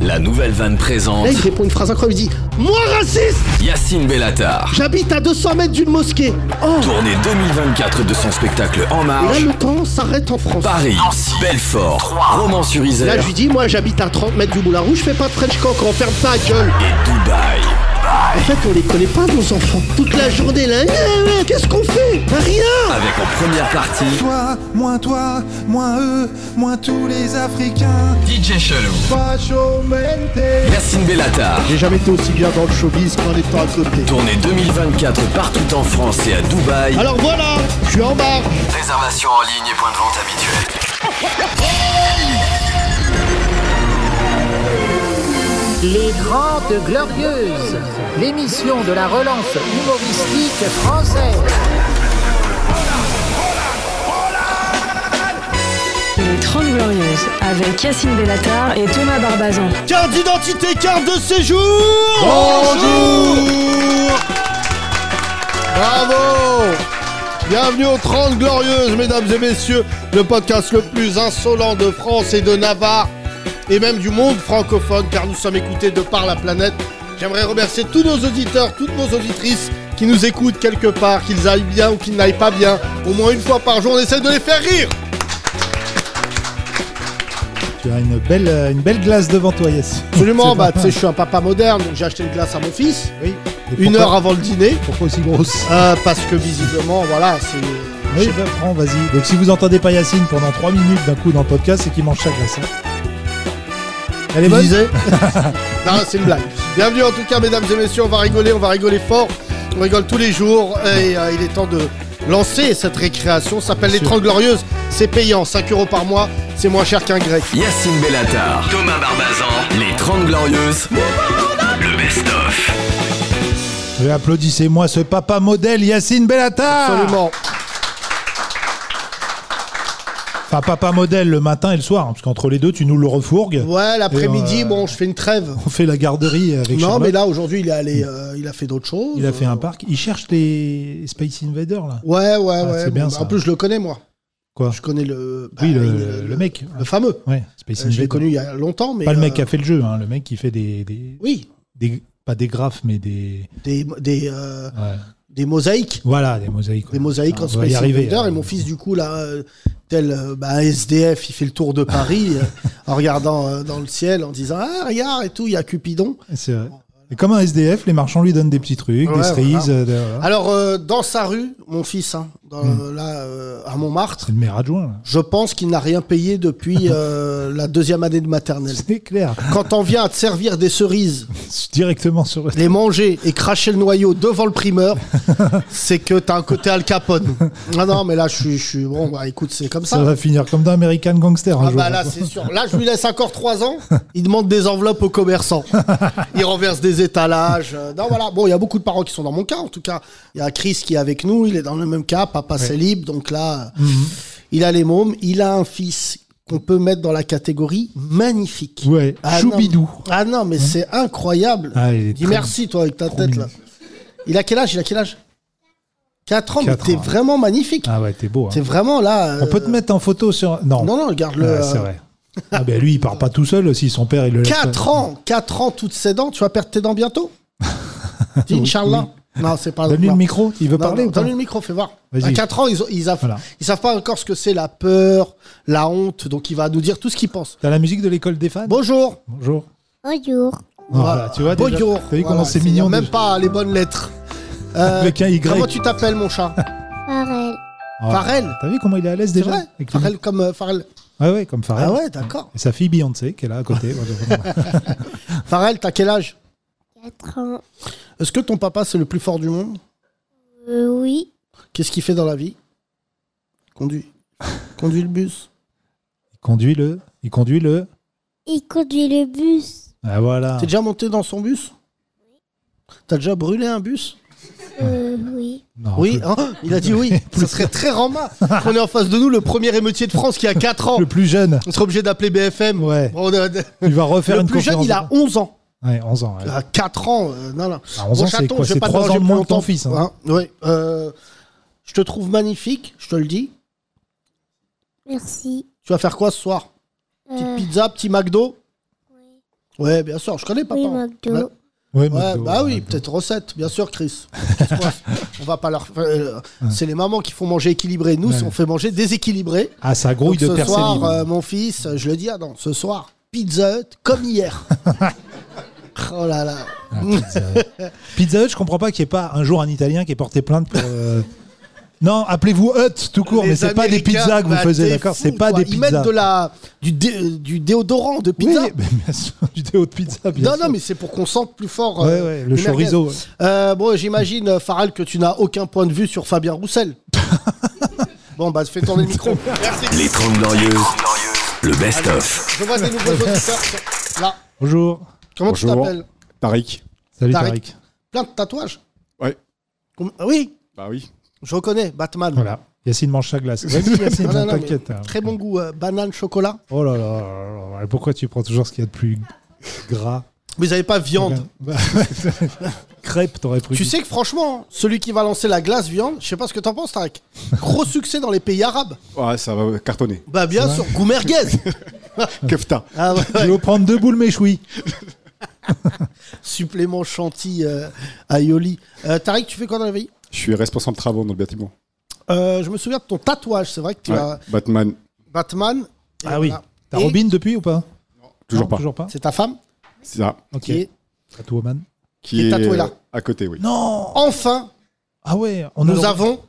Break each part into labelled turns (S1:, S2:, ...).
S1: La nouvelle vanne présente
S2: Là, il répond une phrase incroyable. Il dit Moi raciste
S1: Yacine Bellatar.
S2: J'habite à 200 mètres d'une mosquée. Oh
S1: Tournée 2024 de son spectacle En
S2: Et là,
S1: Marche.
S2: le temps s'arrête en France.
S1: Paris, Belfort,
S2: Là,
S1: Romans-sur-Isère
S2: je lui dis Moi, j'habite à 30 mètres du Moulin Rouge. Fais pas de French Cock, on ferme ta gueule.
S1: et Dubaï.
S2: En fait, on les connaît pas, nos enfants. Toute la journée, là, Eh, eh, qu'est-ce qu'on fait Bah, Rien
S1: Avec en première partie
S3: Toi, moins toi, moins eux, moins tous les Africains.
S1: DJ Chelou,
S3: Facho mente.
S1: Yacine Bellatar.
S2: J'ai jamais été aussi bien dans le showbiz qu'en étant à côté.
S1: Tournée 2024 partout en France et à Dubaï.
S2: Alors voilà, je suis en marche.
S1: Réservation en ligne et point de vente habituel.
S4: Les Grandes Glorieuses, l'émission de la relance humoristique française.
S5: Les 30 Glorieuses avec Yacine Bellatar et Thomas Barbazan.
S2: Carte d'identité, carte de séjour
S6: Bonjour Bravo Bienvenue aux 30 Glorieuses, mesdames et messieurs, le podcast le plus insolent de France et de Navarre, et même du monde francophone, car nous sommes écoutés de par la planète. J'aimerais remercier tous nos auditeurs, toutes nos auditrices qui nous écoutent quelque part, qu'ils aillent bien ou qu'ils n'aillent pas bien. Au moins une fois par jour, on essaie de les faire rire
S3: Tu as une belle, euh, une belle glace devant toi, Yes.
S2: Absolument,
S3: C'est
S2: bah
S3: pas
S2: tu sais, je suis un papa moderne, donc j'ai acheté une glace à mon fils,
S3: Oui. Et
S2: une
S3: pourquoi-
S2: heure avant le dîner,
S3: Pourquoi aussi grosse
S2: euh, parce que visiblement, voilà, c'est...
S3: Oui, bah, prends, vas-y. Donc si vous entendez pas Yacine pendant 3 minutes d'un coup dans le podcast, c'est qu'il mange sa glace. hein. Elle est
S2: Je
S3: bonne
S2: disais
S6: Non, c'est une blague. Bienvenue en tout cas, mesdames et messieurs. On va rigoler, on va rigoler fort. On rigole tous les jours. Et euh, il est temps de lancer cette récréation. Ça s'appelle Les 30 Glorieuses. C'est payant, 5 euros par mois. C'est moins cher qu'un grec.
S1: Yacine Bellatar, Thomas Barbazan, les 30 Glorieuses, le best-of.
S3: Oui, Euh, Applaudissez-moi ce papa modèle Yacine Bellatar
S6: Absolument.
S3: Enfin, papa modèle le matin et le soir, hein, parce qu'entre les deux, tu nous le refourgues.
S2: Ouais, l'après-midi,
S3: Et, euh,
S2: bon, je fais une trêve.
S3: On fait la garderie avec
S2: Non,
S3: Charlotte.
S2: mais là, aujourd'hui, il est allé, euh, il a fait d'autres choses.
S3: Il a fait un parc. Il cherche les Space Invaders, là.
S2: Ouais, ouais, ouais.
S3: Ah, c'est bien,
S2: Bon, bah,
S3: ça.
S2: En plus, je le connais, moi.
S3: Quoi
S2: Je connais le... bah,
S3: Ah Oui, le,
S2: il-
S3: le mec.
S2: Le fameux.
S3: Ouais,
S2: Euh,
S3: Space
S2: Je l'ai
S3: Invaders.
S2: connu il y a longtemps, mais...
S3: Pas le mec
S2: euh,
S3: qui a fait le jeu, hein, le mec qui fait des, des,
S2: Oui,
S3: des- Pas des graphes, mais des.
S2: des, des, euh,
S3: ouais.
S2: des mosaïques.
S3: Voilà, des mosaïques.
S2: Des mosaïques en
S3: on va y
S2: Space
S3: arriver,
S2: Invaders.
S3: hein.
S2: Et mon fils, du coup, là, euh, tel euh, bah, SDF, il fait le tour de Paris euh, en regardant euh, dans le ciel, en disant Ah, regarde et tout, il y a Cupidon.
S3: C'est vrai. Et comme un SDF, les marchands lui donnent des petits trucs,
S2: Ouais,
S3: des
S2: voilà.
S3: cerises. euh, des- voilà.
S2: Alors, euh, dans sa rue, mon fils, hein, dans-
S3: Hmm.
S2: là, euh, à Montmartre,
S3: C'est le maire adjoint, là.
S2: je pense qu'il n'a rien payé depuis euh, la deuxième année de maternelle.
S3: C'est clair.
S2: Quand on vient à te servir des cerises,
S3: Directement sur.
S2: les manger et cracher le noyau devant le primeur, c'est que t'as un côté Al Capone. Ah Non, non, mais là, je suis. je suis- Bon, bah, écoute, c'est comme
S3: Ça va finir comme dans American Gangster un
S2: Ah
S3: jour.
S2: bah là c'est sûr. Là je lui laisse encore 3 ans. Il demande des enveloppes aux commerçants. Il renverse des étalages. Euh, Non voilà. Bon il y a beaucoup de parents qui sont dans mon cas en tout cas. Il y a Chris qui est avec nous. Il est dans le même cas. Papa c'est libre. Donc là euh,
S3: Mhm.
S2: il a les mômes. Il a un fils qu'on peut mettre dans la catégorie magnifique.
S3: Ouais,
S2: non.
S3: Choubidou.
S2: Ah non mais c'est incroyable.
S3: Ah, il est
S2: Dis
S3: très-
S2: merci toi avec ta
S3: trop
S2: tête là.
S3: mignon.
S2: Il a quel âge Il a quel âge 4 ans. mais
S3: Quatre
S2: t'es
S3: ans, ouais.
S2: vraiment magnifique.
S3: Ah ouais, t'es beau. hein.
S2: T'es vraiment là.
S3: On peut te
S2: euh,
S3: mettre en photo sur. Non.
S2: Non euh, non regarde le.
S3: Ah, c'est vrai. Ah ben lui, il part pas tout seul aussi. Son père, il le laisse.
S2: 4 ans, 4 ans toutes ses dents, tu vas perdre tes dents bientôt Dis Inch'Allah. Non, c'est pas
S3: Donne-lui
S2: non.
S3: le micro. Il veut
S2: Non,
S3: parler
S2: non,
S3: ou pas
S2: Donne-lui le micro, fais voir.
S3: Vas-y.
S2: À 4 ans, ils, ont- ils, aff-
S3: Voilà.
S2: ils savent pas encore ce que c'est la peur, la honte, donc il va nous dire tout ce qu'il pense.
S3: T'as la musique de l'école des fans
S2: Bonjour.
S3: Bonjour.
S7: Bonjour.
S3: Voilà, tu vois. déjà-
S2: Bonjour.
S3: T'as vu comment
S2: Voilà,
S3: c'est mignon
S2: Même
S3: déjà
S2: pas les bonnes lettres. Euh,
S3: Avec un Y.
S2: Comment tu t'appelles, mon chat
S7: Pareil.
S3: Ah,
S2: Farrell.
S3: T'as vu comment il est à l'aise
S2: C'est
S3: déjà
S2: vrai
S3: avec les-
S2: Farrell comme euh, Farrell.
S3: Ouais, ouais, comme Farrell.
S2: Ah ouais, d'accord.
S3: Et sa fille Beyoncé qui est là à côté.
S2: Farrell, t'as quel âge
S7: 4 ans.
S2: Est-ce que ton papa, c'est le plus fort du monde
S7: Euh, oui.
S2: Qu'est-ce qu'il fait dans la vie Conduit. Conduit le bus.
S3: il conduit le. Il conduit le.
S7: Il conduit le bus.
S3: Ah voilà.
S2: T'es déjà monté dans son bus T'as déjà brûlé un bus
S7: Euh, oui.
S3: Non,
S2: Oui,
S3: le-
S2: hein il a dit oui. Ce serait très rama qu'on ait en face de nous le premier émeutier de France qui a 4 ans.
S3: Le plus jeune.
S2: On sera obligé d'appeler BFM.
S3: Ouais.
S2: On a- Le
S3: Il va refaire une
S2: plus jeune,
S3: conférence.
S2: il a 11 ans.
S3: Ouais, 11 ans. ouais.
S2: À 4 ans, euh, non, non.
S3: À 11
S2: Mon
S3: ans, c'est
S2: chaton,
S3: quoi
S2: je vais
S3: C'est
S2: pas te
S3: 3 ans
S2: déranger
S3: de moins que ton
S2: longtemps.
S3: fils. hein.
S2: Hein, ouais, euh, je te trouve magnifique, je te le dis.
S7: Merci.
S2: Tu vas faire quoi ce soir Petite
S7: Euh,
S2: pizza, petit McDo
S7: oui.
S8: Ouais, bien sûr, je connais papa.
S7: Oui,
S8: Ouais,
S7: McDo.
S8: ouais,
S3: Ouais, McDo,
S8: bah oui,
S3: McDo.
S8: peut-être recette, bien sûr, Chris. Excuse-moi, on va pas leur. faire- euh, C'est les mamans qui font manger équilibré. Nous,
S3: Ouais.
S8: on fait manger déséquilibré.
S3: Ah, ça grouille
S8: Donc,
S3: de
S8: ce soir,
S3: persévérance.
S8: euh, mon fils, euh, je le dis, ah non, ce soir, pizza Hut, comme hier. oh là là.
S3: Pizza Hut, je comprends pas qu'il n'y ait pas un jour un Italien qui ait porté plainte pour. euh, Non, appelez-vous Hut tout court,
S8: Les
S3: mais c'est pas des
S8: Américains,
S3: pizzas que vous
S8: bah,
S3: faisiez,
S8: t'es
S3: d'accord
S8: fou,
S3: C'est pas
S8: toi.
S3: des
S8: Ils
S3: pizzas.
S8: mettent de la, du, dé- euh, du déodorant de
S3: Oui,
S8: pizza.
S3: mais bien sûr, du déo de pizza, bien
S8: non,
S3: sûr.
S8: non, mais c'est pour qu'on sente plus fort.
S3: Ouais,
S8: euh,
S3: ouais, le
S8: les
S3: chorizo.
S8: merguez. Euh, bon, j'imagine, euh, Faral, que tu n'as aucun point de vue sur Fabien Roussel. bon, bah, fais tourner le micro. Merci.
S1: Les 30 Glorieuses, le best-of.
S8: Je vois des nouveaux auditeurs. sur- Là,
S3: Bonjour.
S8: comment tu
S9: Bonjour.
S8: t'appelles
S9: Tariq
S3: Salut
S8: Tariq.
S3: Tariq.
S8: Plein de tatouages
S9: Ouais.
S8: Com- ah Oui,
S9: Bah oui.
S8: je reconnais, Batman.
S3: Voilà. Yacine mange sa glace. Vas-y, Yacine,
S8: Non, non, non,
S3: t'inquiète.
S8: mais
S3: hein.
S8: Très bon goût, euh, banane, chocolat.
S3: Oh là là, là là là. pourquoi tu prends toujours ce qu'il y a de plus gras
S8: Vous n'avez pas viande.
S3: Bah, Crêpe, t'aurais pris.
S8: Tu sais que franchement, celui qui va lancer la glace viande, je sais pas ce que t'en penses, Tarek. Gros succès dans les pays arabes.
S9: Ouais, ça va cartonner.
S8: Bah bien sûr, goût merguez.
S9: Kefta.
S8: Ah, ouais,
S3: Je
S8: ouais.
S3: vais vous prendre deux boules méchoui.
S8: Supplément chantilly euh, aioli. Euh, Tarek, tu fais quoi dans la vie
S9: Je suis responsable travaux dans le bâtiment.
S8: Euh, Je me souviens de ton tatouage, c'est vrai que tu
S9: Ouais.
S8: as
S9: Batman,
S8: Batman. Et
S3: Ah oui.
S8: voilà.
S3: T'as
S8: Et
S3: Robin depuis ou pas
S9: toujours
S3: Non,
S9: pas.
S3: Toujours pas.
S8: C'est ta femme
S9: C'est ça.
S3: Ok.
S8: qui est
S3: Catwoman.
S9: Qui
S8: Et
S9: est
S8: tatoué là.
S9: euh, à côté, oui.
S3: Non
S8: enfin,
S3: Ah ouais, on a
S8: nous
S3: le-
S8: avons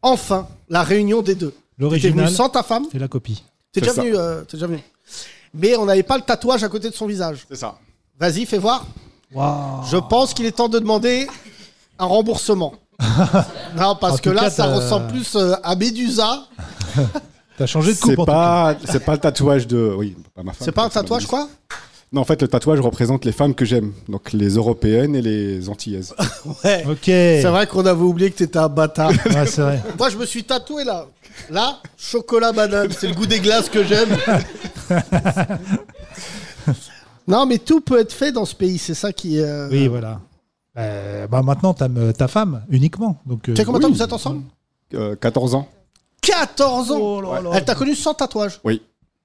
S8: enfin la réunion des deux. T'es venu
S3: l'original
S8: sans ta femme,
S3: et la copie.
S9: C'est
S8: t'es déjà,
S9: ça.
S8: venu, euh, t'es déjà venu. Mais on n'avait pas le tatouage à côté de son visage.
S9: C'est ça.
S8: Vas-y, fais voir.
S3: Waouh
S8: Je pense qu'il est temps de demander un remboursement. non,
S3: En
S8: parce que
S3: tout
S8: là,
S3: cas,
S8: ça
S3: t'as-
S8: ressemble plus euh, à Médusa.
S3: T'as changé de coupe
S9: C'est
S3: en tout cas.
S9: pas, c'est pas le tatouage de. Oui, pas ma femme.
S8: C'est pas un
S9: parce que
S8: tatouage,
S9: ma-
S8: quoi
S9: Non, en fait, le tatouage représente les femmes que j'aime. Donc les européennes et les antillaises.
S8: Ouais.
S3: Ok.
S8: C'est vrai qu'on avait oublié que t'étais un bâtard.
S3: Ouais, c'est vrai.
S8: Moi, je me suis tatoué là. Là, chocolat banane. C'est le goût des glaces que j'aime. non, mais tout peut être fait dans ce pays. C'est ça qui. euh,
S3: Oui, voilà. Euh, bah maintenant, t'aimes euh, ta femme uniquement. Donc, euh,
S8: Tu sais combien de temps
S9: Oui.
S8: vous êtes ensemble
S9: Euh, 14 ans.
S8: 14 ans
S3: Oh Ah, là là.
S8: Elle t'a connu sans tatouage
S9: Oui.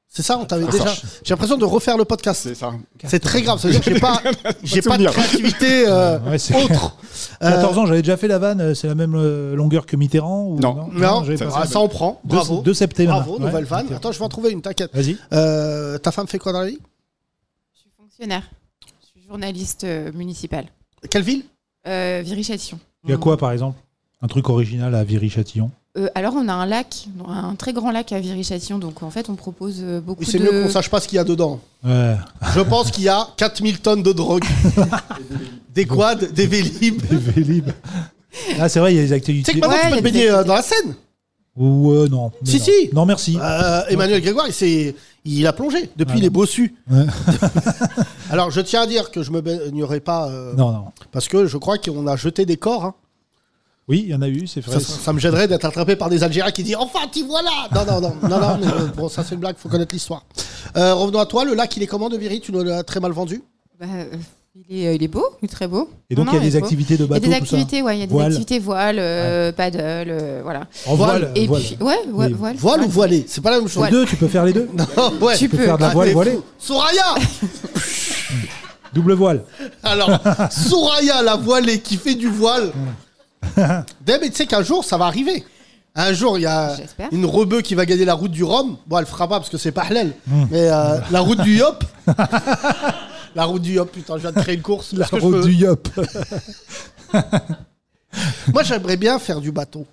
S8: C'est ça, on t'avait
S9: C'est ça.
S8: déjà. J'ai l'impression de refaire le podcast.
S9: C'est ça.
S8: C'est très grave. Ça veut dire que j'ai pas, j'ai pas de
S9: souvenir.
S8: créativité euh,
S3: Ouais, c'est-
S8: autre. Euh,
S3: 14 ans, j'avais déjà fait la vanne, euh, c'est la même euh, longueur que Mitterrand ou...
S9: Non.
S8: Non,
S3: j'avais
S9: ça-
S3: pas
S8: ah,
S3: fait.
S8: ça on prend.
S3: Deux-
S8: Bravo.
S3: deux septembre.
S8: Bravo,
S3: Ouais,
S8: nouvelle vanne.
S3: Mitterrand.
S8: Attends, je vais en trouver une, t'inquiète.
S3: Vas-y.
S8: Euh, ta femme fait quoi dans la vie
S10: Je suis fonctionnaire. Je suis journaliste euh, municipal.
S8: Quelle ville
S10: Euh, Viry-Châtillon.
S3: Il y a quoi, par exemple Un truc original à Viry-Châtillon
S10: Euh, Alors, on a un lac, un très grand lac à Viry-Châtillon. Donc, en fait, on propose euh, beaucoup
S8: Oui, c'est
S10: de...
S8: mieux qu'on sache pas ce qu'il y a dedans.
S3: Ouais.
S8: Je pense qu'il y a 4000 tonnes de drogue. des quads, des vélib. Tu
S3: Vélib. Ah, c'est vrai, il y a des activités.
S8: sais que maintenant
S10: Ouais,
S8: tu peux
S10: il y a
S8: te
S10: des
S8: baigner euh,
S10: activités.
S8: dans la Seine.
S3: Ouais, non. mais
S8: Si,
S3: non.
S8: si.
S3: Non, merci.
S8: Euh, Emmanuel Grégoire, il, s'est- il a plongé. Depuis,
S3: Ouais.
S8: il est bossu.
S3: Ouais.
S8: Alors, je tiens à dire que je me baignerai pas. euh,
S3: Non, non.
S8: Parce que je crois qu'on a jeté des corps. hein.
S3: Oui, il y en a eu, c'est vrai.
S8: Ça, ça- ça me gênerait d'être attrapé par des Algériens qui disent Enfin, t'y voilà Non, non, non, non, non, mais, euh, bon, ça c'est une blague, faut connaître l'histoire. Euh, revenons à toi, le lac, il est comment de Viry Tu nous l'as très mal vendu
S10: Bah, euh, il, est, il est beau, il est très beau.
S3: Et donc,
S10: Non,
S3: il y a
S10: non,
S3: des
S10: est beau.
S3: activités
S10: Il
S3: de
S10: y a
S3: bateau,
S10: des
S3: tout ça
S10: activités, ouais, il y a des
S3: Voile.
S10: activités voile, euh, paddle, euh, voilà.
S3: En voile.
S10: Et
S3: voile.
S10: puis, ouais, ouais,
S3: Oui.
S10: voile.
S8: Voile ou voilé C'est pas la même chose.
S3: Les deux, tu peux faire les deux.
S8: Non, ouais.
S10: Tu
S3: Tu peux
S10: peux.
S3: faire de la
S8: Ah,
S3: voile
S8: t'es
S3: voilée.
S8: fou. Soraya
S3: Double voile.
S8: Alors, Soraya, la voilée qui fait du voile. Dès, mais tu sais qu'un jour, ça va arriver. Un jour, il y a
S10: J'espère.
S8: une rebeu qui va gagner la route du Rhum. Bon, elle fera pas parce que c'est pas halal. Mais euh, la route du Yop. la route du Yop, putain, je viens de créer une course.
S3: La
S8: Est-ce que je
S3: route
S8: peux-
S3: du Yop.
S8: Moi, j'aimerais bien faire du bateau.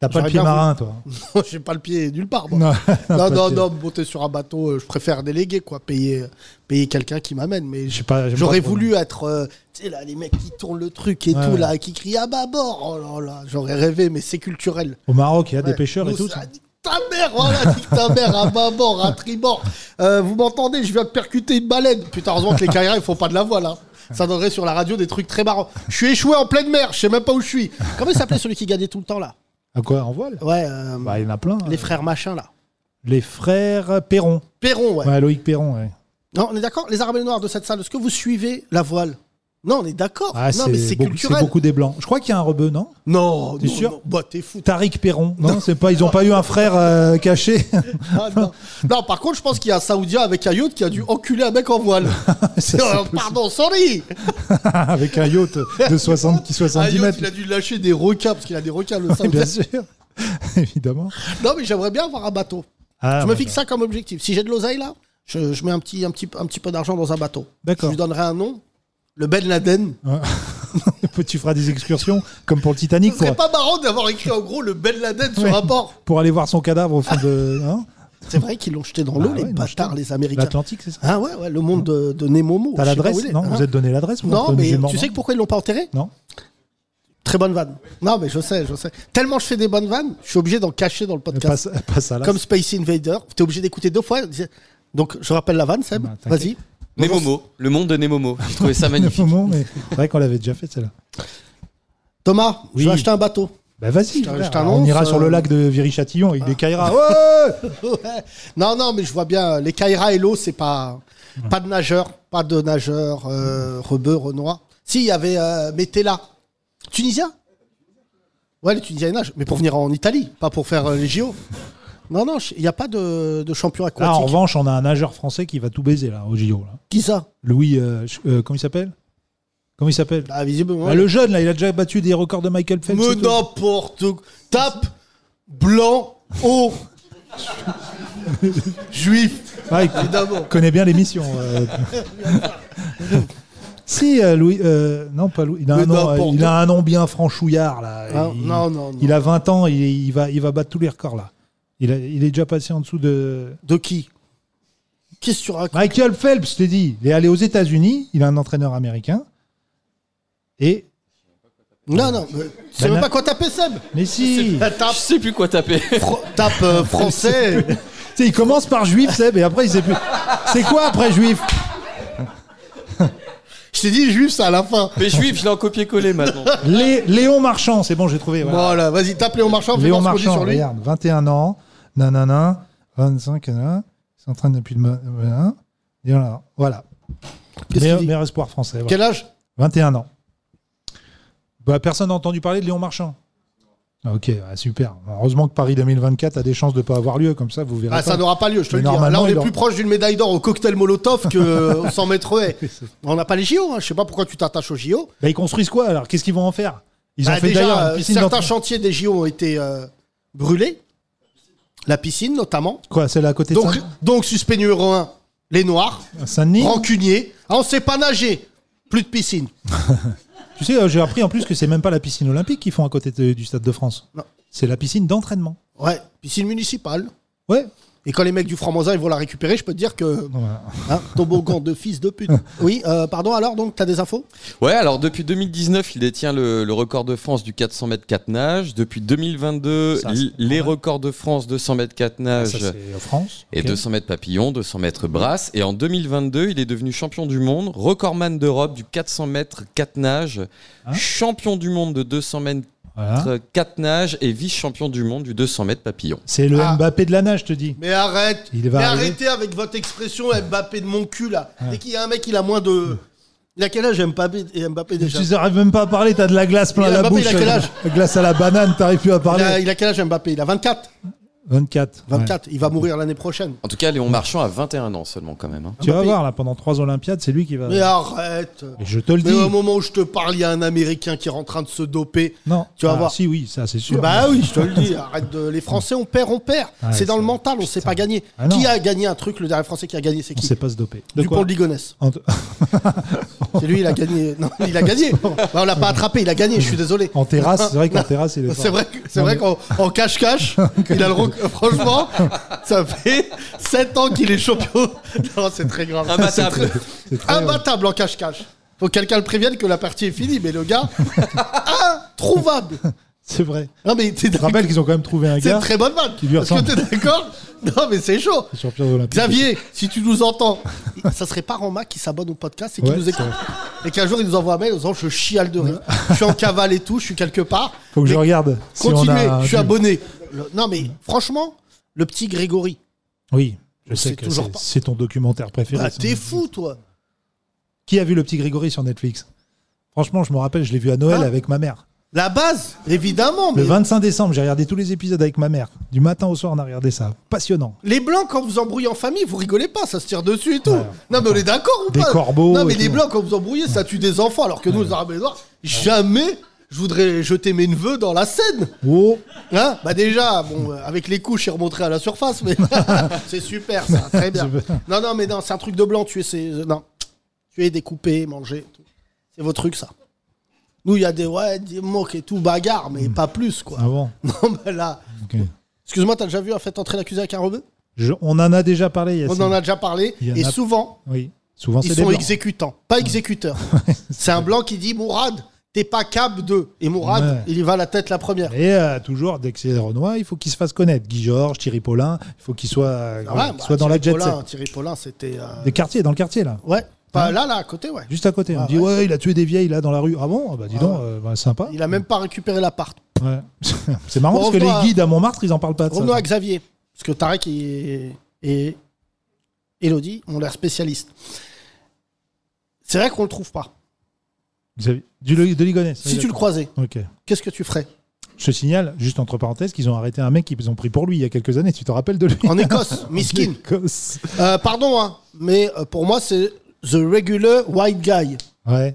S3: T'as pas
S8: J'aurais
S3: le pied
S8: bien
S3: marin, toi.
S8: Moi, J'ai pas le pied nulle part. moi. Non,
S3: Non, pas de
S8: non,
S3: pied.
S8: non, monter sur un bateau, euh, je préfère déléguer, quoi. Payer, payer quelqu'un qui m'amène. Mais
S3: Je
S8: je-
S3: sais pas, j'aime
S8: j'aurais
S3: pas trop.
S8: voulu être. euh, tu sais, là, les mecs qui tournent le truc et
S3: Ouais,
S8: tout,
S3: ouais.
S8: là, qui crient à bas bord. Oh là là, j'aurais rêvé, mais c'est culturel.
S3: Au Maroc, il y a des
S8: Ouais.
S3: pêcheurs et
S8: Nous,
S3: Ah, bah, tout.
S8: ça-
S3: ça.
S8: nique Ta mère, voilà, nique ta mère, ah, à bas bord, à tribord. Euh, vous m'entendez, je viens de percuter une baleine. Putain, heureusement que les carrières, ils font pas de la voile, hein. Ça donnerait sur la radio des trucs très marrants. Je suis échoué en pleine mer, je sais même pas où je suis. Comment il s'appelait celui qui gagnait tout le temps, là
S3: À quoi En voile
S8: Ouais, euh,
S3: Bah, il y en a plein. hein.
S8: les frères machin, là.
S3: Les frères Perron.
S8: Perron, ouais.
S3: Ouais, Loïc Perron, ouais.
S8: Non, on est d'accord Les Arabes et les Noirs de cette salle, est-ce que vous suivez la voile Non, on est d'accord.
S3: Ah,
S8: non, mais
S3: c'est
S8: c'est
S3: beaucoup, c'est
S8: culturel.
S3: beaucoup des blancs. Je crois qu'il y a un rebeu, non
S8: Non,
S3: T'es
S8: non,
S3: sûr
S8: non. Bah, t'es fou.
S3: Tariq Perron. Non, c'est pas. Ils ont pas eu un frère euh, caché.
S8: Ah, non. Non, par contre, je pense qu'il y a un Saoudien avec un yacht qui a dû enculer un mec en voile.
S3: C'est-
S8: Euh, pardon, sorry
S3: avec un yacht de 60 qui
S8: Un
S3: 70
S8: yacht,
S3: mètres.
S8: il a dû lâcher des requins, parce qu'il a des requins, le
S3: Oui,
S8: Saoudien.
S3: bien sûr, évidemment.
S8: Non, mais j'aimerais bien avoir un bateau. je me fixe ça comme objectif. Si j'ai de l'oseille, là, je, je mets un petit, un petit, un petit peu d'argent dans un bateau. Je
S3: D'accord.
S8: lui donnerai un nom. Le Ben Laden.
S3: Tu feras des excursions comme pour le Titanic,
S8: Ce
S3: quoi,
S8: serait pas marrant d'avoir écrit en gros le Ben Laden sur
S3: Ouais.
S8: un bord.
S3: pour aller voir son cadavre au fond de hein
S8: C'est vrai qu'ils l'ont jeté dans l'eau,
S3: Ah
S8: Oh, les
S3: ouais, ils l'ont
S8: bâtards,
S3: jeté.
S8: les Américains.
S3: l'Atlantique, c'est ça
S8: Ah ouais, ouais, le monde de, de Nemomo.
S3: T'as
S8: je sais pas où
S3: l'adresse
S8: il est.
S3: Non,
S8: Hein
S3: vous êtes donné l'adresse vous,
S8: Non,
S3: Antoine
S8: mais
S3: Dumas,
S8: tu
S3: non
S8: sais que pourquoi ils l'ont pas enterré
S3: Non.
S8: Très bonne vanne. Non, mais je sais, je sais. Tellement je fais des bonnes vannes, je suis obligé d'en cacher dans le podcast.
S3: Passe, passe à la.
S8: Comme Space Invader, t'es obligé d'écouter deux fois. Donc, je rappelle la vanne, Seb.
S3: Bah, t'inquiète.
S8: Vas-y.
S11: Nemomo, le monde de Nemomo. Je trouvais ça magnifique.
S3: moment, mais c'est vrai qu'on l'avait déjà fait celle-là.
S8: Thomas,
S3: Oui.
S8: je vais acheter un bateau.
S3: Bah vas-y,
S8: te-
S3: frère,
S8: je t'annonce,
S3: on ira sur le
S8: euh, ah,
S3: lac de Viry-Châtillon avec des Kairas.
S8: Ouais. Non, non, mais je vois bien. Les Kaira et l'eau, c'est pas. Pas de nageur, pas de nageur, euh, Rebeu, Renoir. Si, il y avait euh, Metella. Tunisien Ouais, les Tunisiens ils nagent, mais pour venir en Italie, pas pour faire euh, les JO. Non, non, il n'y a pas de, de champion aquatique.
S3: Là, en revanche, Ah, on a un nageur français qui va tout baiser là au JO. Là.
S8: Qui ça
S3: Louis, euh, ch- euh, comment il s'appelle Comment il s'appelle
S8: Ah, visiblement.
S3: Bah, Le jeune là, il a déjà battu des records de Michael Phelps.
S8: Mais
S3: et tout.
S8: n'importe quoi. Tape blanc, haut. Juif,
S3: Ouais, Ah, il-
S8: évidemment.
S3: connaît bien l'émission. euh. si, euh, Louis. euh, non, pas Louis. Il a,
S8: Mais
S3: un nom, euh,
S8: n'importe
S3: il a un nom bien franchouillard, là.
S8: Ah,
S3: il,
S8: non, non, non.
S3: il a 20 ans, il, il va, il va battre tous les records, là. Il, a- il est déjà passé en dessous de.
S8: De qui Qu'est-ce que tu racontes
S3: Michael Phelps, je t'ai dit. Il est allé aux États-Unis, il a un entraîneur américain. Et.
S8: Non, non, mais c'est
S3: Ben,
S8: même
S3: na-
S8: pas quoi taper Seb
S3: Mais si Tu
S11: Je sais plus quoi taper.
S8: Fro- Tape euh, français
S3: sais, Il commence par juif, Seb, et après, il sait plus. C'est quoi après juif
S8: Je t'ai dit juif, ça à la fin.
S11: Mais juif, je l'ai en copier-coller maintenant.
S3: Lé- Léon Marchand, c'est bon, j'ai trouvé. voilà.
S8: Voilà, vas-y, tape Léon Marchand, fais
S3: Léon
S8: voir ce qu'on dit
S3: Marchand,
S8: sur lui.
S3: regarde, 21 ans, nanana, 25, nanana, c'est en train depuis le. ma- Voilà. Et voilà, voilà.
S8: Qu'est-ce
S3: Meilleur,
S8: qu'il dit
S3: meilleur espoir français. voilà.
S8: Quel âge
S3: 21 ans. Bah, personne n'a entendu parler de Léon Marchand. Ah, ok, ah, super. Heureusement que Paris 2024 a des chances de ne pas avoir lieu, comme ça vous verrez.
S8: Ah, ça
S3: pas.
S8: n'aura pas lieu, je te
S3: Mais
S8: le dis. Là,
S3: normalement,
S8: on est
S3: il aura-
S8: plus proche d'une médaille d'or au cocktail Molotov que euh, au 100 mètres haies. On n'a pas les JO, hein. je sais pas pourquoi tu t'attaches aux JO.
S3: Bah, ils construisent quoi alors Qu'est-ce qu'ils vont en faire Ils ont
S8: Bah,
S3: fait d'ailleurs
S8: déjà,
S3: une
S8: euh,
S3: piscine
S8: certains
S3: d'entraînement.
S8: chantiers des JO ont été euh, brûlés. La piscine, notamment.
S3: Quoi, celle à côté
S8: Donc,
S3: de
S8: donc, suspect numéro 1, les Noirs,
S3: Saint- Saint-Denis
S8: rancuniers. Ah, on sait pas nager, plus de piscine.
S3: Tu sais, euh, j'ai appris en plus que c'est même pas la piscine olympique qu'ils font à côté de- du Stade de France.
S8: Non.
S3: C'est la piscine d'entraînement.
S8: Ouais, piscine municipale.
S3: Ouais.
S8: Et quand les mecs du Framoisin ils vont la récupérer, je peux te dire que
S3: Ouais.
S8: hein, toboggan de fils de pute. Oui, euh, pardon. Alors donc, t'as des infos
S11: Ouais, alors depuis 2019, il détient le, le record de France du 400 mètres 4 nages. Depuis 2022,
S3: Ça,
S11: l-
S3: c'est-
S11: les
S3: ouais.
S11: records de France 200 mètres 4
S2: Ah,
S11: nages
S3: Ça, c'est en France.
S11: et
S3: ok.
S11: 200 mètres papillon, 200 mètres brasse. Et en 2022, il est devenu champion du monde, recordman d'Europe du 400 mètres 4 nages,
S3: Hein
S11: champion du monde de 200 mètres
S3: Voilà.
S11: 4 nages et vice-champion du monde du 200 mètres papillon.
S3: C'est le
S8: Ah.
S3: Mbappé de la nage, je te dis.
S8: Mais arrête.
S3: Il va
S8: mais
S3: arriver.
S8: arrêtez avec votre expression Mbappé de mon cul là. Dès qu'il y a un mec, il a moins de. Il a quel âge Mbappé et Mbappé déjà
S3: Tu n'arrives même pas à parler, t'as de la glace
S8: Il
S3: plein
S8: a
S3: la
S8: Mbappé,
S3: bouche.
S8: il a quel âge
S3: la glace à la banane, t'arrives plus à
S8: il
S3: parler.
S8: a, il a quel âge Mbappé Il a 24.
S3: 24. ouais.
S8: 24. Il va mourir l'année prochaine.
S11: En tout cas, Léon Marchand a 21 ans seulement quand même. hein.
S3: Tu vas
S8: Mbappé.
S3: voir, là, pendant trois Olympiades, c'est lui qui va.
S8: Mais arrête.
S3: Et je te le dis.
S8: Mais au moment où je te parle, il y a un Américain qui est en train de se doper.
S3: Non.
S8: Tu vas
S3: Ah,
S8: voir.
S3: Si, oui, ça, c'est sûr.
S8: Bah oui, je te le dis. Arrête de... Les Français, on perd, on perd.
S3: Ouais,
S8: c'est dans
S3: c'est-
S8: le mental, on sait pas gagner.
S3: Ah non.
S8: qui a gagné un truc Le dernier Français qui a gagné, c'est
S3: On
S8: qui
S3: sait pas se doper. De
S8: Dupont
S3: quoi
S8: de Ligonnès.
S3: En t-
S8: C'est lui, il a gagné. Non, il a gagné. Bah, on l'a pas attrapé, il a gagné, je suis désolé.
S3: En terrasse, c'est vrai qu'en terrasse, il est.
S8: C'est
S3: fort.
S8: vrai, que- c'est vrai qu'en en cache-cache, il a le rec- franchement, ça fait 7 ans qu'il est champion. Non, c'est très grave.
S11: Imbattable.
S3: C'est
S8: Ah,
S3: très- euh,
S8: Imbattable en cache-cache. Faut que quelqu'un le prévienne que la partie est finie, mais le gars, introuvable.
S3: C'est vrai.
S8: Non, mais t'es
S3: Je te rappelle qu'ils ont quand même trouvé un
S8: C'est
S3: gars
S8: une très bonne vanne.
S3: qui lui
S8: Est-ce que
S3: ressemble.
S8: t'es d'accord Non, mais c'est chaud.
S3: sur Pierre Olympique.
S8: Xavier, si tu nous entends, ça serait pas Rama qui s'abonne au podcast et qui
S3: Ouais,
S8: nous écoute. Et qu'un jour, il nous envoie un mail en disant Je chiale de rire. Je suis en cavale et tout, je suis quelque part.
S3: Faut que je
S8: Mais
S3: regarde. si on
S8: Continuez,
S3: a un
S8: je suis
S3: duo.
S8: abonné. Le- non, mais franchement, le petit Grégory.
S3: Oui, je
S8: On
S3: sais
S8: sait
S3: que
S8: toujours
S3: c'est
S8: pas.
S3: c'est ton documentaire préféré.
S8: Bah,
S3: sans
S8: t'es
S3: doute.
S8: fou, toi.
S3: Qui a vu le petit Grégory sur Netflix Franchement, je me rappelle, je l'ai vu à Noël
S8: Ah.
S3: avec ma mère.
S8: La base, évidemment.
S3: Le
S8: mais-
S3: 25 décembre, j'ai regardé tous les épisodes avec ma mère. Du matin au soir, on a regardé ça. Passionnant.
S8: Les blancs, quand vous embrouillez en famille, vous rigolez pas, ça se tire dessus et tout. non, mais on est d'accord ou
S3: Des
S8: pas
S3: corbeaux
S8: Non, mais
S3: et
S8: les
S3: tout.
S8: blancs, quand vous embrouillez, ça tue des enfants, alors que nous, les arabes et les noirs, jamais je voudrais jeter mes neveux dans la Seine.
S3: Oh.
S8: Hein bah, déjà, bon, euh, avec les couches, je suis remonté à la surface, mais c'est super, ça, très bien. Non, non, mais non, c'est un truc de blanc, tuer, c'est. euh, Non. Tuer, découper, manger. tout. C'est vos trucs, ça. Nous, il y a des. Ouais, des moques et tout, bagarre, mais pas plus, quoi.
S3: Ah bon
S8: Non, bah là.
S3: Ok.
S8: Excuse-moi, t'as déjà vu un fait entrer l'accusé avec un rebeu
S3: Je- On en a déjà parlé,
S8: On
S3: Yacine.
S8: en a déjà parlé.
S3: Il y en
S8: Et
S3: a-
S8: souvent,
S3: Oui. Souvent, c'est
S8: ils
S3: des
S8: sont
S3: blancs.
S8: exécutants, pas exécuteurs. c'est un blanc qui dit Mourad, t'es pas capable de. Et Mourad,
S3: Ouais.
S8: il y va la tête la première.
S3: Et euh, toujours, dès que c'est Renoir, il faut qu'il se fasse connaître. Guy Georges, Thierry Paulin, il faut qu'il soit, euh,
S8: Ah ouais,
S3: qu'il
S8: bah,
S3: soit dans la
S8: Thierry
S3: jet
S8: Paulin,
S3: set.
S8: Thierry Paulin, c'était. euh,
S3: Des quartiers, dans le quartier, là.
S8: Ouais. Pas là, là, à côté, ouais.
S3: Juste à côté. on
S8: Ah
S3: me dit, ouais, il a tué des vieilles, là, dans la rue. Ah bon Ah Bah, dis donc, euh, bah, sympa.
S8: Il a même pas récupéré l'appart.
S3: Ouais. c'est marrant
S8: Bon,
S3: parce que
S8: revenons à-
S3: les guides à Montmartre, ils en parlent pas de ça.
S8: Revenons à Xavier. Parce que Tarek et, et Elodie ont l'air spécialistes. C'est vrai qu'on le trouve pas.
S3: Xavier- Du, de Ligonnès.
S8: Si tu le croisais,
S3: Ok.
S8: qu'est-ce que tu ferais
S3: Je te signale, juste entre parenthèses, qu'ils ont arrêté un mec qu'ils ont pris pour lui il y a quelques années. Tu te rappelles de lui
S8: En Écosse, miskin.
S3: En Écosse.
S8: Euh, pardon, hein, mais euh, pour moi, c'est The Regular White Guy.
S3: Ouais.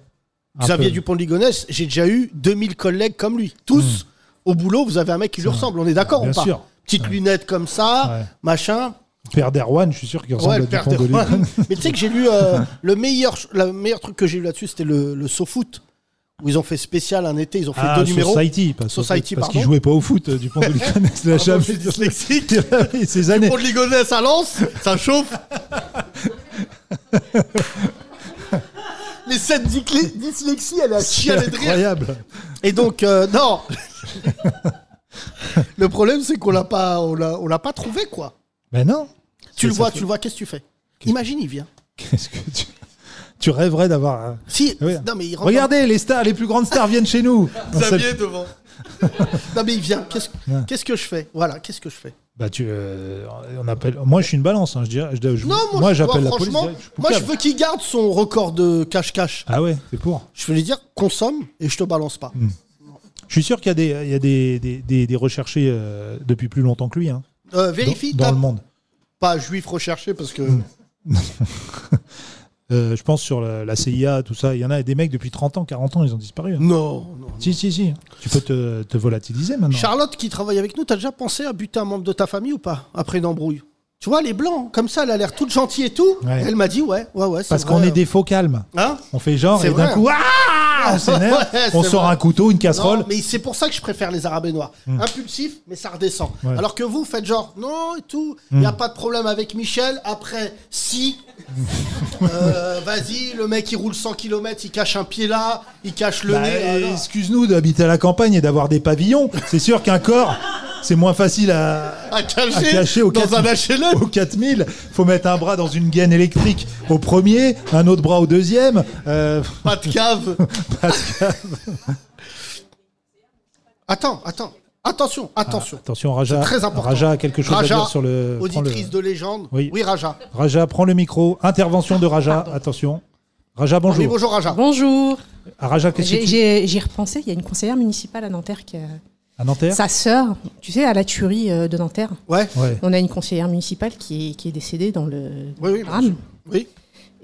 S3: Un
S8: Xavier
S3: peu.
S8: Dupont de Ligonnès, j'ai déjà eu 2000 collègues comme lui. Tous, au boulot, vous avez un mec qui lui ressemble, on est d'accord
S3: Hmm. Bien
S8: ou pas
S3: sûr.
S8: Petite lunette comme ça,
S3: Ouais.
S8: machin.
S3: Père d'Erwan, je suis sûr qu'il ressemble
S8: ouais, le
S3: à
S8: père
S3: Dupont de
S8: d'Erwan.
S3: Ligonnès.
S8: Mais tu sais que j'ai lu euh, le, meilleur, le meilleur truc que j'ai lu là-dessus, c'était le, le saut foot, où ils ont fait spécial un été, ils ont fait
S3: Ah,
S8: deux numéros.
S3: Society, parce,
S8: Society,
S3: parce
S8: pardon.
S3: qu'il jouait pas au foot, euh, Dupont de Ligonnès. Il a
S8: Pardon,
S3: jamais- Ah
S8: je suis dyslexique.
S3: Oui, Ces années.
S8: Dupont de Ligonnès à Lens, ça chauffe. Les sept dyslexies, dyslexie, elle a
S3: C'est
S8: chialé de rire.
S3: incroyable.
S8: Et donc, euh, non Le problème, c'est qu'on l'a pas, on l'a, on l'a pas trouvé, quoi.
S3: Ben non.
S8: Tu le
S3: Ça
S8: vois,
S3: fait-
S8: tu le vois, qu'est-ce que tu fais Imagine, il vient.
S3: Qu'est-ce que tu. Tu rêverais d'avoir. un-
S8: Si,
S3: Eh Oui.
S8: non, mais il rentre
S3: Regardez, les stars, les plus grandes stars viennent chez nous.
S8: dans-
S3: On s'appelle-
S8: Xavier devant. non, mais il vient. Qu'est-ce,
S3: Ouais.
S8: qu'est-ce que je fais Voilà, qu'est-ce que je fais
S3: Bah tu, euh, on appelle. Moi, je suis une balance. hein, je dirais. Je, je-
S8: Non, moi,
S3: moi
S8: je-
S3: j'appelle la
S8: moi,
S3: police.
S8: franchement,
S3: direct, je suis
S8: moi, je
S3: coupable.
S8: veux qu'il garde son record de cache-cache.
S3: Ah ouais, c'est pour.
S8: Je veux lui dire, consomme et je te balance pas.
S3: Je suis sûr qu'il y a des, il y a des, des, des- des recherchés euh, depuis plus longtemps que lui. Hein,
S8: Euh,
S3: dans-
S8: vérifie,
S3: dans,
S8: tape
S3: le Hmm. monde.
S8: pas juif recherché parce que.
S3: Euh, je pense sur la, la CIA, tout ça. Il y en a des mecs depuis 30 ans, 40 ans, ils ont disparu. hein.
S8: Non, non.
S3: Si, si, si. Tu peux te, te volatiliser maintenant.
S8: Charlotte qui travaille avec nous, t'as déjà pensé à buter un membre de ta famille ou pas après une embrouille Tu vois, les blancs, comme ça, elle a l'air toute gentille et tout.
S3: Ouais.
S8: Elle m'a dit ouais, ouais, ouais. c'est
S3: Parce
S8: vrai.
S3: qu'on est des faux calmes.
S8: Hein
S3: On fait genre
S8: C'est
S3: et d'un
S8: vrai.
S3: coup, ah, on s'énerve,
S8: Ouais,
S3: on
S8: c'est
S3: sort
S8: vrai.
S3: un couteau, une casserole.
S8: Non, mais c'est pour ça que je préfère les arabes et noirs. Impulsif, mais ça redescend.
S3: Hmm. Ouais. Hmm.
S8: Alors que vous faites genre non et tout, il n'y a pas de problème avec Michel. Après, si, euh, vas-y, le mec il roule 100 km, il cache un pied là, il cache le
S3: Bah,
S8: nez. ah, non.
S3: Excuse-nous d'habiter à la campagne et d'avoir des pavillons. C'est sûr qu'un corps, c'est moins facile à,
S8: À cacher
S3: au
S8: dans
S3: 4
S8: un HLM.
S3: Au 4000, faut mettre un bras dans une gaine électrique au premier, un autre bras au deuxième. Euh,
S8: Pas de cave. Attends, attends. Attention,
S12: Ah,
S8: attention.
S3: attention, Raja.
S8: Très important.
S3: Raja a quelque chose
S8: Raja,
S3: à dire sur
S12: euh,
S3: le. prends le-
S8: Auditrice de légende.
S3: Oui.
S8: Raja.
S3: Raja, prends le micro. Intervention de Raja. Attention. Raja, bonjour.
S8: Oui, bonjour, Raja.
S12: Bonjour.
S3: Ah, Raja, qu'est-ce que
S12: J'ai-
S3: tu
S12: J'ai j'y repensé. Il y a une conseillère municipale à Nanterre qui, euh,
S3: à Nanterre
S12: sa sœur, tu sais, à la tuerie euh, de Nanterre.
S8: Ouais.
S3: Ouais.
S12: On a une conseillère municipale qui est, qui est décédée dans le
S8: Oui, oui, bien
S12: drame.
S8: sûr. Oui.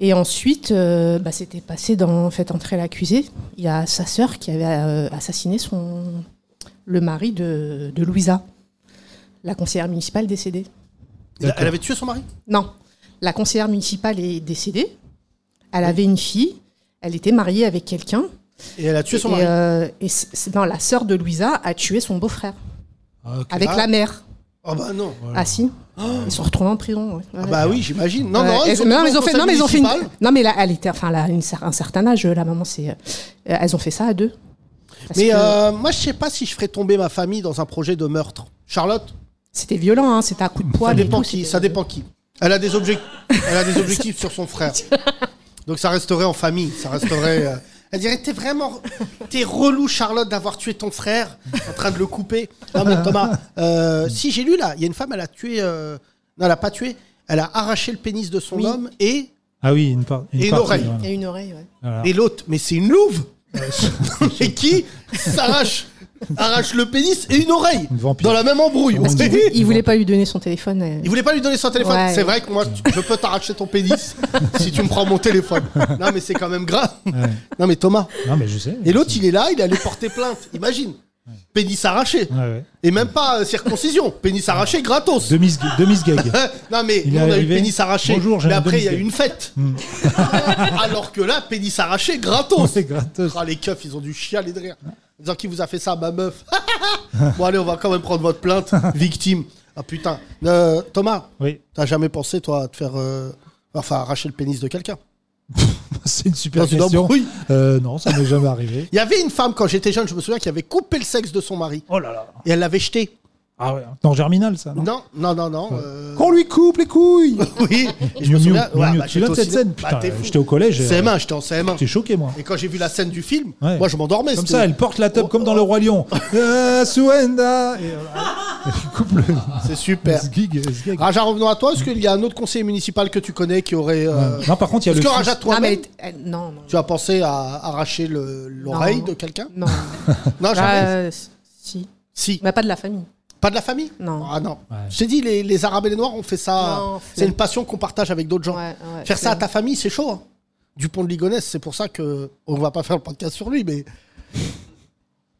S12: Et ensuite, euh, bah, c'était passé dans Faites entrer l'accusé. Il y a sa sœur qui avait euh, assassiné son le mari de, de Louisa, la conseillère municipale décédée.
S8: Elle elle avait tué son mari
S12: Non. La conseillère municipale est décédée. Elle avait une fille. Elle était mariée avec quelqu'un.
S8: Et elle a tué son mari.
S12: et, euh, et c- c'est- non, la sœur de Louisa a tué son beau-frère
S3: Ah, ok.
S12: avec
S8: Ah.
S12: la mère.
S8: Oh bah non.
S12: Ah si. Ils se sont retrouvés en prison. ouais.
S8: Ah
S12: Ouais.
S8: bah oui, j'imagine. Non,
S12: Ouais.
S8: non,
S12: Et-
S8: ils ont,
S12: mais non, mais ils Euh, ont fait, non, mais ils ont fait une-
S8: municipale.
S12: non, mais là, elle était, enfin, là, une cer- un certain âge, la maman, c'est, euh, elles ont fait ça à deux. Parce
S8: Mais
S12: que
S8: euh, moi, je sais pas si je ferais tomber ma famille dans un projet de meurtre. Charlotte,
S12: c'était violent, hein, c'était à coup de poing.
S8: ça
S12: et
S8: dépend
S12: tout,
S8: qui.
S12: c'était-
S8: Ça dépend qui. Elle a des objectifs. Elle a des objectifs sur son frère. Donc ça resterait en famille. Ça resterait. euh, Elle dirait t'es vraiment t'es relou Charlotte d'avoir tué ton frère en train de le couper. Non mais Thomas, euh, si j'ai lu là, il y a une femme elle a tué. euh, Non elle a pas tué. Elle a arraché le pénis de son homme et
S3: Ah oui, une, part-
S8: Et une
S3: partie,
S8: oreille.
S3: voilà.
S12: Il y a une oreille. ouais.
S3: Voilà.
S8: et l'autre. Mais c'est une louve. et qui s'arrache arrache le pénis et une oreille dans la même embrouille.
S12: Parce qu'il vou- il voulait pas lui donner son téléphone. euh.
S8: Il voulait pas lui donner son téléphone.
S12: Ouais.
S8: C'est vrai que moi, tu- je peux t'arracher ton pénis si tu me prends mon téléphone. Non, mais c'est quand même grave. Non, mais Thomas.
S3: Non, mais je sais.
S8: Et l'autre, il est là, il allait porter plainte. Imagine. Pénis arraché. Et même pas euh, circoncision. Pénis arraché gratos. Hein
S3: Demi, gag.
S8: non, mais
S3: Il
S8: nous,
S3: est
S8: on a eu
S3: arrivé.
S8: pénis arraché.
S3: Bonjour, j'ai
S8: mais
S3: un
S8: après, il y a eu
S3: demi-gag.
S8: une fête.
S3: Hmm.
S8: Alors que là, pénis arraché
S3: Oh,
S8: gratos. Ah, les keufs, ils ont dû chialer de rire. En disant qui vous a fait ça, ma meuf. bon, allez, on va quand même prendre votre plainte. Victime. Ah putain. Euh, Thomas,
S3: oui.
S8: t'as jamais pensé, toi, à te faire. euh, Enfin, arracher le pénis de quelqu'un
S3: C'est une super
S8: Ah, Dans une
S3: question.
S8: embrouille.
S3: Euh, non, ça m'est jamais arrivé.
S8: Il y avait une femme, quand j'étais jeune, je me souviens, qui avait coupé le sexe de son mari.
S3: Oh là là.
S8: Et elle l'avait jeté.
S3: Ah ouais. Dans Germinal, ça. Non,
S8: Non, non, non, non. euh,
S3: Qu'on lui coupe les couilles
S8: Oui. Et je me
S3: Miou,
S8: souviens,
S3: miou,
S8: ouais,
S3: miou.
S8: bah,
S3: Tu l'as,
S8: j'étais au
S3: cette
S8: ciné-
S3: scène
S8: bah,
S3: Putain,
S8: t'es fou.
S3: J'étais au collège. euh,
S8: CM1, j'étais en CM1.
S3: J'étais choqué, moi.
S8: Et quand j'ai vu la scène du film,
S3: Ouais.
S8: moi je m'endormais.
S3: Comme
S8: c'était-
S3: ça, elle porte la
S8: Oh,
S3: teub comme dans Le Roi Lion. Euh, Suenda Et, euh, elle coupe le.
S8: C'est super.
S3: Sgig, sgig.
S8: Raja, revenons à toi. Est-ce qu'il y a un autre conseiller municipal que tu connais qui aurait. euh,
S3: Non, par contre, il y a
S8: Est-ce
S3: le.
S8: que
S3: fils-
S8: Raja,
S12: Ah, mais
S8: toi-même,
S12: elle était- elle- non, non.
S8: tu as pensé à arracher le- l'oreille
S12: Non.
S8: de quelqu'un
S12: Non.
S8: Non, jamais.
S12: Bah, euh, si.
S8: Si.
S12: Mais pas de la famille.
S8: Pas de la famille
S12: Non.
S8: Ah non.
S3: Ouais.
S8: Je t'ai dit, les, les Arabes et les Noirs ont fait ça.
S12: Non,
S8: c'est
S12: flemme.
S8: une passion qu'on partage avec d'autres gens.
S12: Ouais, ouais,
S8: faire ça à
S12: flemme.
S8: ta famille, c'est chaud. hein. Dupont de Ligonnès, c'est pour ça que on va pas faire le podcast sur lui, mais.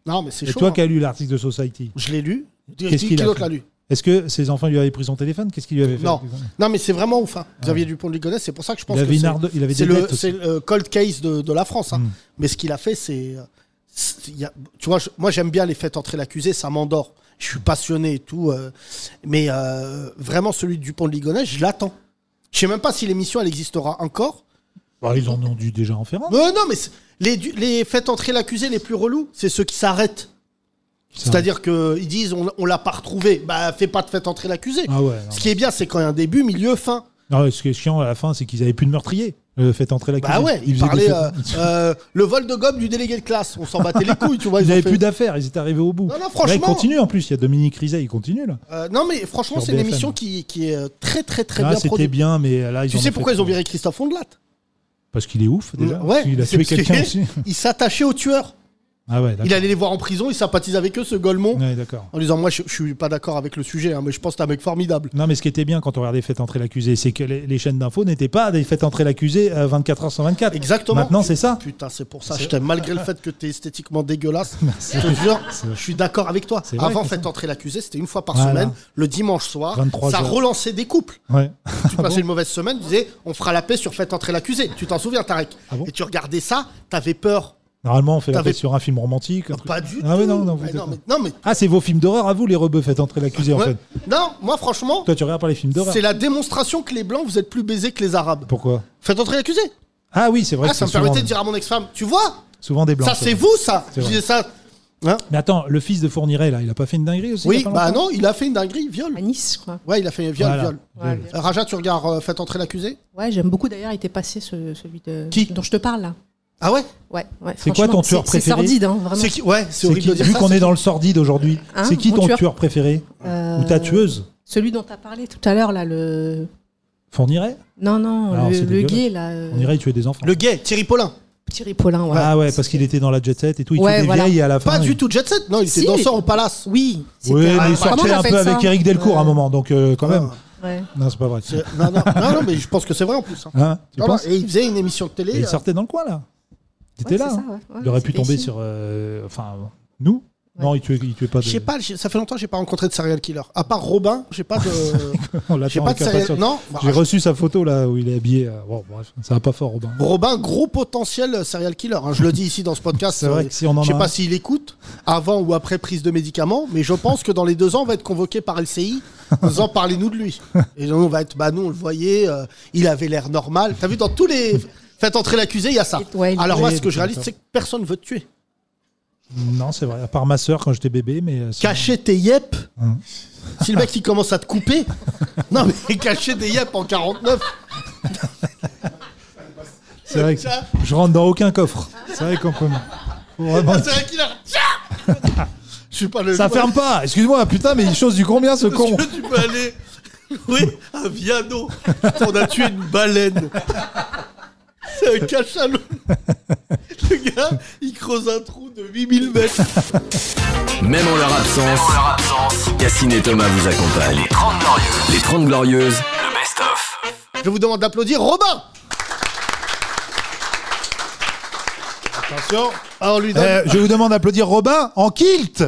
S8: Non, mais c'est
S3: Et
S8: chaud.
S3: toi
S8: hein.
S3: qui as lu l'article de Society.
S8: Je l'ai lu.
S3: Qu'est-ce
S8: Qui,
S3: qu'il
S8: qui
S3: a
S8: d'autre
S3: fait
S8: l'a lu
S3: Est-ce que ses enfants lui avaient pris son téléphone Qu'est-ce qu'il lui avait fait
S8: Non. Non, mais c'est vraiment ouf. hein. Xavier Dupont de Ligonnès, c'est pour ça que je pense
S3: Il avait
S8: que
S3: une
S8: c'est-
S3: arde- il avait
S8: c'est
S3: des
S8: le,
S3: dettes aussi. Hmm.
S8: c'est le cold case de, de la France. hein. Mais ce qu'il a fait, c'est. c'est- il y a- Tu vois, je- moi j'aime bien les fêtes entrer l'accusé, ça m'endort. Je suis passionné et tout. euh, mais euh, vraiment, celui du Dupont de Ligonnès, je l'attends. Je sais même pas si l'émission elle existera encore. Euh,
S3: Bah, ils en ont dû déjà en faire un.
S8: Non, non, mais c'est- les, du- les fêtes entrer l'accusé les plus relous, c'est ceux qui s'arrêtent. C'est-à-dire qu'ils disent on, on l'a pas retrouvé. Bah, fais pas de fête entrer l'accusé.
S3: Ah ouais, non.
S8: Ce qui est bien, c'est quand il y a un début, milieu, fin.
S3: Non, ce qui est chiant à la fin, c'est qu'ils avaient plus de meurtrier. Le fait entrer la
S8: Bah ouais, ils parlaient euh, euh, le vol de gobe du délégué de classe. On s'en battait les couilles, tu vois.
S3: Ils n'avaient
S8: ont fait-
S3: plus d'affaires, ils étaient arrivés au bout.
S8: Non, non,
S3: Là, ils
S8: franchement.
S3: continuent en plus. Il y a Dominique Rizet, il continue là.
S8: Euh, non, mais franchement,
S3: Sur
S8: c'est une
S3: BFM.
S8: émission qui, qui est euh, très, très, très
S3: Là,
S8: bien
S3: Ah, c'était
S8: produite.
S3: bien, mais là, ils
S8: Tu
S3: en
S8: sais
S3: fait
S8: pourquoi ils ont
S3: trop.
S8: viré Christophe Ondelat
S3: Parce qu'il est ouf déjà.
S8: Ouais,
S3: il a
S8: c'est
S3: tué
S8: parce
S3: quelqu'un
S8: que-
S3: aussi.
S8: Il s'attachait aux tueurs.
S3: Ah ouais,
S8: Il
S3: Hum. d'accord.
S8: allait les voir en prison, il sympathise avec eux, ce Golemont,
S3: Ouais, d'accord.
S8: en disant Moi, je, je suis pas d'accord avec le sujet, hein, mais je pense que c'est un mec formidable.
S3: Non, mais ce qui était bien quand on regardait Faites entrer l'accusé, c'est que les, les chaînes d'infos n'étaient pas des Faites entrer l'accusé euh, 24h sur 24.
S8: Exactement.
S3: Maintenant, c'est ça.
S8: Putain, c'est pour ça, je t'aime. Malgré le fait que t'es esthétiquement dégueulasse, je te jure, je suis d'accord avec toi.
S3: C'est vrai
S8: Avant,
S3: que
S8: faites entrer l'accusé, c'était une fois par
S3: Voilà.
S8: semaine, le dimanche soir.
S3: 23
S8: Ça
S3: heures.
S8: relançait des couples.
S3: Ouais.
S8: Tu passais une mauvaise semaine, tu disais on fera la paix sur Faites entrer l'accusé. Tu t'en souviens, Tarek
S3: Ah
S8: Et tu regardais ça, t'avais peur.
S3: Normalement, on fait la
S8: T'avais-
S3: paix sur un film romantique. un truc-
S8: Pas du
S3: Ah,
S8: tout.
S3: mais non, non,
S8: Mais
S3: vous êtes-
S8: non, mais, non, mais-
S3: Ah, c'est vos films d'horreur à vous, les rebeux, faites entrer l'accusé en
S8: Ouais.
S3: fait.
S8: non, moi, franchement,
S3: Toi, tu regardes pas les films d'horreur.
S8: c'est la démonstration que les Blancs, vous êtes plus baisés que les Arabes.
S3: Pourquoi
S8: Faites entrer l'accusé.
S3: Ah oui, c'est vrai
S8: Ah,
S3: que
S8: ça
S3: c'est
S8: me
S3: souvent,
S8: permettait de dire à mon ex-femme Tu vois
S3: souvent des blancs.
S8: Ça, c'est vous, ça
S3: C'est
S8: Je
S3: vrai.
S8: disais ça.
S3: Mais attends, le fils de Fourniret, là, il a pas fait une dinguerie aussi il
S8: Oui,
S3: y a pas
S8: bah
S3: longtemps
S8: non, il a fait une dinguerie, viol.
S12: À Nice, je crois.
S8: Ouais, il a fait viol,
S3: Voilà.
S8: viol.
S12: Ouais,
S8: Euh, Raja, tu regardes euh, Faites entrer l'accusé
S12: Ouais, j'aime beaucoup d'ailleurs, il était passé ce- celui de...
S8: Qui
S12: dont je te parle là.
S8: Ah ouais
S12: Ouais, ouais,
S3: C'est quoi ton
S12: franchement,
S3: tueur
S12: c'est-
S3: préféré
S12: C'est sordide, hein, vraiment.
S8: C'est qui Ouais, c'est
S3: C'est
S8: horrible
S3: qui-
S8: de dire
S3: Vu
S8: ça.
S3: qu'on
S8: c'est-
S3: est dans le sordide aujourd'hui,
S12: Hein,
S3: c'est qui
S12: mon
S3: ton tueur,
S12: tueur
S3: préféré
S12: Euh,
S3: Ou ta tueuse
S12: Celui dont t'as parlé tout à l'heure là, le.
S3: Fourniret
S12: Non, non,
S3: Alors,
S12: le,
S3: Ah, c'est
S12: le
S3: dégueulasse.
S12: gay là. euh,
S3: Fourniret, il tuait des enfants.
S8: Le gay, Thierry Paulin.
S12: Thierry Paulin, ouais.
S3: Ah ouais, parce qu'il était dans la jet set et tout, il
S12: Ouais,
S3: tuait des
S12: voilà.
S3: vieilles et à la fin.
S8: Pas
S3: il-
S8: du tout jet set, non, il était
S12: Si.
S8: danseur au palace.
S12: Oui, c'était-
S3: Oui, mais
S12: comment
S3: il sortait
S12: on
S3: un
S12: appelle
S3: peu
S12: ça
S3: avec Eric Delcourt à un
S12: Ouais,
S3: moment, donc euh, quand même.
S12: ouais.
S3: Non, c'est pas vrai.
S8: Euh, Non, non, non, non, mais je pense que c'est vrai en plus. hein.
S3: Hein, tu
S8: Non, non,
S3: penses
S8: et il faisait une émission de
S3: Mais
S8: télé.
S3: Il
S8: euh,
S3: sortait dans le coin là. Il était
S12: Ouais,
S3: là.
S12: c'est
S3: hein.
S12: ça, ouais. Ouais,
S3: Il aurait pu
S12: c'était
S3: tomber
S12: ici.
S3: sur. euh, Enfin, nous Non, il tuait, il tuait pas de.
S8: Je sais pas, j'ai- ça fait longtemps que j'ai pas rencontré de serial killer. À part Robin, j'ai pas de.
S3: On l'attend
S8: J'ai pas
S3: avec
S8: de serial.
S3: impatience.
S8: Non, bah,
S3: J'ai reçu sa photo là où il est habillé. euh, Bon, bref, ça va pas fort, Robin.
S8: Robin, gros potentiel euh, serial killer. hein. Je le dis ici dans ce podcast.
S3: C'est vrai
S8: euh,
S3: que si on en
S8: Je sais
S3: a
S8: pas
S3: un.
S8: s'il écoute, avant ou après prise de médicaments, mais je pense que dans les deux ans, on va être convoqué par LCI en disant parlez-nous de lui. Et nous, on va être, bah nous, on le voyait, euh, il avait l'air normal. T'as vu, dans tous les. Faites entrer l'accusé, il y a ça.
S12: Ouais, il-
S8: Alors moi,
S3: Oui,
S8: ce que je réalise,
S3: d'accord.
S8: c'est que personne veut te tuer.
S3: Non, c'est vrai. À part ma sœur quand j'étais bébé, mais. euh, sinon-
S8: Cacher tes yep.
S3: Hein.
S8: Si le mec il commence à te couper. Non mais cacher des yep en 49.
S3: C'est vrai que je rentre dans aucun coffre. C'est vrai qu'on peut. Faut vraiment-
S8: Ah, c'est vrai qu'il a. Tiens Je suis pas le.
S3: Ça ferme pas. Excuse-moi, putain, mais il chose du combien ce con
S8: Est-ce que tu peux aller. Oui, un Viano. Putain, On a tué une baleine. C'est un cachalot.
S6: Le gars, il creuse un trou de 8000 mètres.
S1: Même en leur absence, Cassine et Thomas vous accompagnent. Les 30 Glorieuses. Les 30 Glorieuses, le best-of.
S8: Je vous demande d'applaudir Robin
S6: Attention.
S8: Ah, on lui donne-
S3: Euh, je vous demande d'applaudir Robin en kilt.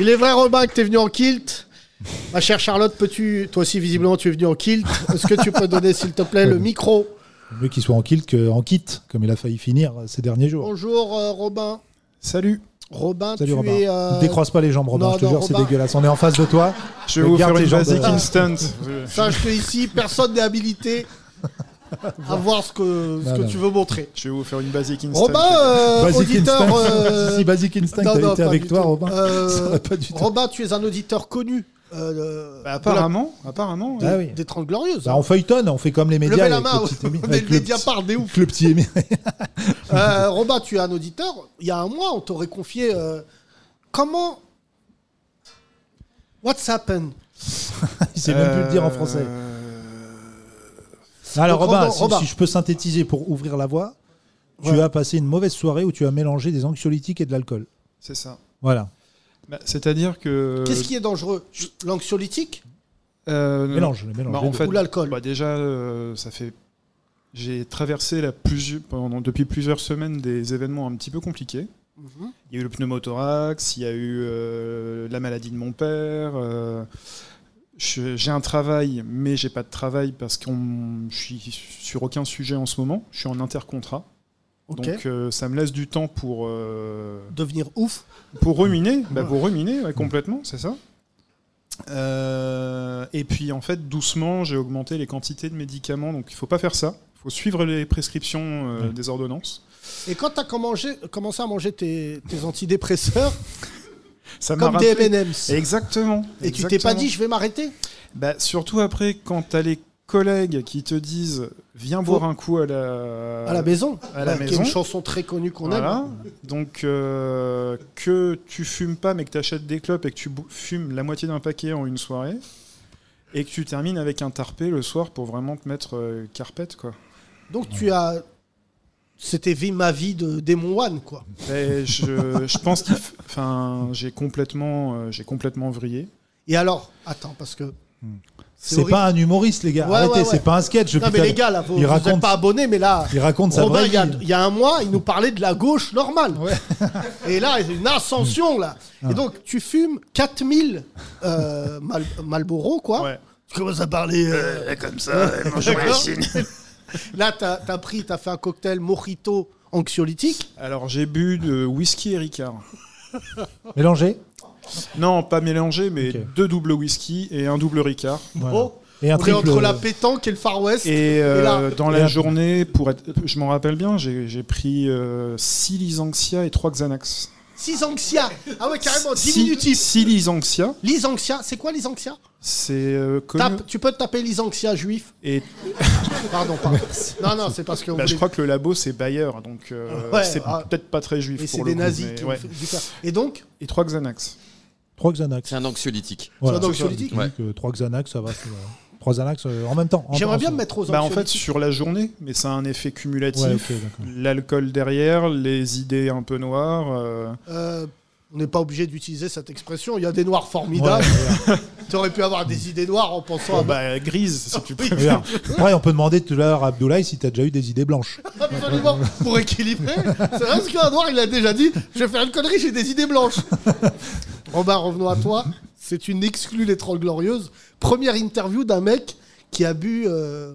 S8: Il est vrai, Robin, que t'es venu en kilt. Ma chère Charlotte, peux-tu. Toi aussi, visiblement, tu es venu en kilt. Est-ce que tu peux donner, s'il te plaît, le micro
S3: Mieux qu'il soit en kilt qu'en kit, comme il a failli finir ces derniers jours.
S8: Bonjour, euh, Robin.
S2: Salut.
S8: Robin,
S3: Salut
S8: tu
S3: Robin.
S8: es. euh,
S3: Ne Décroise pas les jambes, Robin,
S8: non,
S3: je te
S8: non,
S3: jure, c'est
S8: Robin.
S3: dégueulasse. On est en face de toi.
S2: Je vais vous
S3: Garde
S2: faire
S3: tes
S2: une
S3: jambes.
S2: basic instant.
S9: Ah.
S8: Sache que ici, personne n'est habilité à voir ce que, ce
S2: Non,
S8: que
S2: non.
S8: tu veux montrer.
S2: Je vais vous faire une basic instant.
S8: Robin, euh,
S2: Basic
S8: auditeur.
S2: Instinct.
S8: euh,
S3: Si Basic Instinct
S8: non,
S3: avait
S8: non,
S3: été
S8: pas
S3: avec
S8: du
S3: toi,
S8: tout.
S3: Robin,
S8: Euh,
S3: ça aurait pas du tout. Bah,
S8: Robin, tu es un auditeur connu. euh, de la-
S2: apparemment, apparemment.
S3: Ah oui.
S8: Des 30 Glorieuses.
S3: Bah, on feuilletonne, on fait comme les médias.
S8: Levez la
S3: avec
S8: main,
S3: le petit émi-
S8: on est
S3: avec
S8: le
S3: le
S8: média
S3: petit-
S8: par des ouf.
S3: avec Le petit émi-
S8: Euh, Robin, tu es un auditeur. Il y a un mois, on t'aurait confié euh, comment. What's happened
S3: Il sait même plus le dire en français. Alors,
S8: Euh, Donc,
S3: Robin,
S8: Robin,
S3: si,
S8: Robin.
S3: si je peux synthétiser pour ouvrir la voie, tu
S2: Ouais.
S3: as passé une mauvaise soirée où tu as mélangé des anxiolytiques et de l'alcool.
S2: C'est ça.
S3: Voilà.
S2: Bah, C'est-à-dire que.
S8: Qu'est-ce qui est dangereux L'anxiolytique
S2: Euh,
S3: Mélange, le mélange
S2: bah,
S3: des
S2: en
S3: deux.
S2: fait,
S3: Ou
S2: bah, déjà, euh, ça fait. J'ai traversé la plusieurs, pendant, depuis plusieurs semaines des événements un petit peu compliqués.
S8: Mhm.
S2: Il y a eu le pneumothorax, il y a eu euh, la maladie de mon père. euh, je- j'ai un travail, mais j'ai pas de travail parce que je suis sur aucun sujet en ce moment. Je suis en intercontrat.
S8: Ok.
S2: Donc euh, ça me laisse du temps pour euh,
S8: Devenir ouf
S2: pour ruminer, bah, pour ruminer ouais, complètement, c'est ça. Euh, et puis en fait, doucement, j'ai augmenté les quantités de médicaments, donc il faut pas faire ça. Il faut suivre les prescriptions euh, des ordonnances.
S8: Et quand tu as commencé à manger tes, tes antidépresseurs,
S2: Ça m'a
S8: comme des
S2: rappelé-
S8: M&M's,
S2: Exactement.
S8: et tu t'es pas
S2: exactement.
S8: dit je vais m'arrêter
S2: Bah, surtout après, quand t'as les collègues qui te disent viens boire un coup à la
S8: à la maison
S2: Euh, à la
S8: Bah, qui est
S2: maison.
S8: une chanson très connue qu'on
S2: Voilà.
S8: aime.
S2: Donc euh, que tu fumes pas mais que tu achètes des clopes et que tu bou- fumes la moitié d'un paquet en une soirée et que tu termines avec un tarpé le soir pour vraiment te mettre euh, carpette quoi.
S8: Donc tu as. C'était vie ma vie de démon one, quoi.
S2: Et je, je pense qu'il f- enfin j'ai complètement euh, j'ai complètement vrillé.
S8: Et alors Attends, parce que.
S3: C'est horrible. pas un humoriste, les gars.
S8: Ouais,
S3: Arrêtez,
S8: ouais, ouais.
S3: c'est pas un sketch.
S8: Non, mais
S3: putain.
S8: les gars, là, vous,
S3: il
S8: vous
S3: raconte.
S8: êtes pas abonnés, mais là.
S3: Il raconte sa
S8: Robin,
S3: vraie
S8: il y, a,
S3: vie.
S8: il y a un mois, il nous parlait de la gauche normale. Et là, il y a une ascension, là.
S3: Ah.
S8: Et donc, tu fumes 4000 euh, Mal- Marlboro, quoi. Tu commences à parler. euh,
S2: comme ça,
S8: d'accord Là, t'as as pris, t'as fait un cocktail mojito anxiolytique.
S2: Alors j'ai bu de whisky et Ricard.
S3: Mélangé
S2: Non, pas mélangé mais deux doubles whisky et un double Ricard.
S8: Oh,
S3: Et un
S8: on est
S3: triple- euh,
S8: entre la pétanque et le Far West.
S2: Et, euh,
S8: là-
S2: dans
S8: Et
S2: la
S8: là-
S2: journée, pour être, je m'en rappelle bien, j'ai j'ai pris 6 Lysanxia et 3 Xanax.
S8: 6 anxia. Ah ouais, carrément, diminutif.
S2: 6 Lysanxia,
S8: Lysanxia, c'est quoi Lysanxia
S2: c'est euh, connu.
S8: Tape, Bah, Tu peux te taper Lysanxia juif
S2: Et
S8: Pardon, pardon. Non, non, c'est parce que.
S2: bah, je crois que le labo c'est Bayer, donc euh,
S8: Ouais,
S2: c'est
S8: ah.
S2: peut-être pas très juif.
S8: Et
S2: pour
S8: c'est
S2: le
S8: des
S2: coup,
S8: nazis
S2: mais
S8: qui ont
S2: ouais.
S8: fait du fer. Et donc
S2: Et 3 Xanax.
S3: Trois Xanax.
S11: C'est un anxiolytique.
S3: Voilà.
S8: un anxiolytique
S11: Ouais.
S3: Donc, euh, Trois Xanax, ça va. c'est, euh, Trois Xanax euh, en même temps. en-
S8: J'aimerais
S3: en-
S8: bien me mettre aux
S2: Bah, en fait,
S8: anxiolytiques.
S2: sur la journée, mais ça a un effet cumulatif.
S3: Ouais, ok, d'accord.
S2: L'alcool derrière, les idées un peu noires. euh,
S8: Euh, on n'est pas obligé d'utiliser cette expression. Il y a des noirs formidables. tu aurais pu avoir des idées noires en pensant à.
S2: bah, grise, si tu
S8: Ah Oui,
S3: Regarde. Après, on peut demander tout à l'heure à Abdoulaye si t'as déjà eu des idées blanches.
S8: absolument, pour équilibrer. C'est vrai, parce qu'un noir, il a déjà dit Je vais faire une connerie, j'ai des idées blanches. Robin, revenons à toi. C'est une exclue Les Trolls Glorieuses. Première interview d'un mec qui a bu euh,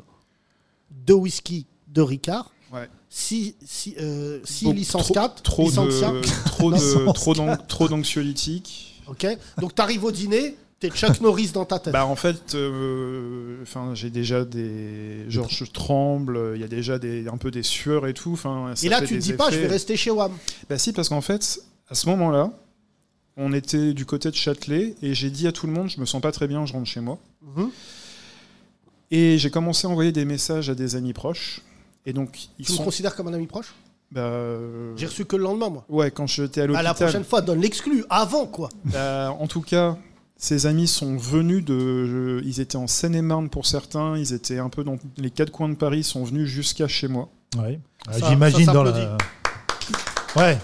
S8: deux whisky de Ricard.
S2: Ouais.
S8: Six, six, euh, six
S2: Beaucoup-
S8: licences
S2: trop-
S8: 4,
S2: trop
S8: licence
S2: de,
S8: 4.
S2: trop de,
S8: Licence
S2: trop d'an- trop d'anxiolytiques.
S8: Ok. Donc t'arrives au dîner, t'es Chuck Norris dans ta tête.
S2: Bah en fait, euh, enfin j'ai déjà des genre je tremble, il y a déjà des un peu des sueurs et tout. Enfin ça
S8: Et là,
S2: fait
S8: tu
S2: des
S8: te dis pas, je vais
S2: effets.
S8: rester chez WAM.
S2: Bah si parce qu'en fait à ce moment-là, on était du côté de Châtelet et j'ai dit à tout le monde, je me sens pas très bien, je rentre chez moi.
S8: Mhm.
S2: Et j'ai commencé à envoyer des messages à des amis proches. Et donc ils
S8: Tu me
S2: sont.
S8: considères comme un ami proche
S2: bah, euh,
S8: J'ai reçu que le lendemain, moi.
S2: Ouais, quand j'étais à
S8: À
S2: l'hôpital.
S8: la prochaine fois, donne l'exclu, avant, quoi.
S2: Bah, Euh, en tout cas, Ses amis sont venus de. euh, Ils étaient en Seine-et-Marne pour certains, ils étaient un peu dans les quatre coins de Paris, ils sont venus jusqu'à chez moi.
S3: Ouais. Ah, J'imagine dans la. Ouais,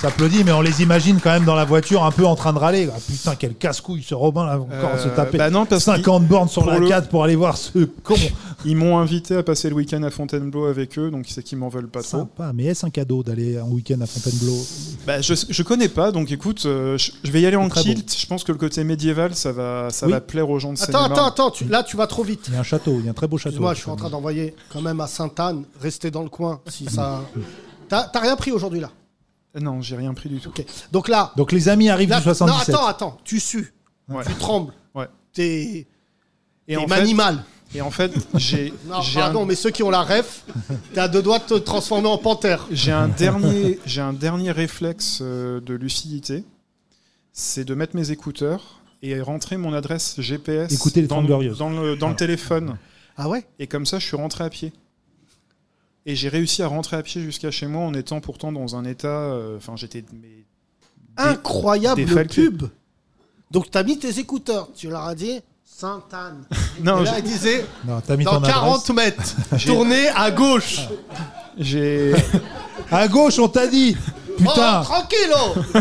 S3: s'applaudit, mais on les imagine quand même dans la voiture un peu en train de râler. Ah, putain, quel casse-couille ce Robin là, encore à se
S2: Euh,
S3: taper.
S2: bah non, parce
S3: 50
S2: qu'ils-
S3: bornes sur
S2: pour
S3: la
S2: le-
S3: 4 pour aller voir ce con.
S2: Ils m'ont invité à passer le week-end à Fontainebleau avec eux, donc c'est qu'ils m'en veulent pas trop.
S3: Sympa, mais est-ce un cadeau d'aller en week-end à Fontainebleau
S2: Bah, je, je connais pas, donc écoute, euh, je, je vais y aller en
S3: Très
S2: kilt. Je pense que le côté médiéval, ça va, ça
S3: Oui.
S2: va plaire aux gens de
S8: Attends,
S2: Seine-et-Marne.
S8: attends, attends, tu- là tu vas trop vite.
S3: Il y a un château, il y a un très beau château.
S8: Excuse-moi, je suis en train d'envoyer quand même à Sainte-Anne, restez dans le coin si ça. T'as t'as rien pris aujourd'hui là
S2: Euh, Non, j'ai rien pris du tout.
S8: Donc là.
S3: Donc les amis arrivent
S8: là,
S3: du 77.
S8: Non, attends, attends, tu sues,
S2: Ouais.
S8: tu trembles,
S2: Ouais.
S8: t'es.
S2: Et
S8: t'es
S2: en fait-
S8: manimal.
S2: Et en fait, j'ai
S8: Non,
S2: j'ai
S8: pardon,
S2: un,
S8: mais ceux qui ont la ref, t'as deux doigts de te transformer en panthère.
S2: j'ai un dernier, j'ai un dernier réflexe euh, de lucidité, c'est de mettre mes écouteurs et rentrer mon adresse GPS
S3: Écoutez les
S2: dans,
S3: Trente Glorieuses.
S2: dans le, dans le téléphone.
S8: Ah ouais
S2: Et comme ça, je suis rentré à pied. Et j'ai réussi à rentrer à pied jusqu'à chez moi en étant pourtant dans un état. euh, Enfin, j'étais. mais-
S8: Incroyable le
S2: défalqué.
S8: pub. Donc t'as mis tes écouteurs, tu leur as dit Sainte-Anne.
S2: Non,
S8: Et là,
S2: je-
S8: il disait
S3: Non, t'as mis
S8: dans
S3: ton adresse.
S8: 40 mètres,
S2: J'ai-
S8: tournez à gauche.
S2: J'ai.
S3: À gauche, on t'a dit Putain
S8: Oh, tranquille, oh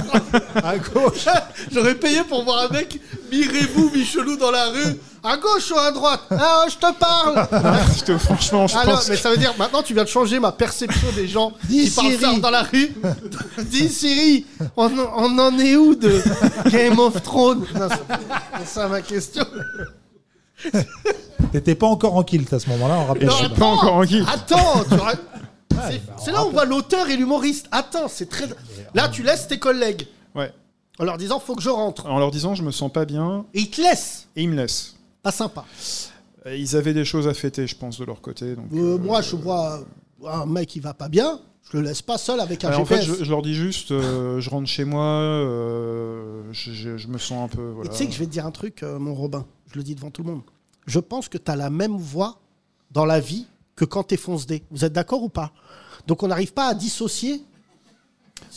S3: À gauche
S8: J'aurais payé pour voir un mec mi-rébou, mi-chelou dans la rue. À gauche ou à droite Ah, je te parle
S2: Parce que franchement, je
S8: Alors,
S2: pense.
S8: Ah mais ça veut dire, maintenant tu viens de changer ma perception des gens qui parlent
S3: Siri.
S8: ça dans la rue. Dis Siri, on, en- on en est où de Game of Thrones Non, c'est- C'est ça ma question.
S3: T'étais pas encore en kilt à ce moment-là, on rappelle.
S8: Non,
S3: Je sais
S8: attends,
S3: pas.
S8: Attends, tu ra- c'est- c'est là où on voit l'auteur et l'humoriste. Attends, c'est très. Là, tu laisses tes collègues
S2: Ouais.
S8: en leur disant faut que je rentre.
S2: En leur disant, je me sens pas bien,
S8: Et ils te laissent.
S2: et ils me laissent.
S8: Pas sympa.
S2: Et Ils avaient des choses à fêter, je pense, de leur côté. Donc,
S8: Euh, moi, je vois euh, un mec qui va pas bien, je le laisse pas seul avec un
S2: Alors, en fait,
S8: GPS.
S2: je, je leur dis juste, euh, je rentre chez moi, euh, je, je- je me sens un peu.
S8: Et
S2: Voilà.
S8: tu sais que je vais te dire un truc, euh, mon Robin, je le dis devant tout le monde. Je pense que tu as la même voix dans la vie que quand tu es foncedé. Vous êtes d'accord ou pas Donc on n'arrive pas à dissocier,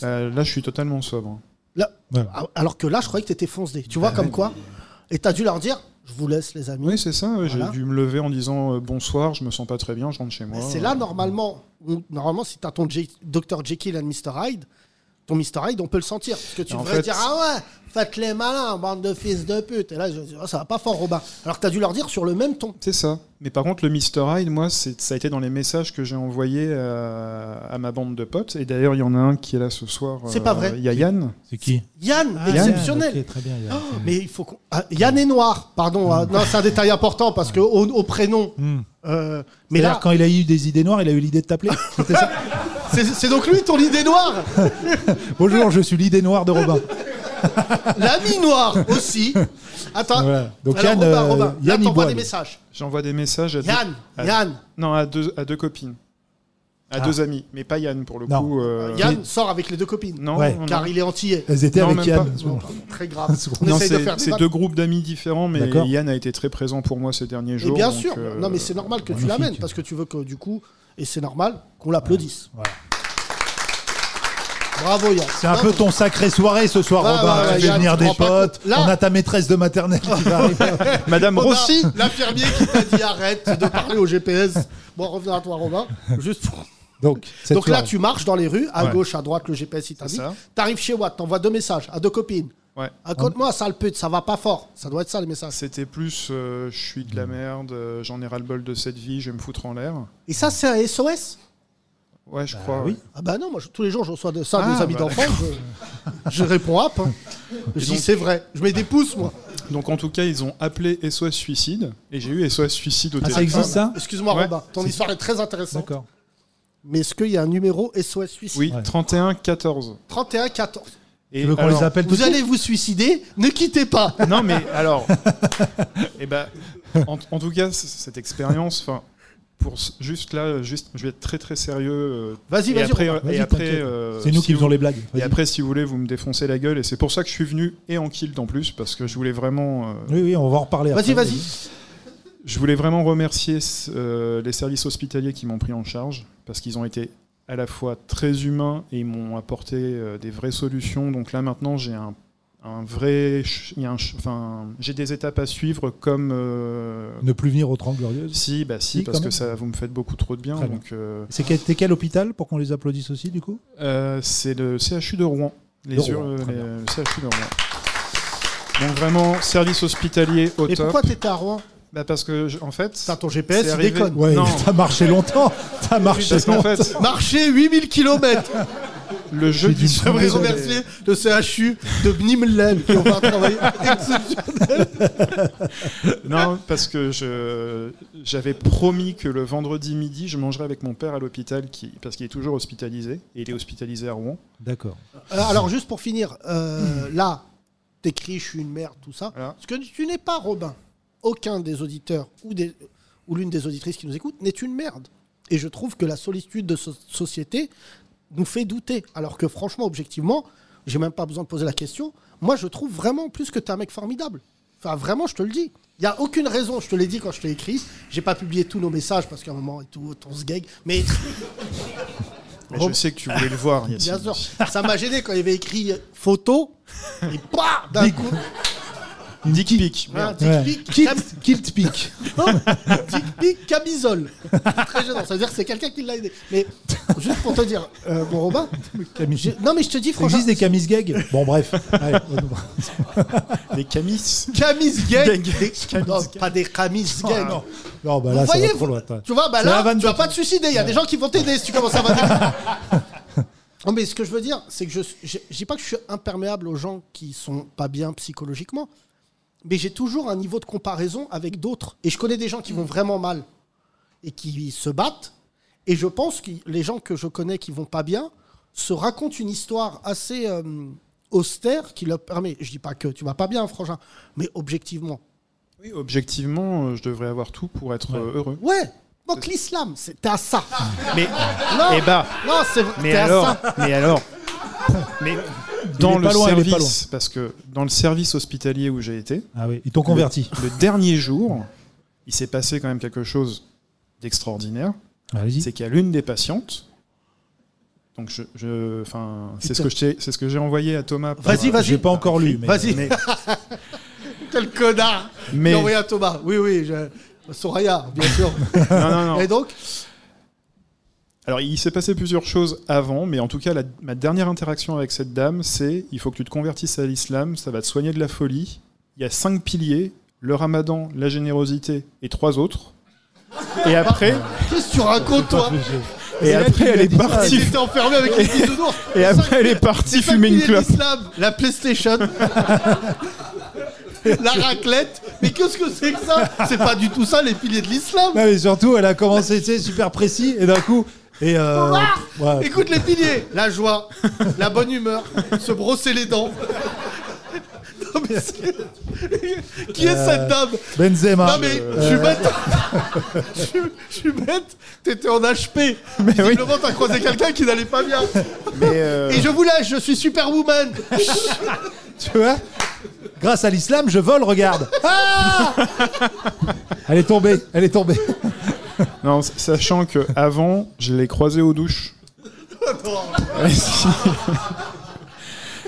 S2: Euh, là, je suis totalement sobre.
S8: là-
S3: Ouais.
S8: alors que là, je croyais que tu étais foncedé. Tu
S2: Bah
S8: vois, comme quoi Et tu as dû leur dire, je vous laisse les amis.
S2: Oui, c'est ça. ouais,
S8: Voilà.
S2: J'ai dû me lever en disant euh, bonsoir, je me sens pas très bien, je rentre chez moi.
S8: Et C'est là, normalement, on- normalement si tu as ton J- Dr Jekyll and Mr Hyde, ton Mr Hyde, on peut le sentir. Parce que tu
S2: Et en
S8: devrais
S2: fait-
S8: dire, ah ouais, faites les malins, bande de fils de pute. Et là, je, je- ça va pas fort, Robin. Alors que tu as dû leur dire sur le même ton.
S2: C'est ça. Mais par contre, le Mr. Hyde, moi, c'est- ça a été dans les messages que j'ai envoyés à, à ma bande de potes. Et d'ailleurs, il y en a un qui est là ce soir.
S8: C'est
S2: euh,
S8: pas vrai.
S2: Il y a Yann.
S3: C'est qui
S8: Yann,
S3: Ah,
S8: exceptionnel.
S3: Yann, ok, très bien, Yann.
S8: Oh, mais il faut qu'on. ah, Yann est noir, pardon. hein. Non, c'est un détail important parce que au, au prénom.
S3: Hmm.
S8: euh, mais
S3: Mais
S8: là,
S3: quand il a eu des idées noires, il a eu l'idée de t'appeler. C'était ça
S8: c'est c'est donc lui ton idée noire,
S3: Bonjour, je suis l'idée noire de Robin.
S8: l'ami noir aussi. Attends.
S3: Voilà. Donc
S8: Alors,
S3: Yann,
S8: Robin,
S3: euh,
S8: Robin,
S3: Yann,
S8: là,
S3: il
S8: t'envoies
S3: boit,
S8: des
S3: lui.
S8: messages.
S2: J'envoie des messages à deux-
S8: Yann,
S2: à-
S8: Yann,
S2: Non, à deux, à deux copines. À
S3: Ah.
S2: deux amis, mais pas Yann pour le
S3: Non.
S2: coup. euh,
S8: Yann sort avec les deux copines.
S2: Non,
S3: Ouais.
S2: non, non.
S8: Car il est antillais.
S3: Elles étaient
S2: Non,
S3: avec
S2: même
S3: Yann.
S2: pas.
S3: à ce moment-là.
S8: Très grave. On
S2: Non,
S8: essaye de
S2: c'est
S8: faire des
S2: c'est
S8: vannes.
S2: deux groupes d'amis différents, mais
S3: D'accord.
S2: Yann a été très présent pour moi ces derniers
S8: Et
S2: jours.
S8: bien
S2: donc,
S8: sûr.
S2: euh,
S8: Non, mais c'est normal que tu
S3: magnifique.
S8: l'amènes parce que tu veux que du coup, et c'est normal qu'on l'applaudisse.
S3: Voilà.
S8: Bravo Yann.
S3: C'est un peu ton sacré soirée ce soir,
S8: Ouais,
S3: Robin.
S8: ouais, ouais,
S3: tu fais
S8: Yann,
S3: venir
S8: tu te
S3: des
S8: rends pas
S3: potes.
S8: compte. Là-
S3: On a ta maîtresse de maternelle qui va arriver.
S2: Madame
S8: On a
S2: Rossi
S8: L'infirmier qui t'a dit arrête de parler au GPS. Bon, revenons à toi, Romain. Juste pour-
S3: Donc, cette
S8: Donc là,
S3: soirée.
S8: tu marches dans les rues, à
S2: Ouais.
S8: gauche, à droite, le GPS, il t'indique.
S2: ça.
S8: T'arrives chez Watt, t'envoies deux messages à deux copines.
S2: Ouais.
S8: Raconte-moi, sale pute, ça va pas fort. Ça doit être ça, les messages.
S2: C'était plus euh, je suis de la merde, euh, j'en ai ras-le-bol de cette vie, je vais me foutre en l'air.
S8: Et ça, c'est un SOS
S2: Ouais, je crois.
S3: oui.
S8: Ah bah non, moi, je- tous les jours, je reçois de ça
S2: Ah,
S8: des amis
S2: bah
S8: d'enfants. Je, je réponds hop. hein. Je dis,
S2: donc-
S8: c'est vrai. Je mets des pouces, moi.
S2: Donc en tout cas, ils ont appelé SOS Suicide, et j'ai eu SOS Suicide au
S3: Ah, ça
S2: téléphone.
S3: existe ça
S8: Excuse-moi,
S2: Ouais.
S8: Robin, ton histoire est très intéressante.
S3: D'accord.
S8: Mais est-ce qu'il y a un numéro SOS suicide
S2: Oui,
S3: Ouais.
S2: 31-14.
S8: 31-14.
S2: Et
S3: Tu veux qu'on
S2: alors-
S3: les appelle tout
S8: Vous
S3: de suite
S8: allez vous suicider, ne quittez pas.
S2: Non, mais alors, eh ben, en, en tout cas, c- cette expérience, enfin, pour ce- juste là, juste, je vais être très très sérieux. euh,
S8: Vas-y,
S2: et
S8: vas-y,
S2: après,
S8: Robin.
S2: euh, et
S3: Vas-y,
S2: après,
S3: t'inquiète.
S2: euh,
S3: C'est nous
S2: si
S3: qui
S2: vous-
S3: faisons les blagues.
S2: Et
S3: Vas-y.
S2: après, si vous voulez, vous me défoncez la gueule, et c'est pour ça que je suis venu et en kilt en plus, parce que je voulais vraiment, euh,
S3: Oui, oui, on va en reparler.
S8: Vas-y,
S3: après.
S8: vas-y.
S2: je voulais vraiment remercier euh, les services hospitaliers qui m'ont pris en charge, parce qu'ils ont été à la fois très humains et ils m'ont apporté euh, des vraies solutions. Donc là maintenant, j'ai un, un un vrai. ch- il y a un ch- enfin, j'ai des étapes à suivre comme. euh,
S3: Ne plus venir aux 30 Glorieuses
S2: Si, bah si,
S3: Si,
S2: parce
S3: quand
S2: que
S3: même.
S2: ça, vous me faites beaucoup trop de bien.
S3: Très bien.
S2: donc, euh,
S3: C'est quel, t'es quel hôpital pour qu'on les applaudisse aussi, du coup
S2: euh, c'est le CHU de Rouen. Les
S3: De Rouen,
S2: ur-
S3: très
S2: les- le CHU de Rouen. Donc vraiment, service hospitalier au
S8: Et
S2: top.
S8: pourquoi t'étais à Rouen
S2: Bah parce que, je- en fait. T'as
S8: ton GPS, il déconne.
S3: Ouais,
S2: non,
S3: t'as marché longtemps. T'as marché
S2: parce qu'en
S3: longtemps.
S2: fait,
S8: Marcher 8000 km
S2: le euh, jeu
S3: d'une
S8: J'aimerais remercier le CHU de Bnimlen qui ont fait un travail exceptionnel.
S2: Non, parce que je j'avais promis que le vendredi midi, je mangerais avec mon père à l'hôpital, qui, parce qu'il est toujours hospitalisé, et il est hospitalisé à Rouen.
S3: D'accord.
S8: Euh, Alors, juste pour finir, euh, là, t'écris, je suis une merde, tout ça. Parce que tu n'es pas Robin. Aucun des auditeurs ou, des, ou l'une des auditrices qui nous écoute n'est une merde. Et je trouve que la solitude de so- société nous fait douter. Alors que franchement, objectivement, j'ai même pas besoin de poser la question. Moi, je trouve vraiment plus que t'es un mec formidable. Enfin, vraiment, je te le dis. Il n'y a aucune raison, je te l'ai dit quand je t'ai écrit. J'ai pas publié tous nos messages parce qu'à un moment et tout, on se gague. Mais
S2: Mais je sais que tu voulais le voir, Yacine.
S8: Bien sûr. Ça m'a gêné quand il avait écrit photo et pas d'un coup.
S2: Dick pic.
S8: Un
S2: Merde.
S8: dick pic, cam-
S3: Kilt pic.
S8: non, dick pic camisole. C'est Très gênant. Ça veut dire que c'est quelqu'un qui l'a aidé. Mais juste pour te dire, euh, mon Robin,
S3: Camis...
S8: non mais je te dis
S3: Il
S8: franchement,
S3: existe des camis gags Bon, bref. Allez,
S2: Les camis.
S8: camis gang,
S3: Gang.
S8: des- non, pas des camis gang.
S3: Oh, non. Non, bah
S8: Vous
S3: là, ça
S8: voyez,
S3: va trop loin. toi.
S8: Tu vois, bah
S3: C'est la
S8: là,
S3: vanne
S8: tu vas
S3: de-
S8: pas te suicider. Il y a des gens qui vont t'aider si tu commences à vanner. Non, mais ce que je veux dire, c'est que je, je, je dis pas que je suis imperméable aux gens qui sont pas bien psychologiquement, mais j'ai toujours un niveau de comparaison avec d'autres. Et je connais des gens qui vont vraiment mal et qui se battent. Et je pense que les gens que je connais qui vont pas bien se racontent une histoire assez euh, austère qui leur permet. Je dis pas que tu vas pas bien, frangin, mais objectivement,
S2: Oui, objectivement, euh, je devrais avoir tout pour être euh, heureux.
S8: Ouais, donc l'islam, c'est- t'es à ça.
S2: Mais
S8: non,
S2: eh ben,
S8: non, c'est vrai,
S2: Mais
S8: t'es à
S2: alors,
S8: ça.
S2: mais alors, mais
S3: est
S2: dans le
S3: pas loin, il est pas
S2: service, parce que dans le service hospitalier où j'ai été,
S3: Ah oui, ils t'ont converti.
S2: Le, le dernier jour, il s'est passé quand même quelque chose d'extraordinaire.
S3: Allez-y.
S2: C'est qu'il y a l'une des patientes. Donc je, je- enfin, c'est ce que je t'ai- c'est ce que j'ai envoyé à Thomas. par-
S3: Vas-y, vas-y. J'ai pas encore lu, mais-
S8: Vas-y.
S2: Mais-
S8: Quel connard
S2: Mais-
S8: Il a envoyé à Thomas. Oui, oui, je... Soraya, bien sûr.
S2: Non, non, non.
S8: Et donc
S2: Alors, il s'est passé plusieurs choses avant, mais en tout cas, la- ma dernière interaction avec cette dame, c'est il faut que tu te convertisses à l'islam, ça va te soigner de la folie. Il y a cinq piliers le ramadan, la générosité et trois autres. Et après,
S8: Qu'est-ce que tu racontes, toi
S2: et après elle est partie.
S8: T'étais enfermé avec les bisounours.
S2: Et après, elle est partie fumer une clope.
S8: L'islam, la PlayStation, la raclette. Mais qu'est-ce que c'est que ça C'est pas du tout ça, les piliers de l'islam.
S3: Non, mais surtout, elle a commencé, tu sais, super précis, et d'un coup. Et euh, ouais.
S8: Écoute les piliers, la joie, la bonne humeur, se brosser les dents. Non, mais c'est- Qui est
S3: Euh,
S8: cette dame
S2: ah,
S3: Benzema.
S8: Non mais je suis
S3: Euh,
S8: bête.
S2: euh.
S8: Je suis- Je suis bête. T'étais en HP. Visiblement t'as croisé quelqu'un qui n'allait pas bien.
S2: Mais euh,
S8: Et je vous lâche, je suis Superwoman.
S3: Tu vois hein. Grâce à l'islam, je vole, regarde. Ah elle est tombée, elle est tombée.
S2: non, s- sachant que avant, je l'ai croisée aux douches. Ouais, si.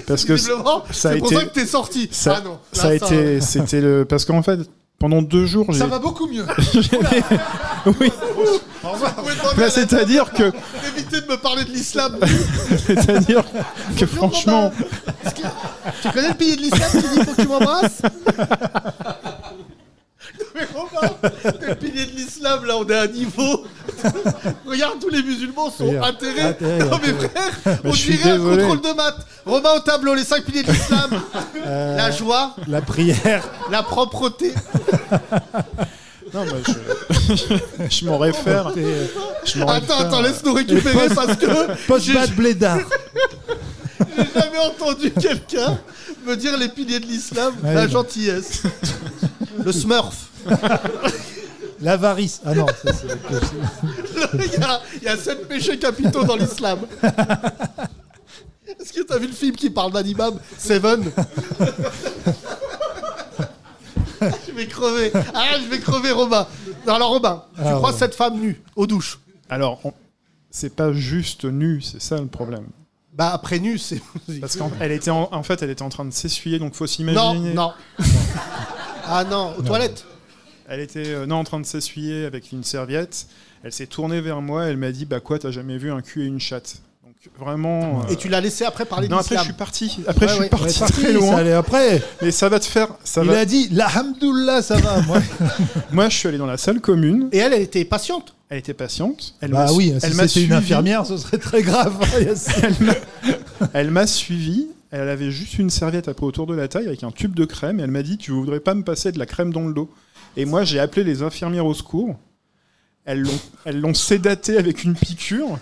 S2: Parce que c-
S8: Visiblement,
S2: ça a
S8: c'est pour
S2: été-
S8: ça que t'es sorti.
S2: ça,
S8: ah non. là,
S2: ça a été, c'était le, parce qu'en fait, pendant deux jours, j'ai.
S8: Ça va beaucoup mieux.
S2: oui.
S8: Au revoir. Vous pouvez demander à
S2: Bah,
S8: la-
S2: c'est-à-dire que,
S8: Évitez de me parler de l'islam.
S2: c'est-à-dire que franchement,
S8: Tu connais le pays de l'islam qui dit faut que tu m'embrasses Non, mais Robin, le pilier de l'islam, là, on est à un niveau. Regarde, tous les musulmans sont
S3: Regarde.
S8: atterrés.
S3: Atterrés,
S8: non, mais
S3: atterrés.
S8: frère,
S2: Mais
S8: on
S2: je suis
S8: dirait un
S2: désolé.
S8: contrôle de maths. Robin au tableau, les cinq piliers de l'islam
S2: Euh.
S8: la joie,
S3: La prière.
S8: la propreté.
S2: non, bah, je, je m'en réfère.
S3: euh,
S2: Je m'en
S8: Attends,
S2: réfère.
S8: attends, laisse-nous récupérer parce que j'ai
S3: Post-bad blédard.
S8: j'ai jamais entendu quelqu'un me dire les piliers de l'islam,
S3: Ouais,
S8: la
S3: non.
S8: gentillesse, le smurf.
S3: L'avarice. Ah non, ça, c'est-
S8: Il y a- il y, a sept péchés capitaux dans l'islam. Est-ce que t'as vu le film qui parle d'un imam Seven Je vais crever. Ah, je vais crever, Robin. Non, alors, Robin, tu
S2: Ah,
S8: crois
S2: ouais.
S8: cette femme nue aux douches
S2: Alors, on- c'est pas juste nu, c'est ça le problème.
S8: Bah après nu, c'est.
S2: Parce qu'elle était en, en fait, elle était en train de s'essuyer, donc faut
S8: Non,
S2: s'imaginer.
S8: non. ah non, aux toilettes.
S2: Elle était euh, non en train de s'essuyer avec une serviette. Elle s'est tournée vers moi. Elle m'a dit bah quoi, t'as jamais vu un cul et une chatte Donc vraiment. euh,
S8: Et tu l'as laissé après parler
S2: Non, après je
S8: d'islam.
S2: suis parti. Après
S8: Ouais,
S2: je suis
S8: ouais.
S2: parti
S3: On est parti,
S2: très loin.
S3: ça allait après.
S2: Mais ça va te faire. Ça
S3: Il
S2: va-
S3: a dit, la hamdoullah, ça va. Moi,
S2: Moi, je suis allé dans la salle commune.
S8: Et elle, elle était patiente.
S2: Elle était patiente. Elle
S3: bah
S2: m'a-
S3: oui, si
S2: elle m'a
S3: c'était une
S2: suivi.
S3: infirmière, ce serait très grave. hein,
S2: Elle m'a suivi. Elle avait juste une serviette après autour de la taille avec un tube de crème. Et elle m'a dit Tu voudrais pas me passer de la crème dans le dos Et moi, j'ai appelé les infirmières au secours. Elles l'ont, elles l'ont sédaté avec une piqûre.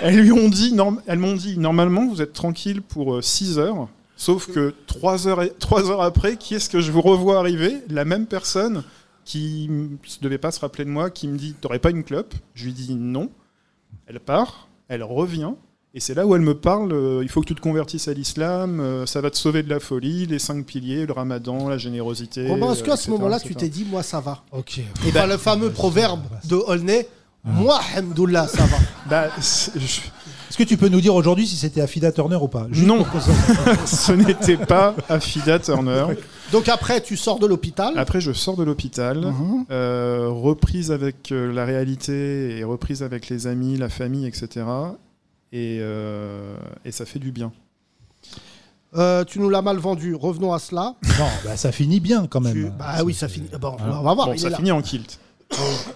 S2: Elles lui ont dit, norm- elles m'ont dit Normalement, vous êtes tranquille pour 6 heures. Sauf que 3 heures, et- trois heures après, qui est-ce que je vous revois arriver La même personne qui ne devait pas se rappeler de moi, qui me dit T'aurais pas une clope Je lui dis Non. Elle part, elle revient, et c'est là où elle me parle euh, il faut que tu te convertisses à l'islam, euh, ça va te sauver de la folie, les cinq piliers, le ramadan, la générosité.
S8: Romain, est-ce
S2: euh,
S8: qu'à ce
S2: etc.,
S8: moment-là,
S2: etc.
S8: tu t'es dit, moi, ça va
S3: Ok.
S8: Et ben, le fameux proverbe de Olney, moi, Hamdoullah, ça va.
S2: Bah, c'est- je-
S3: Est-ce que tu peux nous dire aujourd'hui si c'était Afida Turner ou pas Juste
S2: Non,
S3: pour que ça-
S2: ce n'était pas Afida Turner.
S8: Donc après, tu sors de l'hôpital.
S2: Après, je sors de l'hôpital,
S8: Mhm.
S2: euh, reprise avec euh, la réalité et reprise avec les amis, la famille, etc. Et, euh, et ça fait du bien.
S8: Euh, tu nous l'as mal vendu. Revenons à cela.
S3: Non, bah, ça finit bien quand même. hein.
S8: Bah oui, ça finit. Bon, on va voir.
S2: Bon,
S8: il
S2: ça
S8: est là.
S2: finit en kilt.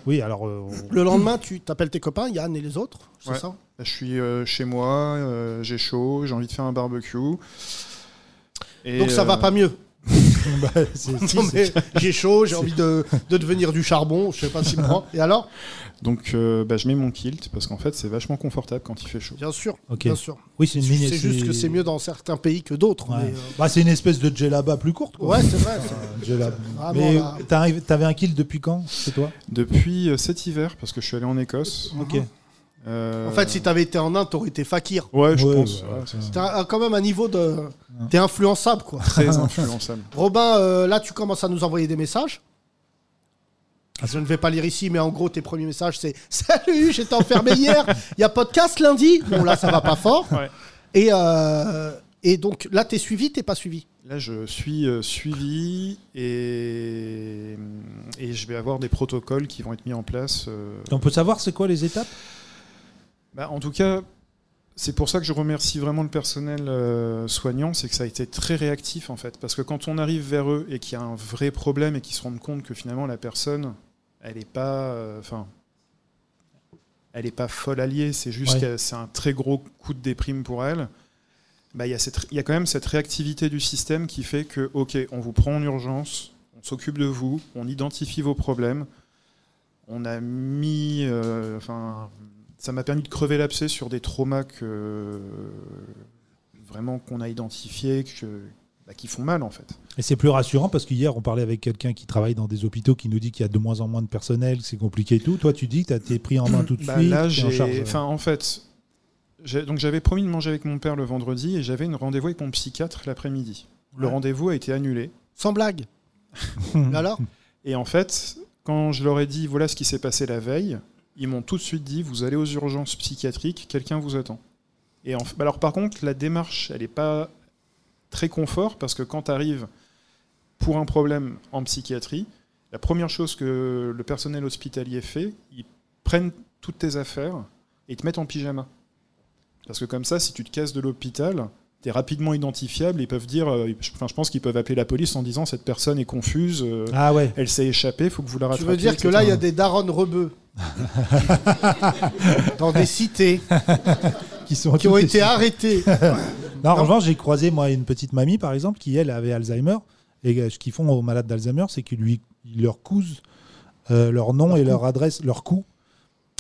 S3: Oui, alors. euh, on-
S8: Le lendemain, tu t'appelles tes copains, Yann et les autres, c'est
S2: Ouais.
S8: ça
S2: Je suis euh, chez moi, euh, j'ai chaud, j'ai envie de faire un barbecue. Et,
S8: Donc ça va
S2: euh,
S8: pas mieux.
S3: Bah, c'est- si,
S8: Non,
S3: c'est-
S8: mais j'ai chaud, j'ai envie de, de devenir du charbon, je sais pas s'il me prend. Et alors
S2: Donc euh, bah, je mets mon kilt parce qu'en fait c'est vachement confortable quand il fait chaud.
S8: Bien sûr,
S3: Ok.
S8: bien sûr.
S3: Oui, c'est une mini-
S8: C'est juste que c'est mieux dans certains pays que d'autres.
S3: Ouais.
S8: mais, euh,
S3: Bah, c'est une espèce de djellaba plus courte. Quoi.
S8: Ouais, c'est vrai.
S3: Enfin,
S8: c'est-
S3: djellaba.
S8: Ah,
S3: Mais
S8: bon, là.
S3: t'arrives- t'avais un kill depuis quand C'est toi
S2: Depuis euh, cet hiver parce que je suis allé en Écosse.
S3: Ok.
S2: Euh,
S8: En fait, si t'avais été en Inde, t'aurais été fakir.
S2: ouais, je
S3: Ouais,
S2: pense.
S3: bah,
S2: ouais, c'est
S8: T'as un- quand même un niveau de. T'es influençable, quoi.
S2: très influençable.
S8: Robin, euh, là, tu commences à nous envoyer des messages. Ah, Je ne vais pas lire ici, mais en gros, tes premiers messages, c'est Salut, j'étais enfermé hier, il y a podcast lundi. Bon, là, ça va pas fort.
S2: Ouais.
S8: Et, euh, et donc, là, t'es suivi, t'es pas suivi.
S2: Là, je suis euh, suivi et, et je vais avoir des protocoles qui vont être mis en place. euh,
S3: On peut savoir c'est quoi les étapes
S2: Bah, en tout cas, c'est pour ça que je remercie vraiment le personnel euh, soignant, c'est que ça a été très réactif en fait. Parce que quand on arrive vers eux et qu'il y a un vrai problème et qu'ils se rendent compte que finalement la personne, elle n'est pas. euh, Enfin. elle n'est pas folle alliée, c'est juste
S3: Ouais.
S2: que c'est un très gros coup de déprime pour elle. Bah, Il y, a cette- il y a quand même cette réactivité du système qui fait que, ok, on vous prend en urgence, on s'occupe de vous, on identifie vos problèmes, on a mis. euh, Enfin, ça m'a permis de crever l'abcès sur des traumas que vraiment qu'on a identifiés, que, bah, qui font mal en fait.
S3: Et c'est plus rassurant parce qu'hier, on parlait avec quelqu'un qui travaille dans des hôpitaux qui nous dit qu'il y a de moins en moins de personnel, que c'est compliqué et tout. Toi, tu dis que tu as été pris en main tout de
S2: Bah,
S3: suite.
S2: là,
S3: t'es en charge,
S2: j'ai.
S3: euh.
S2: Enfin, en fait, j'ai- donc j'avais promis de manger avec mon père le vendredi et j'avais une rendez-vous avec mon psychiatre l'après-midi. Le
S8: Ouais.
S2: rendez-vous a été annulé.
S8: Sans blague. Mais alors
S2: Et en fait, quand je leur ai dit voilà ce qui s'est passé la veille, ils m'ont tout de suite dit vous allez aux urgences psychiatriques, quelqu'un vous attend. Et en- bah alors par contre, la démarche, elle n'est pas très confort parce que quand tu arrives pour un problème en psychiatrie, la première chose que le personnel hospitalier fait, ils prennent toutes tes affaires et ils te mettent en pyjama. Parce que comme ça, si tu te casses de l'hôpital, tu es rapidement identifiable. Ils peuvent dire, euh, je- enfin, je pense qu'ils peuvent appeler la police en disant cette personne est confuse. euh,
S3: Ah ouais.
S2: elle s'est échappée, faut que vous la
S8: Tu
S2: rattrapiez.
S8: veux dire que
S2: etc.
S8: là, il y a des darons rebeux dans des cités
S3: Qui, sont
S8: qui ont
S3: toutes
S8: été
S3: les-
S8: arrêtés.
S3: Non, en revanche, j'ai croisé moi une petite mamie par exemple qui elle avait Alzheimer et euh, ce qu'ils font aux malades d'Alzheimer, c'est qu'ils lui ils leur cousent euh, leur nom et leur adresse, leur coup.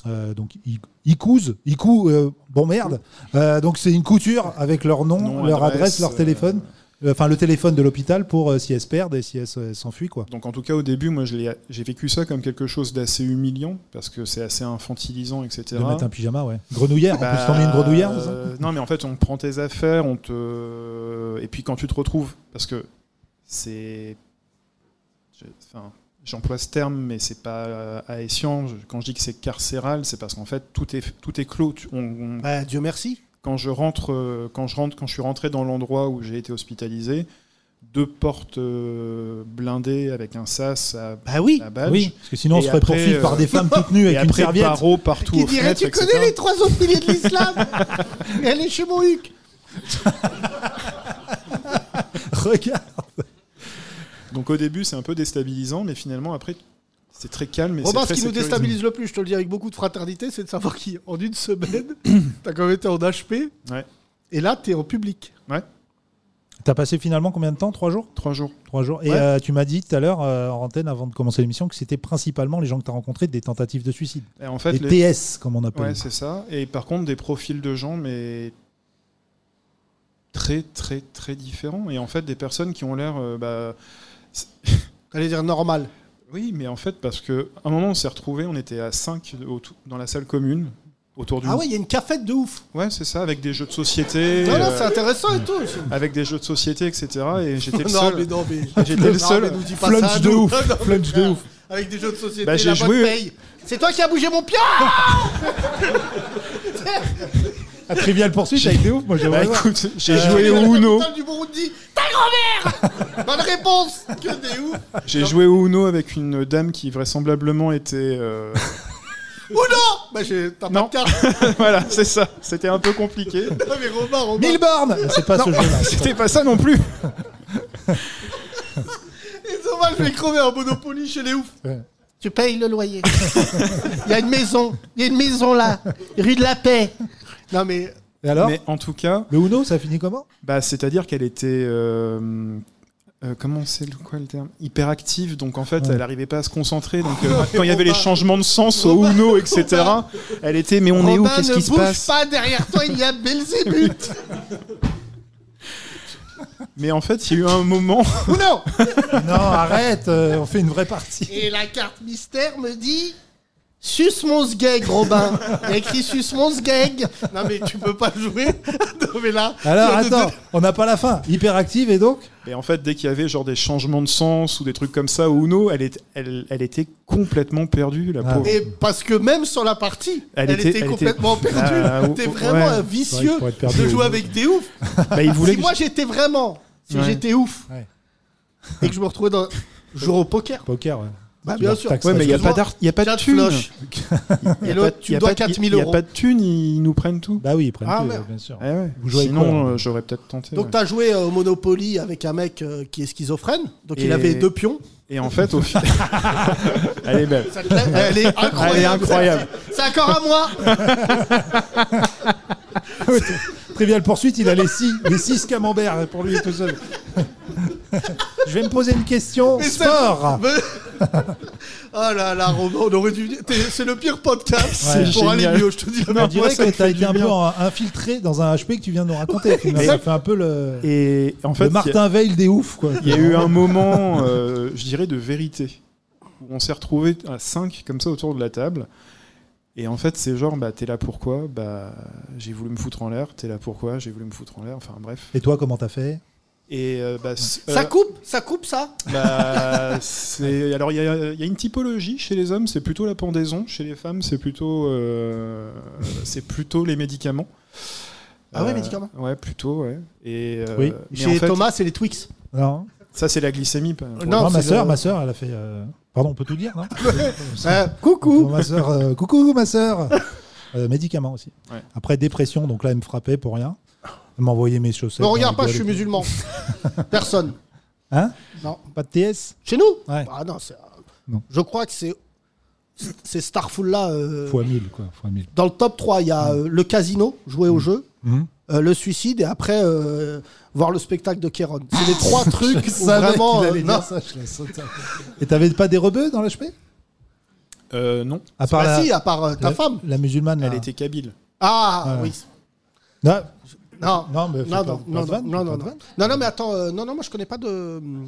S3: Euh, donc ils, ils cousent, ils couent, euh, bon merde. Euh, donc c'est une couture avec leur nom,
S2: Nom,
S3: leur adresse,
S2: adresse,
S3: leur
S2: euh,
S3: téléphone, Euh, enfin le téléphone de l'hôpital pour euh, si elles se perdent et si elles se- elles s'enfuient quoi.
S2: Donc en tout cas au début, moi je l'ai- j'ai vécu ça comme quelque chose d'assez humiliant parce que c'est assez infantilisant, etc.
S3: De mettre un pyjama, ouais. Grenouillère, en
S2: Bah,
S3: plus t'en mets une grenouillère, c'est ça
S2: euh, Non, mais en fait, on te prend tes affaires, on te. Et puis quand tu te retrouves, parce que c'est. je- Enfin, j'emploie ce terme, mais c'est pas euh, à escient. Je- Quand je dis que c'est carcéral, c'est parce qu'en fait, tout est, tout est clos. Tu- on- on-
S8: Bah, Dieu merci.
S2: quand je rentre, euh, quand je rentre, quand je suis rentré dans l'endroit où j'ai été hospitalisé, deux portes euh, blindées avec un sas à
S3: Bah oui,
S2: à badge.
S3: oui, parce que sinon on se ferait poursuivre
S2: euh,
S3: par des femmes toutes nues
S2: et
S3: avec une
S2: après,
S3: serviette.
S2: barreaux partout
S8: Qui
S2: aux
S8: dirait
S2: fenêtres,
S8: Tu
S2: etc.
S8: connais les trois autres piliers de l'islam Elle est chez mon Huc.
S3: Regarde
S2: Donc au début, c'est un peu déstabilisant, mais finalement, après, c'est très calme. Et c'est
S8: Robin, ce
S2: très
S8: qui nous
S2: sécurisant.
S8: déstabilise le plus, je te le dis avec beaucoup de fraternité, c'est de savoir qu'en une semaine, t'as quand même été en HP.
S2: Ouais.
S8: Et là, t'es en public.
S2: Ouais.
S3: T'as passé finalement combien de temps Trois jours
S2: Trois jours.
S3: Trois jours. Et
S8: Ouais.
S3: euh, tu m'as dit tout à l'heure euh, en antenne avant de commencer l'émission que c'était principalement les gens que tu as rencontrés des tentatives de suicide.
S2: Et en fait,
S3: les,
S2: les-
S3: TS comme on appelle.
S2: Ouais, c'est ça. Et par contre, des profils de gens, mais très, très, très différents. Et en fait, des personnes qui ont l'air. euh, bah,
S8: Allez dire normal.
S2: Oui, mais en fait, parce qu'à un moment, on s'est retrouvés, on était à 5 dans la salle commune, autour du.
S8: Ah ouais, il y a une cafette de ouf.
S2: Ouais, c'est ça, avec des jeux de société.
S8: non, non,
S2: euh,
S8: c'est intéressant et tout.
S2: Avec des jeux de société, etc. Et j'étais le
S8: Non,
S2: seul.
S8: mais non, mais-
S2: J'étais le
S8: Non, mais
S2: seul.
S8: nous dis pas ça, Flunch de nous. ouf, Non, mais flunch de ouf. Avec des jeux de société,
S2: Bah, j'ai
S8: la bonne
S2: joué-
S8: paye. C'est toi qui as bougé mon pion
S3: À Ah, Trivial Poursuite avec des ouf, moi
S2: Bah
S3: j'aimerais voir.
S2: écoute, j'ai
S3: Euh,
S2: joué
S8: La
S2: au Uno.
S8: capitale du Burundi, ta grand-mère Bonne réponse Que des ouf
S2: J'ai joué au Uno avec une dame qui vraisemblablement était. euh,
S8: Ou non Bah, j'ai- t'as pas de carte.
S2: voilà, c'est ça. C'était un peu compliqué.
S8: Non, mais Robin, Robin.
S3: Mille bornes C'est pas ce
S2: Non,
S3: jeu-là.
S2: C'était pas ça non plus.
S8: C'est dommage, je vais crever un Monopoly chez les ouf.
S3: Ouais.
S8: Tu payes le loyer. Il y a une maison. Il y a une maison là. Rue de la paix. Non, mais.
S3: Et alors
S2: Mais en tout cas,
S3: Le Uno, ça finit comment
S2: bah, c'est-à-dire qu'elle était. euh, euh, comment c'est le- quoi le terme Hyperactive, donc en fait elle n'arrivait pas à se concentrer. Donc euh, quand il y avait les changements de sens au Uno, etc., elle était mais on est où
S8: Robin,
S2: Qu'est-ce
S8: ne
S2: qui se
S8: bouge
S2: passe
S8: pas derrière toi, il y a Belzébuth.
S2: Mais en fait, il y a eu un moment.
S8: Ou non
S3: Non, arrête, euh, on fait une vraie partie.
S8: Et la carte mystère me dit. Sus mon sgeg, Robin. Il y a écrit sus mon sgeg. Non, mais tu peux pas jouer. Non, mais là.
S3: Alors
S8: tu vas nous-
S3: attends, on n'a pas la fin. Hyperactive et donc
S2: Et en fait, dès qu'il y avait genre des changements de sens ou des trucs comme ça au Uno, elle, est- elle, elle était complètement perdue, la pauvre.
S8: Et parce que même sur la partie, elle,
S2: Elle
S8: était,
S2: était- elle était-
S8: complètement perdue.
S2: Ah, ou-
S8: T'es
S2: ou-
S8: vraiment
S2: ouais.
S8: un vicieux
S2: Ouais, pour être perdu,
S8: de jouer
S2: oui.
S8: avec des oufs.
S2: Bah, il voulait
S8: si
S2: que
S8: moi j'étais vraiment, si
S2: Ouais.
S8: j'étais ouf,
S3: Ouais.
S8: et que je me retrouvais dans jouer au poker,
S3: Poker, ouais.
S8: bah,
S3: Tu
S8: bien
S3: leur
S8: sûr.
S3: taxes
S2: Ouais, mais il n'y a pas
S8: Excuse-moi,
S2: d'art, il y a pas de
S8: quatre
S2: thune.
S8: flushs.
S2: Y
S8: Et
S2: a
S8: l'autre,
S2: pas-
S8: tu
S2: y a
S8: dois
S2: pas de-
S8: 4000
S2: Il n'y
S8: euros.
S2: a pas de thune, ils nous prennent tout.
S3: Bah oui, ils prennent
S8: Ah,
S3: tout,
S8: merde.
S3: bien sûr.
S2: Eh ouais.
S3: Vous jouez
S2: Sinon,
S3: avec quoi,
S2: euh, j'aurais peut-être tenté.
S8: Donc
S2: ouais.
S8: t'as joué euh, au Monopoly avec un mec euh, qui est schizophrène, donc il
S2: Et-
S8: avait deux pions.
S2: Et en fait, au final. Elle est belle.
S8: Ça te l'a- Elle est incroyable.
S2: Elle est incroyable.
S8: C'est encore à moi.
S3: Trivial Poursuite, il a les six, les six camemberts hein, pour lui tout seul. Je vais me poser une question.
S8: Mais ça-
S2: Ah.
S3: Sport
S8: Mais- Oh là là, Romain, on aurait dû venir. T'es- C'est le pire podcast
S3: C'est
S8: pour
S2: génial.
S8: aller mieux, je te dis la
S3: On
S8: vérité.
S3: dirait
S2: ça
S3: que
S2: me
S3: t'as
S2: fait
S3: été
S2: du
S3: un
S2: bien.
S3: peu en- infiltré dans un HP que tu viens de nous raconter. Finalement, ça fait un peu le,
S2: Et en fait,
S3: le Martin Veil des oufs, quoi.
S2: il y, a eu un moment, euh, je dirais, de vérité. Où on s'est retrouvés à 5 comme ça autour de la table. Et en fait, c'est genre, bah, t'es là pourquoi Bah, j'ai voulu me foutre en l'air. T'es là pourquoi J'ai voulu me foutre en l'air. Enfin, bref.
S3: Et toi, comment t'as fait
S2: Et euh, bah, c-
S8: Ça
S2: euh,
S8: coupe, ça coupe ça.
S2: Bah, c'est- alors il y, a- il y a une typologie chez les hommes, c'est plutôt la pendaison. Chez les femmes, c'est plutôt, euh, c'est plutôt les médicaments.
S8: Ah ouais, médicaments
S2: Ouais, plutôt, ouais. Et euh,
S3: Oui.
S2: mais
S8: Chez
S2: en fait,
S8: Thomas, c'est les Twix.
S3: Euh, Non,
S2: ça c'est la glycémie. pas- pour-
S8: Non,
S3: Non, ma
S8: c'est
S3: sœur,
S8: le-
S3: ma sœur, elle a fait. euh, Pardon, on peut tout dire, non
S8: Euh,
S3: Bon,
S8: coucou.
S3: ma sœur, euh, coucou ma sœur. Euh, médicaments aussi.
S2: Ouais.
S3: Après dépression, donc là elle me frappait pour rien. Elle m'envoyait mes chaussettes.
S8: Ne regarde
S3: dans
S8: pas,
S3: la
S8: je suis
S3: gueule et
S8: musulman. Personne.
S3: tout. Hein
S8: Non.
S3: Pas de TS
S8: Chez nous
S3: Ouais.
S8: Ah non, c'est-
S3: Non.
S8: Je crois que c'est ces Starful là euh,
S3: Fois 1000 quoi, fois 1000.
S8: dans le top 3, il y
S3: Mm.
S8: a euh, le casino, jouer au jeu,
S3: Mhm.
S8: euh, le suicide et après euh, voir le spectacle de Kéron. C'est les trois trucs
S3: Je
S8: où
S3: savais
S8: vraiment
S3: qu'il
S8: euh,
S3: allait
S8: non.
S3: dire ça, je l'ai sauté. Et t'avais pas des rebeux dans l'HP
S2: Euh, non,
S3: À part
S8: Bah
S3: la,
S8: si, à part euh, ta
S3: la-
S8: femme.
S3: La musulmane.
S2: elle
S3: là.
S2: était kabyle.
S8: Ah
S3: Ouais.
S8: oui.
S3: Non,
S8: Non.
S3: Non, mais fais
S8: non, non,
S3: pas- pas de
S8: non,
S3: vanne,
S8: non,
S3: fais pas
S8: non,
S3: de
S8: non.
S3: vanne.
S8: Non, non, mais attends, euh, non, non, moi je connais pas de. hum,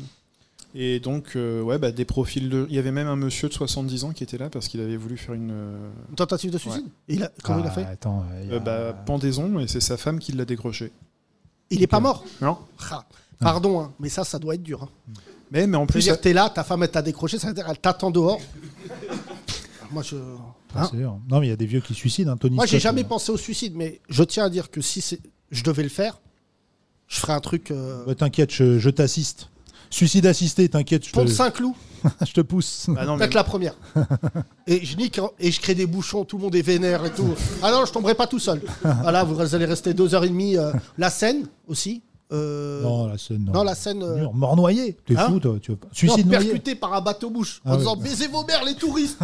S2: Et donc, euh, ouais, bah, des profils de. Il y avait même un monsieur de 70 ans qui était là parce qu'il avait voulu faire une euh,
S8: Une tentative de suicide Et il a- Comment il a
S3: Ah,
S8: fait
S3: Attends, euh, il y a-
S2: euh, bah, pendaison et c'est sa femme qui l'a décroché.
S8: Il est pas mort
S2: Non.
S8: Ah, Pardon, hein, mais ça, ça doit être dur. hein.
S2: Mais mais en
S8: Je veux
S2: plus,
S8: dire, t'es là, ta femme, elle t'a décroché, ça veut dire elle t'attend dehors. Moi, je.
S3: Ah,
S8: Hein
S3: c'est dur. Non, mais il y a des vieux qui se suicident. hein. Tony
S8: Moi, j'ai
S3: Scott,
S8: jamais
S3: euh,
S8: pensé au suicide, mais je tiens à dire que si c'est- je devais le faire, je ferais un truc. euh,
S3: bah, t'inquiète, je, je t'assiste. Suicide assisté, t'inquiète. je te- Ah
S8: Pont de Saint-Cloud,
S3: je te pousse.
S2: ah,
S8: peut-être la première. et je nique hein, et je crée des bouchons, tout le monde est vénère et tout. Ah non, je tomberai pas tout seul. voilà, vous allez rester deux heures et demie. euh, la Seine aussi. euh,
S3: Non, la scène. Non,
S8: non, la Seine. euh,
S3: Dur. Mort noyé. T'es
S8: Hein
S3: fou, toi. Tu veux pas- Suicide
S8: non,
S3: noyé.
S8: percuté par un bateau-bouche
S3: Ah
S8: en
S3: oui.
S8: disant baisez vos mères les touristes.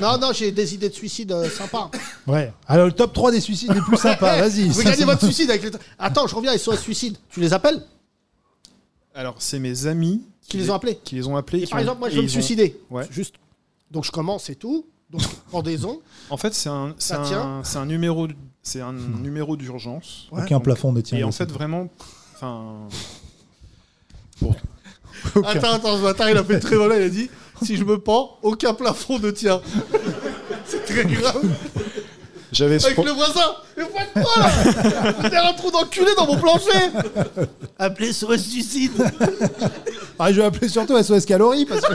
S8: non, non, j'ai des idées de suicide euh, sympas.
S3: Ouais. Alors, le top 3 des suicides les plus sympas. Vas-y.
S8: Vous
S3: ça,
S8: gagnez
S3: c'est-
S8: votre suicide avec les. Attends, je reviens, ils sont à suicide. Tu les appelles
S2: Alors, c'est mes amis
S8: Qui les ont appelés
S2: Qui les ont appelés.
S8: Et
S2: qui
S8: par
S2: ont-
S8: exemple, moi, je
S2: et
S8: veux me
S2: ils ont-
S8: suicider.
S2: Ouais.
S8: Juste. Donc je commence et tout. Donc pendaison.
S2: En fait, c'est un, c'est
S8: Ça
S2: un-
S8: tient
S2: c'est un numéro, c'est un numéro d'urgence.
S3: Aucun plafond ne tient
S2: Et en
S3: le
S2: fait,
S3: sang.
S2: vraiment, enfin,
S8: Attends, attends, ce matin, il a fait très malin, il a dit si je me pends, aucun plafond ne tient. C'est très grave.
S2: j'avais
S8: Avec
S2: spo-
S8: le voisin Mais faites quoi là Vous avez un trou d'enculé dans mon plancher Appelez SOS suicide
S3: Ah, je vais appeler surtout SOS Calories parce que.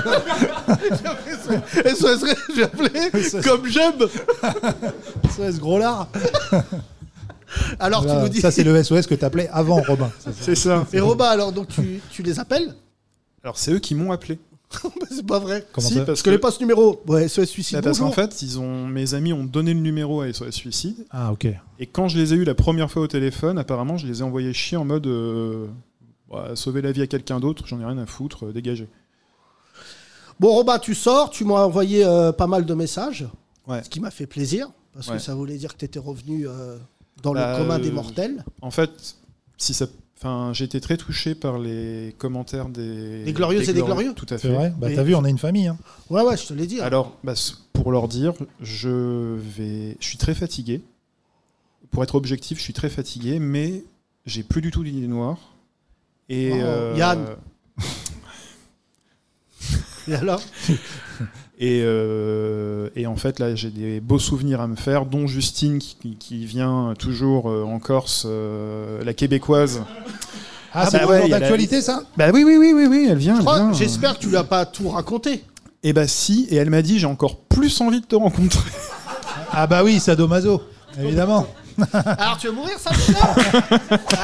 S8: SOS, j'ai appelé comme j'aime
S3: SOS Gros Lard.
S8: Alors tu
S3: Là,
S8: nous dis.
S3: Ça, c'est le SOS que t'appelais avant, Robin.
S2: c'est ça.
S8: Et Robin, alors donc tu, tu les appelles
S2: Alors, c'est eux qui m'ont appelé.
S8: C'est pas vrai.
S3: Comment
S2: Si,
S3: ça
S2: parce
S8: Je connais pas ce numéro. Ouais, SOS suicide.
S2: Bah, parce qu'en
S8: bonjour.
S2: fait, ils ont, mes amis ont donné le numéro à SOS Suicide.
S3: Ah, ok.
S2: Et quand je les ai eus la première fois au téléphone, apparemment, je les ai envoyés chier en mode euh, Bah, sauver la vie à quelqu'un d'autre, j'en ai rien à foutre, euh, dégagez.
S8: Bon, Robin, tu sors, tu m'as envoyé euh, pas mal de messages,
S2: Ouais.
S8: ce qui m'a fait plaisir, parce que
S2: Ouais.
S8: ça voulait dire que tu étais revenu euh, dans
S2: Bah,
S8: le commun des
S2: euh,
S8: mortels.
S2: En fait, si ça. Enfin, j'ai été très touché par les commentaires des.
S8: Des glorieuses et des glorieux.
S2: Tout à
S3: C'est
S2: fait.
S3: vrai. Bah,
S8: Mais-
S3: t'as vu, on a une famille. hein.
S8: Ouais, ouais, je te l'ai dit. hein.
S2: Alors, bah, s- pour leur dire, je vais, je suis très fatigué. Pour être objectif, je suis très fatigué, mais j'ai plus du tout d'idées noires. Et
S8: Oh,
S2: euh,
S8: Yann. Et alors
S2: Et, euh, et en fait, là, j'ai des beaux souvenirs à me faire, dont Justine qui, qui- qui vient toujours euh, en Corse, euh, la québécoise.
S3: Ah,
S2: Ah
S3: c'est
S2: bah
S3: vraiment
S2: ouais, il y a la-
S3: d'actualité, ça
S2: Bah oui, oui, oui, oui, oui elle vient.
S8: Je
S2: elle
S8: crois-
S2: vient.
S8: Oh, J'espère que tu lui as pas tout raconté.
S2: Et bah si, et elle m'a dit, j'ai encore plus envie de te rencontrer.
S3: Ah, bah oui, Sadomaso. Évidemment.
S8: Alors, Ah, tu veux mourir, ça, déjà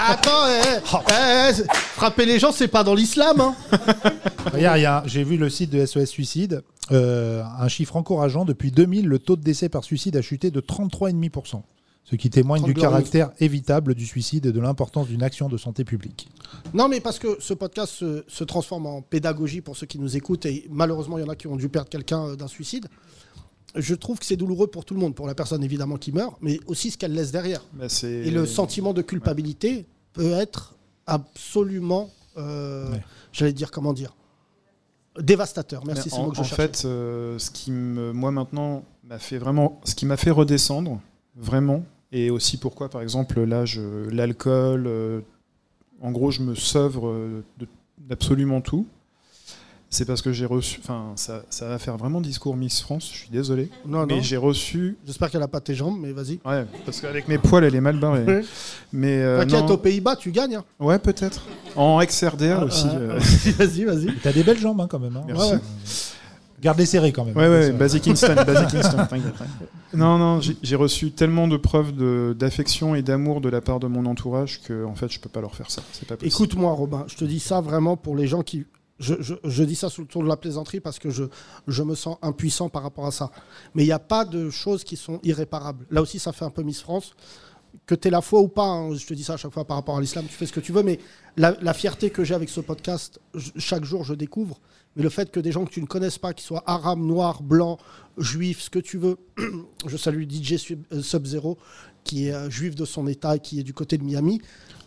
S8: Attends, eh, eh, eh, frapper les gens, c'est pas dans l'islam. hein.
S3: Regarde, il y a- j'ai vu le site de SOS Suicide. Euh, un chiffre encourageant, depuis 2000, le taux de décès par suicide a chuté de 33,5%, ce qui témoigne
S8: 30
S3: du
S8: glorieuses.
S3: caractère évitable du suicide et de l'importance d'une action de santé publique.
S8: Non, mais parce que ce podcast se, se transforme en pédagogie pour ceux qui nous écoutent, et malheureusement, il y en a qui ont dû perdre quelqu'un euh, d'un suicide. Je trouve que c'est douloureux pour tout le monde, pour la personne évidemment qui meurt, mais aussi ce qu'elle laisse derrière.
S2: Bah, c'est-
S8: Et le sentiment de culpabilité peut être absolument, euh,
S3: Ouais.
S8: j'allais dire comment dire, dévastateur. Merci,
S2: Mais
S8: c'est
S2: en,
S8: le mot que je
S2: en
S8: cherchais.
S2: fait, euh, ce qui me, moi maintenant m'a fait vraiment, ce qui m'a fait redescendre vraiment, et aussi pourquoi, par exemple, là, je- l'alcool, euh, en gros, je me sevre euh, de- d'absolument tout. C'est parce que j'ai reçu, enfin, ça, ça va faire vraiment discours Miss France. Je suis désolé,
S8: Ah Non, non.
S2: mais j'ai reçu,
S8: J'espère qu'elle n'a pas tes jambes, mais vas-y.
S2: ouais, parce qu'avec mes poils, elle est mal barrée.
S8: Ouais.
S2: Mais euh,
S8: T'inquiète, Ah,
S2: non.
S8: aux Pays-Bas, tu gagnes. hein.
S2: ouais, peut-être. En ex-RDA aussi.
S8: ouais,
S2: euh,
S8: Vas-y, vas-y.
S3: Et T'as des belles jambes hein, quand même. hein.
S2: Merci.
S3: Ouais, ouais. Garde-les serrées quand même.
S2: Ouais, ouais, bah,
S3: Ça-
S2: Basic Instinct, Basic Instinct, t'inquiète, t'inquiète. Non, non, j'ai- j'ai reçu tellement de preuves de- d'affection et d'amour de la part de mon entourage que, en fait, je peux pas leur faire ça. C'est pas possible.
S8: Écoute-moi, Robin, je te dis ça vraiment pour les gens qui. Je, je- je dis ça sous le ton de la plaisanterie parce que je, je me sens impuissant par rapport à ça. Mais il n'y a pas de choses qui sont irréparables. Là aussi, ça fait un peu Miss France. Que tu la foi ou pas, hein, je te dis ça à chaque fois par rapport à l'islam, tu fais ce que tu veux, mais la, la fierté que j'ai avec ce podcast, je- chaque jour, je découvre. Mais le fait que des gens que tu ne connaisses pas, qu'ils soient arabes, noirs, blancs, juifs, ce que tu veux, je salue DJ Sub- euh, Sub-Zero, qui est euh, juif de son état, qui est du côté de Miami,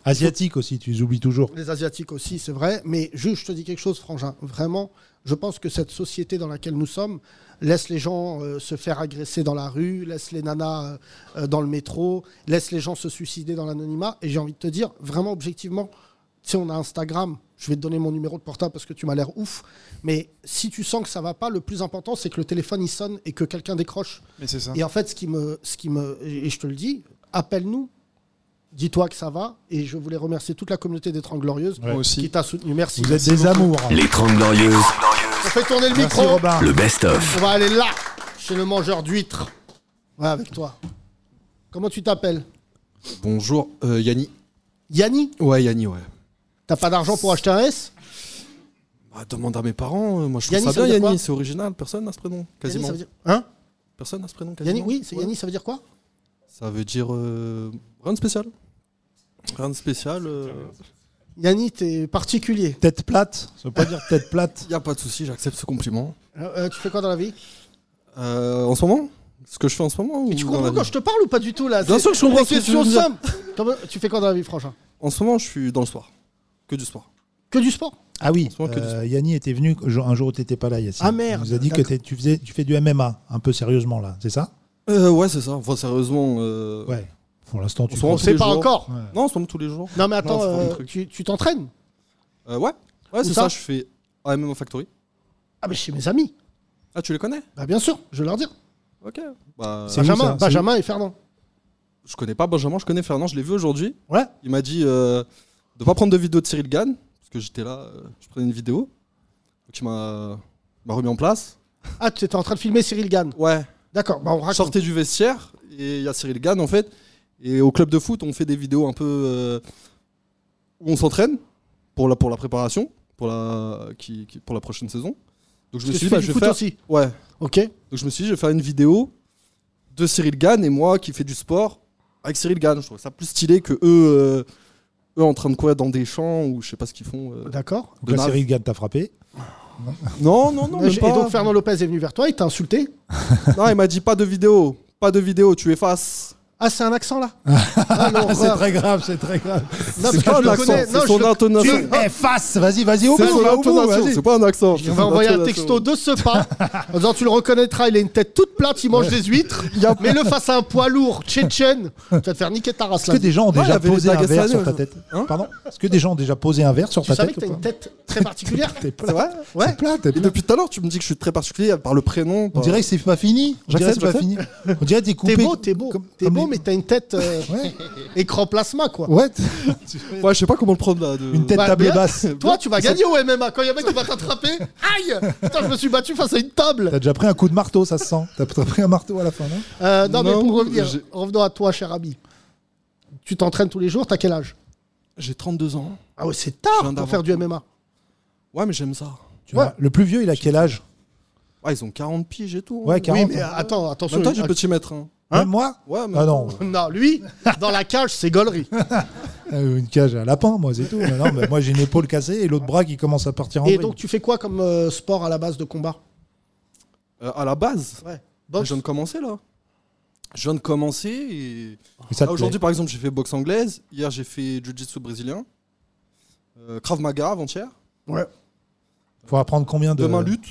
S3: Asiatique aussi, tu les oublies toujours.
S8: les Asiatiques aussi, c'est vrai. Mais juste, je te dis quelque chose, Frangin. Vraiment, je pense que cette société dans laquelle nous sommes laisse les gens euh, se faire agresser dans la rue, laisse les nanas euh, euh, dans le métro, laisse les gens se suicider dans l'anonymat. Et j'ai envie de te dire, vraiment objectivement, tu sais, on a Instagram. Je vais te donner mon numéro de portable parce que tu m'as l'air ouf. Mais si tu sens que ça va pas, le plus important, c'est que le téléphone il sonne et que quelqu'un décroche.
S2: Mais c'est ça.
S8: Et en fait, ce qui me, ce qui me, et je te le dis, appelle-nous, dis-toi que ça va. Et je voulais remercier toute la communauté des 30 Glorieuses
S2: Moi aussi.
S8: qui t'a soutenu. Merci.
S3: Vous êtes des amours. hein.
S1: Les 30 Glorieuses,
S8: On fait tourner le
S3: Merci
S8: micro.
S3: Robin.
S1: le best-of.
S8: On va aller là. chez le mangeur d'huîtres. Ouais, avec toi. Comment tu t'appelles
S13: Bonjour, euh, Yanni.
S8: Yanni
S13: Ouais, Yanni, ouais.
S8: T'as pas d'argent pour acheter un S
S13: Bah, demande à mes parents, euh, moi je trouve
S8: Yanni,
S13: ça
S8: ça veut
S13: bien,
S8: dire quoi
S13: Yanni, c'est original, personne n'a ce prénom, quasiment.
S8: ça veut dire- Hein
S13: Personne n'a ce prénom, quasiment.
S8: Yanni, oui, c'est Yanni, ça veut dire quoi
S13: Ça veut dire euh, rien de spécial. Rien de spécial. euh,
S8: Yanni, t'es particulier.
S3: Tête plate, ça veut pas dire tête plate.
S13: Y a pas de souci, j'accepte ce compliment.
S8: Euh, euh, tu fais quoi dans la vie
S13: Euh, en ce moment Ce que je fais en ce moment ou
S8: Tu
S13: dans
S8: comprends
S13: la
S8: quand
S13: vie
S8: je te parle ou pas du tout là
S13: Bien
S8: C'est-
S13: sûr que je comprends
S8: c'est
S13: ce que tu
S8: question
S13: veux me dire.
S8: simple. Comment- Tu fais quoi dans la vie, Franchement
S13: En ce moment, je suis dans le sport. Que du sport.
S8: Que du sport
S3: Ah oui,
S13: moment, que du
S3: euh, Yanni était venu un jour où tu n'étais pas là, Yassine.
S8: Ah, merde,
S3: Il nous a dit que
S8: d'accord.
S3: t'es- tu, faisais, tu fais du MMA, un peu sérieusement, là, c'est ça
S13: Euh, ouais, c'est ça. Enfin, sérieusement. euh,
S3: Ouais. Pour l'instant, tu
S13: se rend
S3: On
S13: tous
S3: sait
S13: les
S3: pas
S13: jours.
S3: encore.
S8: Ouais.
S13: Non, on se rend tous les jours.
S8: Non, mais attends,
S13: Non, c'est pas mon
S8: euh,
S13: truc.
S8: tu tu t'entraînes
S13: Euh, ouais, ouais
S8: Où
S13: c'est
S8: ça
S13: ça, je fais AMM Factory.
S8: Ah, mais chez mes amis.
S13: Ah, tu les connais
S8: Bah, bien sûr, je vais leur dire.
S13: Ok. Bah,
S8: Benjamin, Benjamin et Fernand.
S13: Je connais pas Benjamin, je connais Fernand, je l'ai vu aujourd'hui.
S8: Ouais.
S13: Il m'a dit euh, de pas prendre de vidéo de Cyril Gann, parce que j'étais là, euh, je prenais une vidéo. Donc il m'a il m'a remis en place.
S8: Ah, tu étais en train de filmer Cyril Gann
S13: Ouais.
S8: D'accord, bah on raconte.
S13: Sortez du vestiaire, et il y a Cyril Gann en fait. Et au club de foot, on fait des vidéos un peu euh, où on s'entraîne pour la, pour la préparation, pour la, qui, qui- pour la prochaine saison. Donc je me
S8: Parce que
S13: suis
S8: tu
S13: dit,
S8: fais
S13: bah,
S8: du
S13: je vais
S8: foot
S13: faire.
S8: aussi.
S13: Ouais.
S8: Ok.
S13: Donc je me suis dit, je vais faire une vidéo de Cyril Gann et moi qui fais du sport avec Cyril Gann. Je trouve ça plus stylé que eux, euh, eux en train de courir dans des champs ou je sais pas ce qu'ils font. euh,
S8: D'accord.
S13: de
S3: Donc là,
S13: nage.
S3: Cyril Gann t'a frappé.
S13: Non, non, non,
S8: et
S13: même
S8: Euh, et
S13: pas.
S8: donc Fernand Lopez est venu vers toi, il t'a insulté.
S13: Non, il m'a dit pas de vidéo, pas de vidéo, tu effaces.
S8: Ah, c'est un accent là Ah,
S3: c'est très grave, c'est très grave.
S13: Non,
S3: C'est
S13: c'est
S3: pas
S13: pas
S3: je le
S13: un accent,
S3: connais.
S13: c'est
S3: Non, je
S13: son
S3: le-
S13: intonation.
S3: Tu effaces, vas-y, vas-y, au bout,
S13: C'est son
S3: va au bout,
S8: hein.
S13: intonation,
S3: vas-y.
S13: c'est pas un accent.
S8: Il va envoyer un texto de ce pas en disant Tu le reconnaîtras, il a une tête toute plate, il mange des huîtres, mais le face à un poids lourd tchétchène, tu vas te faire niquer ta race
S3: Est-ce que des gens ont
S8: Ouais, il y
S3: déjà
S8: avait les hein.
S3: posé un verre
S8: Dagestanais,
S3: sur ta
S8: je-
S3: tête Pardon Est-ce que des gens ont déjà posé un verre sur
S8: Tu
S3: ta
S8: savais que t'as
S3: tête ou
S8: une
S3: pas
S8: tête très particulière
S3: T'es
S13: C'est vrai
S8: Ouais.
S13: Et depuis tout à l'heure, tu me dis que je suis très particulier par le prénom.
S3: On
S13: par-
S3: dirait que c'est pas fini. On dirait que c'est
S13: J'accepte,
S3: pas fini.
S13: j'accepte.
S3: On dirait que t'es coupé.
S8: T'es beau, t'es beau. T'es
S3: comme
S8: beau,
S3: les-
S8: mais t'as une tête euh, écran plasma, quoi.
S3: Ouais.
S13: Ouais, je sais pas comment le prendre là. de-
S3: Une tête
S8: Bah,
S3: table
S8: bien.
S3: basse.
S8: Toi, tu vas gagner au MMA. Quand il y a un mec qui va t'attraper, aïe Putain, je me suis battu face à une table.
S3: T'as déjà pris un coup de marteau, ça se sent. T'as t'as pris un marteau à la fin, non
S8: Euh, non, mais
S13: Non,
S8: pour revenir,
S13: j'ai-
S8: revenons à toi, cher ami. Tu t'entraînes tous les jours, t'as quel âge
S13: J'ai 32 ans.
S8: Ah ouais, c'est
S13: Je
S8: tard
S13: viens
S8: pour faire du MMA.
S13: Ouais, mais j'aime ça.
S3: Tu vois, Le plus vieux, il a quel âge
S13: Ouais, ils ont 40 piges et tout. hein.
S3: Ouais, 40.
S8: Oui, mais attends,
S13: En
S8: attention.
S13: même temps, tu
S8: il-
S13: peux t'y mettre. Hein.
S3: Même moi
S13: Ouais, mais
S3: Ah non,
S8: Non, lui, dans la cage, c'est gaulerie.
S3: euh, une cage à lapin, moi, c'est tout. Mais non, mais moi, j'ai une épaule cassée et l'autre bras qui commence à partir en
S8: Et
S3: vrille.
S8: donc, tu fais quoi comme euh, sport à la base de combat
S13: Euh, à la base,
S8: Ouais.
S13: Bah,
S3: Hein
S13: je viens de commencer là. Je viens de commencer et.
S3: Mais ça te
S13: Là, Aujourd'hui,
S3: plaît
S13: par exemple, j'ai fait boxe anglaise. Hier, j'ai fait jiu-jitsu brésilien. Euh, Krav Maga avant-hier.
S8: Ouais.
S3: Faut apprendre combien de.
S13: Demain, lutte.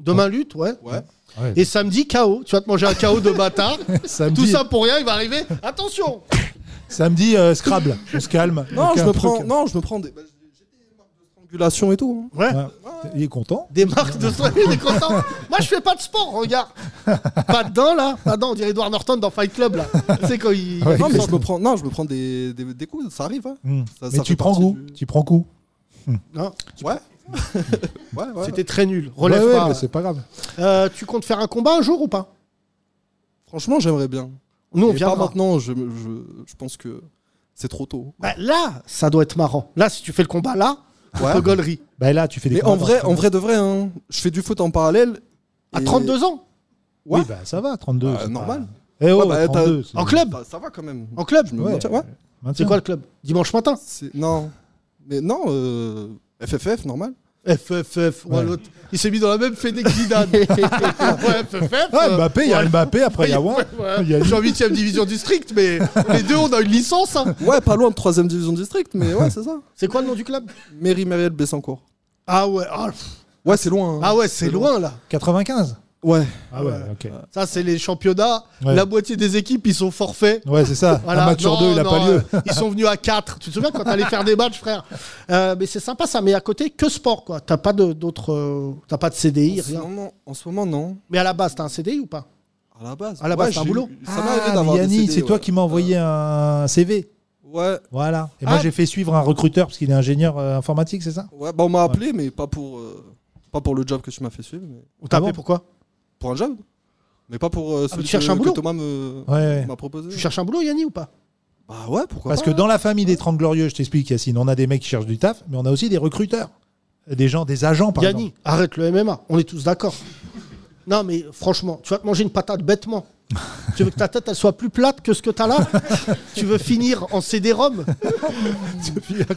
S8: Demain, lutte, ouais.
S13: Ouais.
S3: Ouais.
S8: Et samedi, KO. Tu vas te manger un KO de bâtard.
S3: Samedi,
S8: Tout ça pour rien, il va arriver. Attention
S3: samedi euh, Scrabble. On se calme.
S13: Non,
S3: Donc,
S13: je
S3: un
S13: me
S3: truc-
S13: prends. Non, je me prends des. bah, j'ai des marques de strangulation et tout. hein.
S8: Ouais.
S3: Ouais. Il est content.
S8: Des marques de soins, il est content. Moi, je fais pas de sport, regarde. Pas dedans, là. Pas dedans, on dirait Edward Norton dans Fight Club, là. Tu sais, quand il.
S3: Ouais.
S13: Non, mais je me prends, non, je me prends des, des, des coups, ça arrive. hein.
S3: Hmm.
S13: Ça-
S3: mais
S13: ça
S3: tu
S13: fait
S3: prends
S13: partie
S3: goût.
S13: du-
S3: Tu prends goût.
S8: Non,
S13: Ouais. ouais, ouais.
S8: C'était très nul. Relève
S3: ouais, ouais,
S8: pas.
S3: mais c'est pas grave.
S8: Euh, tu comptes faire un combat un jour ou pas
S13: Franchement, j'aimerais bien.
S8: Nous, on
S13: Mais pas
S8: viendra.
S13: maintenant, je, je, je pense que c'est trop tôt.
S8: Bah, là, ça doit être marrant. Là, si tu fais le combat là,
S13: Ouais.
S8: un peu gaulerie.
S3: Bah là, tu fais des.
S13: Mais en
S3: combats
S13: vrai,
S3: d'entraînement.
S13: en vrai de vrai, hein, je fais du foot en parallèle.
S8: À
S13: et-
S8: 32 ans
S13: Ouais.
S3: Oui, bah ça va, 32.
S13: Bah,
S3: c'est pas-
S13: normal.
S3: Eh oh,
S13: Ouais, bah, t'as-
S3: 32. c'est-
S8: En club
S13: Bah, ça va quand même.
S8: En club
S13: Je me
S3: Ouais.
S13: maintiens, ouais.
S8: C'est
S3: Maintiens.
S8: quoi le club Dimanche matin
S13: C'est- Non. Mais non, euh, FFF, normal.
S8: FFF, ouais,
S3: Ouais.
S8: l'autre. Il s'est mis dans la même fédé que Zidane. ouais, FFF.
S3: Ah,
S8: euh,
S3: Mbappé, il y a Mbappé, après il y a Wang.
S8: ouais.
S3: Il y a-
S8: Je suis en 8ème euh, division district, mais les deux, on a une licence. hein.
S13: Ouais, pas loin de 3 division district, mais ouais, c'est ça.
S8: C'est quoi le nom du club
S13: Mairie Marielle Bessancourt.
S8: Ah ouais, ah, pff,
S13: Ouais, c'est loin. hein.
S8: ah ouais c'est loin, là.
S3: 95
S13: Ouais.
S3: Ah ouais, ok.
S8: Ça, c'est les championnats.
S3: Ouais.
S8: La moitié des équipes, ils sont forfaits.
S3: Ouais, c'est ça.
S8: Voilà.
S3: Un match sur
S8: Non,
S3: deux, il n'a
S8: non,
S3: pas lieu.
S8: euh, ils sont venus à 4. Tu te souviens quand t'allais faire des matchs, frère Euh, Mais c'est sympa ça. Mais à côté, que sport, quoi. T'as pas de- d'autres. euh, T'as pas de CDI,
S13: En ce,
S8: rien.
S13: moment, en ce moment, non.
S8: Mais à la base, t'as un CDI ou pas
S13: À la base.
S8: Ah, À la base, c'est un
S13: j'ai
S8: boulot.
S13: eu- Ça m'est arrivé
S3: Ah,
S13: d'avoir
S3: mais
S13: des
S3: Yanni,
S13: CD,
S3: c'est toi
S13: ouais. Euh,
S3: qui m'as envoyé un CV.
S13: Ouais,
S3: Voilà. Et moi,
S8: Ah.
S3: j'ai fait suivre un recruteur parce qu'il est ingénieur euh, informatique, c'est ça
S13: ouais. Bah, on m'a appelé, mais pas pour, euh, pas pour le job que tu m'as fait suivre. mais
S8: On t'a
S3: Ah
S8: appelé
S3: bon
S8: pourquoi
S13: Pour un job Mais pas pour euh,
S8: Ah,
S13: celui
S8: tu cherches
S13: que,
S8: un
S13: que
S8: boulot
S13: Thomas me-
S3: Ouais, ouais.
S13: m'a proposé.
S8: Tu cherches un boulot, Yanni, ou pas
S13: Bah ouais, pourquoi
S3: Parce
S13: pas
S3: que dans la famille des 30 glorieux, je t'explique, Yacine, on a des mecs qui cherchent du taf, mais on a aussi des recruteurs. Des gens, des agents, par
S8: Yanni,
S3: exemple.
S8: arrête le MMA, on est tous d'accord. Non, mais franchement, tu vas te manger une patate bêtement. tu veux que ta tête elle soit plus plate que ce que t'as là Tu veux finir en CD-ROM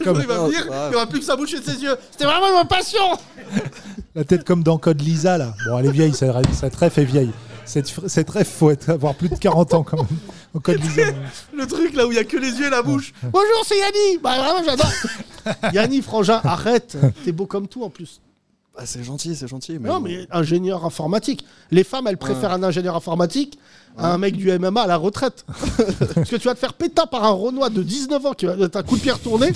S3: comme-
S8: Il va venir, il aura plus que sa bouche et de ses yeux. C'était vraiment ma passion
S3: La tête comme dans Code Lisa, là. Bon, elle est vieille, cette, cette ref est vieille. Cette, fr- cette ref, faut être, avoir plus de 40 ans, quand même. Au Code Lisa.
S8: Le truc là où il n'y a que les yeux et la bouche. Bonjour, c'est Yanni Bah vraiment, j'adore Yanni, frangin, arrête T'es beau comme tout en plus.
S13: Ah, c'est gentil, c'est gentil. Mais
S8: Non,
S13: bon.
S8: mais ingénieur informatique. Les femmes, elles préfèrent
S13: Ouais.
S8: un ingénieur informatique à un mec du MMA à la retraite. Parce que tu vas te faire péta par un Renoir de 19 ans qui va être un coup de pierre tourné.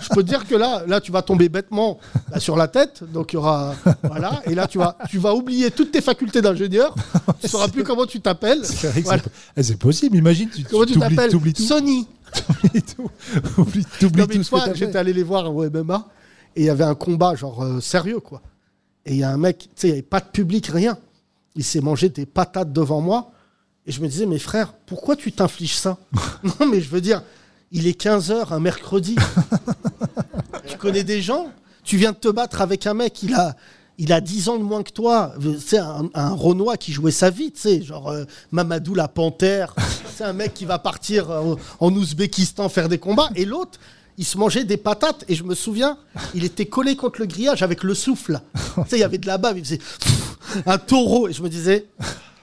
S8: Je peux te dire que là, là tu vas tomber bêtement là, sur la tête. Donc il y aura. Voilà. Et là, tu vas, tu vas oublier toutes tes facultés d'ingénieur. Tu ne sauras plus comment tu t'appelles.
S3: C'est vrai que
S8: Voilà.
S3: c'est po- eh, c'est possible, imagine. Tu,
S8: Comment tu
S3: t'oublies-
S8: t'appelles
S3: t'oublies tout.
S8: Sony.
S3: T'oublies- t'oublies
S8: Non, mais
S3: tout
S8: une
S3: ce que
S8: fois,
S3: t'as fait.
S8: j'étais allé les voir au MMA et il y avait un combat, genre euh, sérieux, quoi. Et il y a un mec, tu sais, il n'y avait pas de public, rien. Il s'est mangé des patates devant moi. Et je me disais, mais frère, pourquoi tu t'infliges ça Non, mais je veux dire, il est 15h un mercredi. tu connais des gens Tu viens de te battre avec un mec, il a. Il a 10 ans de moins que toi. C'est un, un Renoir qui jouait sa vie, tu sais, genre euh, Mamadou la Panthère. C'est un mec qui va partir euh, en Ouzbékistan faire des combats. Et l'autre, il se mangeait des patates. Et je me souviens, il était collé contre le grillage avec le souffle. Tu sais, il y avait de la bave, il faisait un taureau. Et je me disais,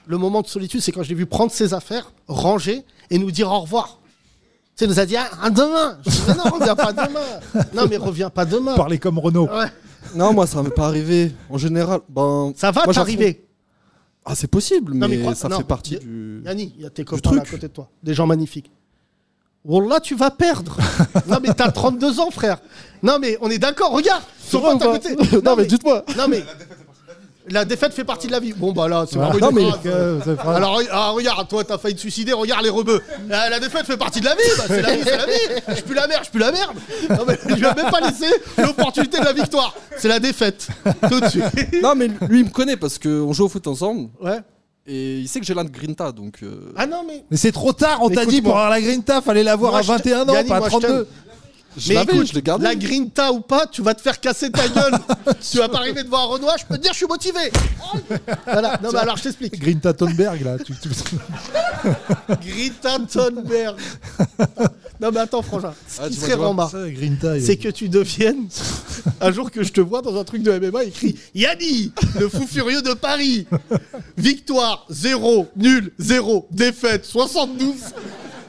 S8: le moment de solitude, c'est quand je l'ai vu prendre ses affaires, ranger et nous dire au revoir. Tu sais, il nous a dit, ah, à demain. Je disais, non, reviens pas demain. Non, mais reviens pas demain.
S3: Parler comme Renault.
S13: Non, moi, ça m'est pas arrivé. En général, ben.
S8: Ça va
S13: moi, j'affronte-
S8: t'arriver.
S13: Ah, c'est possible,
S8: Non,
S13: mais,
S8: crois-
S13: ça
S8: non,
S13: fait partie
S8: y-
S13: du.
S8: Yanni, il y a tes
S13: du
S8: copains là à
S13: truc.
S8: côté de toi, des gens magnifiques. Wallah, tu vas perdre. non, mais t'as 32 ans, frère. Non, mais on est d'accord, regarde. Son pote à côté. Non, mais,
S13: dites-moi.
S8: Non, mais. La défaite fait partie de la vie. Bon, bah là, c'est
S3: Ouais.
S8: vraiment
S3: Non,
S8: une
S3: mais-
S8: phrase.
S3: Euh, c'est vrai.
S8: Alors, re- ah, regarde, toi, t'as failli te suicider, regarde les rebeux. Ah, la défaite fait partie de la vie, bah, c'est la vie, c'est la vie. Je pue la merde, je pue la merde. Non, mais je lui ai même pas laissé l'opportunité de la victoire. C'est la défaite. Tout de suite.
S13: non, mais lui, il me connaît parce qu'on joue au foot ensemble.
S8: Ouais.
S13: Et il sait que j'ai l'un de Grinta, donc. euh,
S8: Ah non, mais.
S3: Mais c'est trop tard, on t'a dit
S8: Écoute-moi.
S3: pour avoir la Grinta, fallait l'avoir
S8: Moi,
S3: à
S8: je t'aime.
S3: 21 ans,
S8: Yannick,
S3: pas à
S8: moi, je t'aime.
S3: 32.
S13: Je l'avais,
S8: écoute,
S13: je l'ai gardé.
S8: La grinta ou pas, tu vas te faire casser ta gueule. tu vas pas arriver devant un Renoir, je peux te dire, je suis motivé. voilà, non, mais alors je t'explique.
S3: Grinta Thunberg, là. tu- tu-
S8: Greta Thunberg. non, mais attends, Frangin, ce
S13: Ah,
S8: qui
S13: tu vois,
S8: serait
S13: tu vois.
S8: vraiment marrant,
S3: Ça, Grinta, il-
S8: c'est que tu deviennes, un jour que je te vois dans un truc de MMA, écrit Yanni, le fou furieux de Paris. Victoire 0, nul 0, défaite 72.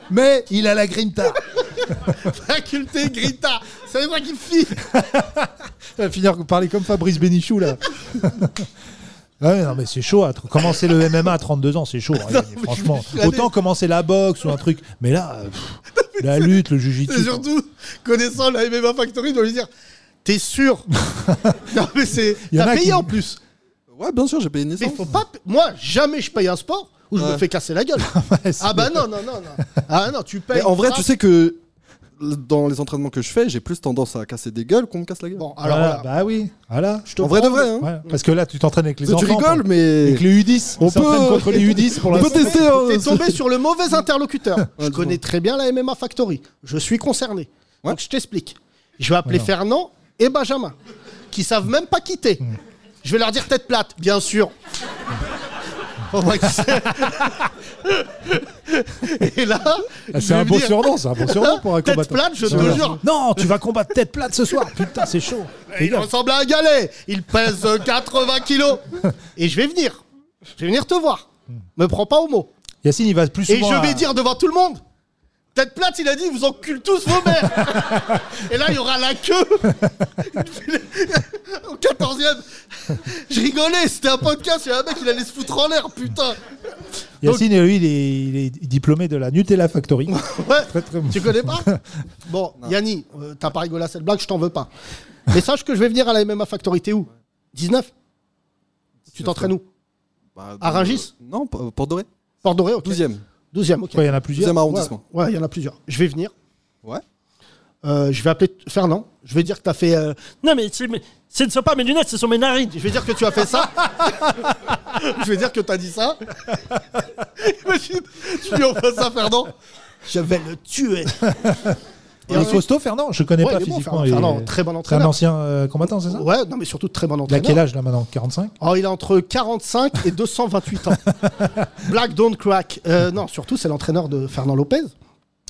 S3: Mais il a la Grinta.
S8: Faculté Grita, c'est moi qui fie.
S3: Ça va finir par parler comme Fabrice Bénichou, là. Ouais, non, mais c'est chaud. à tr- Commencer le MMA à 32 ans, c'est chaud. hein, Yannick, franchement, autant commencer la boxe ou un truc. Mais là, euh, pff, la lutte, le
S8: C'est
S3: jujitsu.
S8: surtout, connaissant la MMA Factory, ils doivent lui dire T'es sûr Non, mais c'est.
S3: Il y en
S8: T'as
S3: a
S8: payé
S3: qui-
S8: en plus.
S13: Ouais, bien sûr, j'ai payé une
S8: Mais
S13: licence.
S8: faut pas. Moi, jamais je paye un sport où je me
S13: Ouais.
S8: fais casser la gueule. ah bah non, non, non, non. Ah non, tu payes.
S13: Mais en vrai,
S8: ça.
S13: tu sais que dans les entraînements que je fais, j'ai plus tendance à casser des gueules qu'on me casse la gueule.
S8: Bon, alors
S3: Alors,
S8: voilà.
S3: bah oui. Voilà.
S8: Je te
S13: en vrai de
S8: prends-
S13: vrai, hein.
S3: Ouais, parce que là, tu t'entraînes avec les
S13: Tu
S3: enfants.
S13: rigoles, mais.
S3: Avec les U10. On
S13: On peut-
S3: s'entraîne contre les U10 pour
S13: on
S3: la
S13: peut tester. hein.
S8: T'es tombé sur le mauvais interlocuteur. Je
S13: dis-moi.
S8: connais très bien la MMA Factory. Je suis concerné. Donc je t'explique. Je vais appeler
S3: Voilà.
S8: Fernand et Benjamin, qui savent même pas quitter. Je vais leur dire tête plate, bien sûr. On voit qui c'est. et là, je
S3: Ah, C'est
S8: vais
S3: un
S8: me
S3: beau
S8: dire-
S3: surnom, c'est un beau surnom pour un
S8: Tête
S3: combattant.
S8: plate, je te
S3: Ouais.
S8: jure.
S3: Non, tu vas combattre tête plate ce soir. Putain, c'est chaud. Fais
S8: Il
S3: gaffe.
S8: ressemble à un galet. Il pèse euh, 80 kilos. Et je vais venir. Je vais venir te voir. Me prends pas au mot.
S3: Yacine, il va plus
S8: Et
S3: souvent. euh,
S8: je vais
S3: à-
S8: dire devant tout le monde. Tête plate, il a dit, vous encule tous vos mères. Et là, il y aura la queue. Au 14e. Je rigolais, c'était un podcast. Il y a un mec, il allait se foutre en l'air, putain.
S3: Yacine, lui, il est, il est diplômé de la Nutella Factory.
S8: Ouais.
S3: Très, très bon.
S8: Tu connais pas Bon, Yanni, euh, t'as pas rigolé à cette blague, je t'en veux pas. Mais sache que je vais venir à la MMA Factory. T'es où 19 Tu t'entraînes où
S13: Bah,
S8: À
S13: dans-
S8: Rungis
S13: Non, P- Port Doré.
S8: Port doré, ok.
S13: 12 e
S8: 12e, ok.
S3: Ouais, il y en a plusieurs.
S13: arrondissement.
S8: Ouais, ouais, il y en a plusieurs. Je vais venir.
S13: Ouais.
S8: euh, je vais appeler Fernand. Je vais dire que tu as fait. euh, non, mais c'est- mais ce ne sont pas mes lunettes, ce sont mes narines. Je vais dire que tu as fait ça. je vais dire que tu as dit ça. Imagine, tu lui refais ça, Fernand. Je vais le tuer.
S3: Il est costaud, Fernand Je connais
S8: Ah Ouais,
S3: pas
S8: il est bon,
S3: physiquement.
S8: Fernand.
S3: il est-
S8: Fernand, très bon
S3: C'est un
S8: entraîneur.
S3: ancien euh, combattant, c'est ça
S8: Ouais, non, mais surtout très bon
S3: Il a
S8: entraîneur.
S3: quel âge là maintenant 45
S8: Oh, il a entre 45 et 228 ans. Black don't crack. Euh, non, surtout, c'est l'entraîneur de Fernand Lopez. de,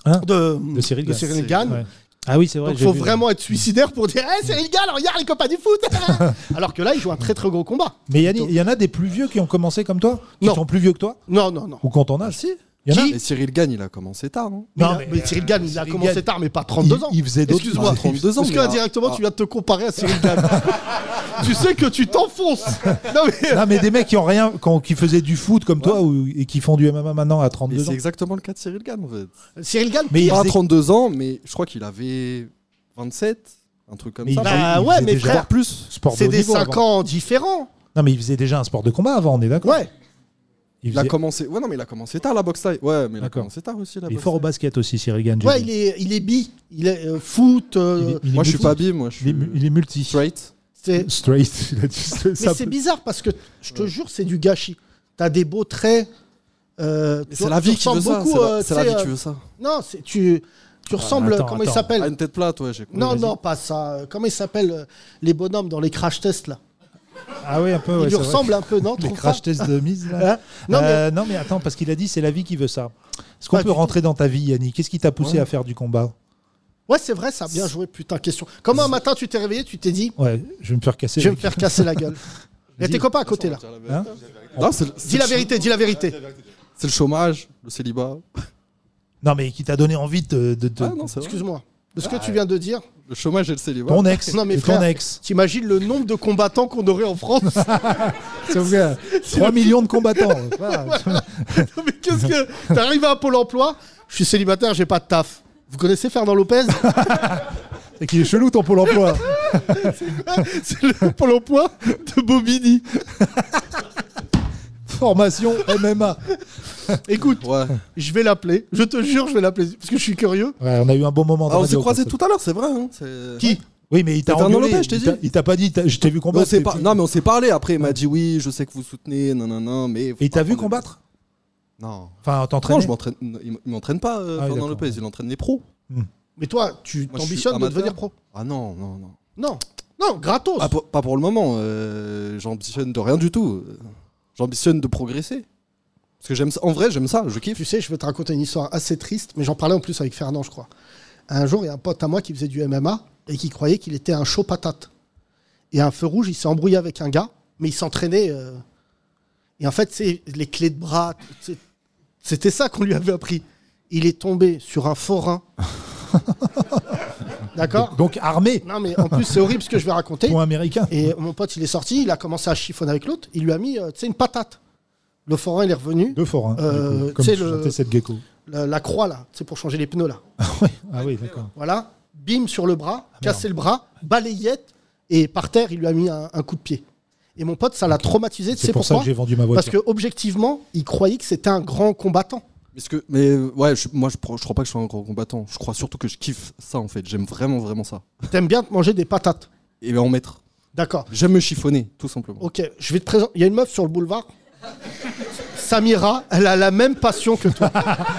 S3: Hein de Cyril
S8: de
S3: Gann.
S8: Cyril Gann.
S3: Ouais. Ah oui, c'est vrai.
S8: Donc,
S3: j'ai
S8: faut
S3: vu.
S8: vraiment être suicidaire pour dire Hey, Cyril Gann, regarde les copains du foot Alors que là, il joue un très très gros combat.
S3: Mais Yannick, il y en a des plus vieux qui ont commencé comme toi Qui sont plus vieux que toi
S8: Non, non, non.
S3: Ou quand on a Si. Il y en a
S13: Et Cyril Gagne, il a commencé tard, non
S8: Non, mais, Cyril Gann, il a
S3: Cyril
S8: commencé
S3: Gann,
S8: tard, mais pas 32
S3: il-
S8: ans.
S3: il faisait d'autres-
S8: Excuse-moi,
S3: il faisait
S13: 32 ans,
S8: Parce que
S13: mais-
S8: indirectement,
S13: ah.
S8: tu viens de te comparer à Cyril Gann. tu sais que tu t'enfonces. Non, mais... euh,
S3: Non, mais des mecs qui ont rien, qui, ont- qui faisaient du foot comme toi ou, et qui font du MMA maintenant à
S13: Et
S3: 32 ans.
S13: c'est exactement le cas de Cyril Gann, en fait.
S8: Cyril Gann,
S13: Mais
S3: pire.
S13: il a
S3: faisait-
S13: 32 ans, mais je crois qu'il avait 27, un truc comme
S3: Mais
S13: ça.
S3: il- Bah il ouais, faisait mais déjà- frère,
S13: plus.
S3: sport de
S8: C'est
S3: haut
S8: des
S3: niveau
S8: 5
S3: avant.
S8: ans différents.
S3: Non, mais il faisait déjà un sport de combat avant, on est d'accord
S8: Ouais.
S3: Il,
S13: Il a
S3: faisait-
S13: commencé. Ouais, non, mais il a commencé tard la boxe taille. Ouais, mais il a
S3: D'accord.
S13: commencé tard aussi la
S3: il est
S13: boxe
S3: fort au basket aussi, Cyril Gann. j'ai
S8: bah, Ouais,
S3: vu.
S8: il est, il est bi. Il est euh, foot. euh,
S3: Il est
S13: Moi, je suis
S3: multi.
S13: pas bi, moi, je
S3: Il est, mu- il est multi.
S13: Straight.
S8: c'est-
S3: Straight, il a dit ça.
S8: Mais c'est bizarre parce que je te jure, c'est du gâchis. T'as des beaux traits. euh,
S13: Mais
S8: tu-
S13: c'est la
S8: tu
S13: vie qui veut
S8: ressembles
S13: ça,
S8: beaucoup,
S13: c'est la-
S8: euh,
S13: c'est la
S8: tu sais,
S13: vie qui
S8: euh,
S13: veut ça.
S8: Non, c'est- tu, tu ressembles.
S13: attends,
S8: comment il
S13: attends.
S8: s'appelle
S13: Ah, une tête plate, ouais, j'ai compris.
S8: Non,
S13: Vas-y.
S8: non, pas ça. Euh, Comment ils s'appellent euh, les bonhommes dans les crash tests là
S3: Ah oui, un peu.
S8: Il
S3: ouais,
S8: lui
S3: c'est vrai.
S8: ressemble un peu, non
S3: Les
S8: trouve
S3: crash
S8: pas
S3: tests de mise. là.
S8: Hein Non, mais-
S3: Euh, non, mais attends, parce qu'il a dit c'est la vie qui veut ça. Est-ce qu'on
S8: Pas
S3: peut
S8: du tout.
S3: rentrer dans ta vie, Yannick Qu'est-ce qui t'a poussé
S8: Ouais.
S3: à faire du combat
S8: Ouais, c'est vrai, ça a bien joué, putain, question. Comment un matin tu t'es réveillé, tu t'es dit,
S3: Ouais, je vais me faire casser.
S8: je vais
S3: la
S8: me faire casser la gueule Il y a tes
S3: Vas-y.
S8: copains à côté là.
S3: gueule. Hein
S13: Non, c'est le- c'est
S8: Dis la
S13: le-
S8: vérité, dis la vérité.
S13: C'est le chômage, le célibat,
S3: non, mais qui t'a donné envie de. de, de-
S13: Ah, non, c'est vrai.
S8: Excuse-moi. De ce que
S13: Ah,
S8: tu viens de dire,
S13: le chômage et le célibat.
S3: Ton ex.
S8: Non, mais
S3: et
S8: frère.
S3: ton ex.
S8: t'imagines le nombre de combattants qu'on aurait en France
S3: Sauf que 3 millions de combattants. Voilà.
S8: Non, mais qu'est-ce que. T'arrives à Pôle emploi, je suis célibataire, j'ai pas de taf. Vous connaissez Fernand Lopez
S3: Et qu'il est chelou ton pôle emploi.
S8: C'est le Pôle emploi de Bobigny.
S3: Formation MMA.
S8: Écoute,
S13: Ouais. Ah,
S8: je vais l'appeler. Je te jure, je vais l'appeler. Parce que je suis curieux.
S3: Ouais, on a eu un bon moment. de
S13: Ah, on
S3: radio,
S13: s'est croisés
S3: quoi.
S13: tout à l'heure, c'est vrai. Hein c'est-
S8: Qui
S3: Oui, mais il t'a
S13: C'était Arnaud
S3: engueulé.
S13: Lopez, je t'ai
S3: Il t'a-
S13: dit.
S3: Il t'a pas dit. t'as- Je t'ai vu
S13: Mais on
S3: combattre.
S13: s'est
S3: et
S13: par-
S3: puis-
S13: Non, mais on s'est parlé après. Il m'a dit oui, je sais que vous soutenez, non, non, non, mais. faut
S3: Et il
S13: pas
S3: t'a vu
S13: prendre-
S3: combattre
S13: Non.
S3: Enfin,
S13: Non,
S3: t'entraîner.
S13: je m'entraîne. Il il m'entraîne pas, euh,
S3: Ah oui,
S13: Fernand
S3: d'accord,
S13: Lopez.
S3: ouais.
S13: Il entraîne les pros.
S8: Mais toi, tu
S13: Moi, je suis
S8: t'ambitionnes de
S13: amateur.
S8: devenir pro
S13: Ah non, non, non.
S8: Non. Non, gratos.
S13: Ah, pour- pas pour le moment. euh, J'ambitionne de rien du tout. Euh, J'ambitionne de progresser. Parce que j'aime ça. En vrai, j'aime ça. Je kiffe.
S8: Tu sais, je vais te raconter une histoire assez triste, mais j'en parlais en plus avec Fernand, je crois. Un jour, il y a un pote à moi qui faisait du MMA et qui croyait qu'il était un chaud patate. Et à un feu rouge, il s'est embrouillé avec un gars, mais il s'entraînait. euh, Et en fait, c'est les clés de bras. tu sais, C'était ça qu'on lui avait appris. Il est tombé sur un forain. D'accord
S3: Donc armé.
S8: Non, mais en plus, c'est horrible ce que je vais raconter.
S3: Point américain.
S8: Et mon pote, il est sorti, il a commencé à chiffonner avec l'autre, il lui a mis, euh, tu sais, une patate. Le forain, il est revenu.
S3: Deux forains.
S8: Euh,
S3: du coup,
S8: tu
S3: comme
S8: sais,
S3: tu
S8: le-
S3: chantais cette gecko.
S8: La, la croix, là, c'est pour changer les pneus, là.
S3: Ah oui, d'accord.
S8: Voilà, bim sur le bras,
S3: Ah,
S8: cassé le bras, balayette, et par terre, il lui a mis un, un coup de pied. Et mon pote, ça l'a traumatisé. tu
S3: C'est
S8: sais
S3: pour ça
S8: pourquoi
S3: que j'ai vendu ma voiture.
S8: Parce que objectivement, il croyait que c'était un grand combattant.
S13: Mais, ce que, mais euh, ouais, je- moi, je, pro- je crois pas que je sois un grand combattant. Je crois surtout que je kiffe ça, en fait. J'aime vraiment, vraiment ça.
S8: T'aimes bien te manger des patates.
S13: Et en mettre.
S8: D'accord.
S13: J'aime me chiffonner, tout simplement.
S8: Ok, je vais te présenter. Il y a une meuf sur le boulevard. Samira, elle a la même passion que toi.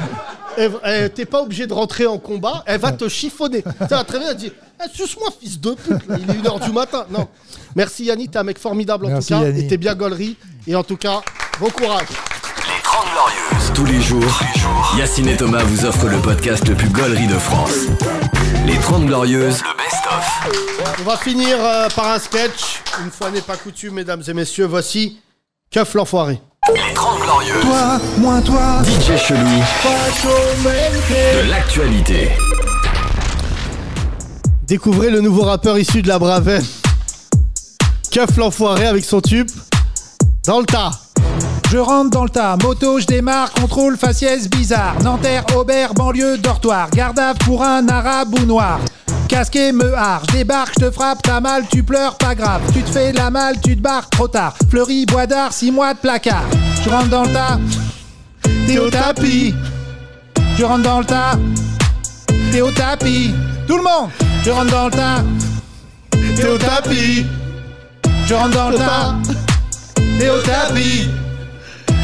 S8: Elle- elle- T'es pas obligé de rentrer en combat, elle va te chiffonner. Tu vas très bien, elle dit Eh, Suce-moi, fils de pute, là, il est 1h du matin. Non. Merci Yannick, t'es un mec formidable en
S3: Merci,
S8: tout cas.
S3: Yannick.
S8: Et t'es bien gaulerie. Et en tout cas, bon courage.
S1: Tous les jours, Yacine et Thomas vous offrent le podcast le plus gaulerie de France. Les 30 Glorieuses, le best-of.
S8: On va finir euh, par un sketch. Une fois n'est pas coutume, mesdames et messieurs, voici Keuf l'enfoiré.
S1: Les 30 Glorieuses.
S3: Toi, moins toi.
S1: DJ Chelou, de l'actualité.
S8: Découvrez le nouveau rappeur issu de la Bravenne. Keuf l'enfoiré avec son tube dans le tas.
S3: Je rentre dans le tas, moto, je démarre, contrôle, faciès bizarre. Nanterre, Aubert, banlieue, dortoir. Gardave pour un arabe ou noir. Casqué, me hard, je débarque, je te frappe, t'as mal, tu pleures, pas grave. Tu te fais la malle, tu te barres, trop tard. Fleury, bois d'art, 6 mois de placard. Je rentre dans le tas, t'es au tapis. Je rentre dans le tas,
S8: T'es au tapis. Tout le monde, je rentre dans le tas. T'es au tapis. Je rentre dans le tas. T'es au tapis.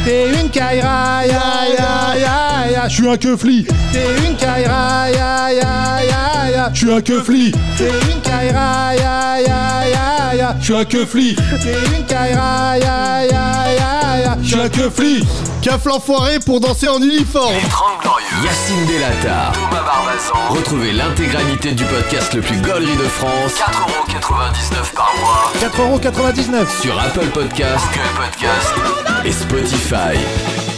S8: T'es une caïra, ya, ya, ya, ya. Je suis un keufli. T'es une caïra, ya, ya, ya, ya. Je suis un keufli. T'es une caïra, ya, ya, ya, ya. Je suis un keufli. T'es une caïra, ya, ya, ya, ya. Je suis un keufli.
S3: Keuf l'enfoiré pour danser en uniforme.
S1: Les 30 Glorieuses. Yacine Delata. Thomas Barbazan. Retrouvez l'intégralité du podcast le plus gaulerie de France. 4,99€ par mois.
S8: 4,99€.
S1: Sur Apple Podcast, Google Podcast et Spotify.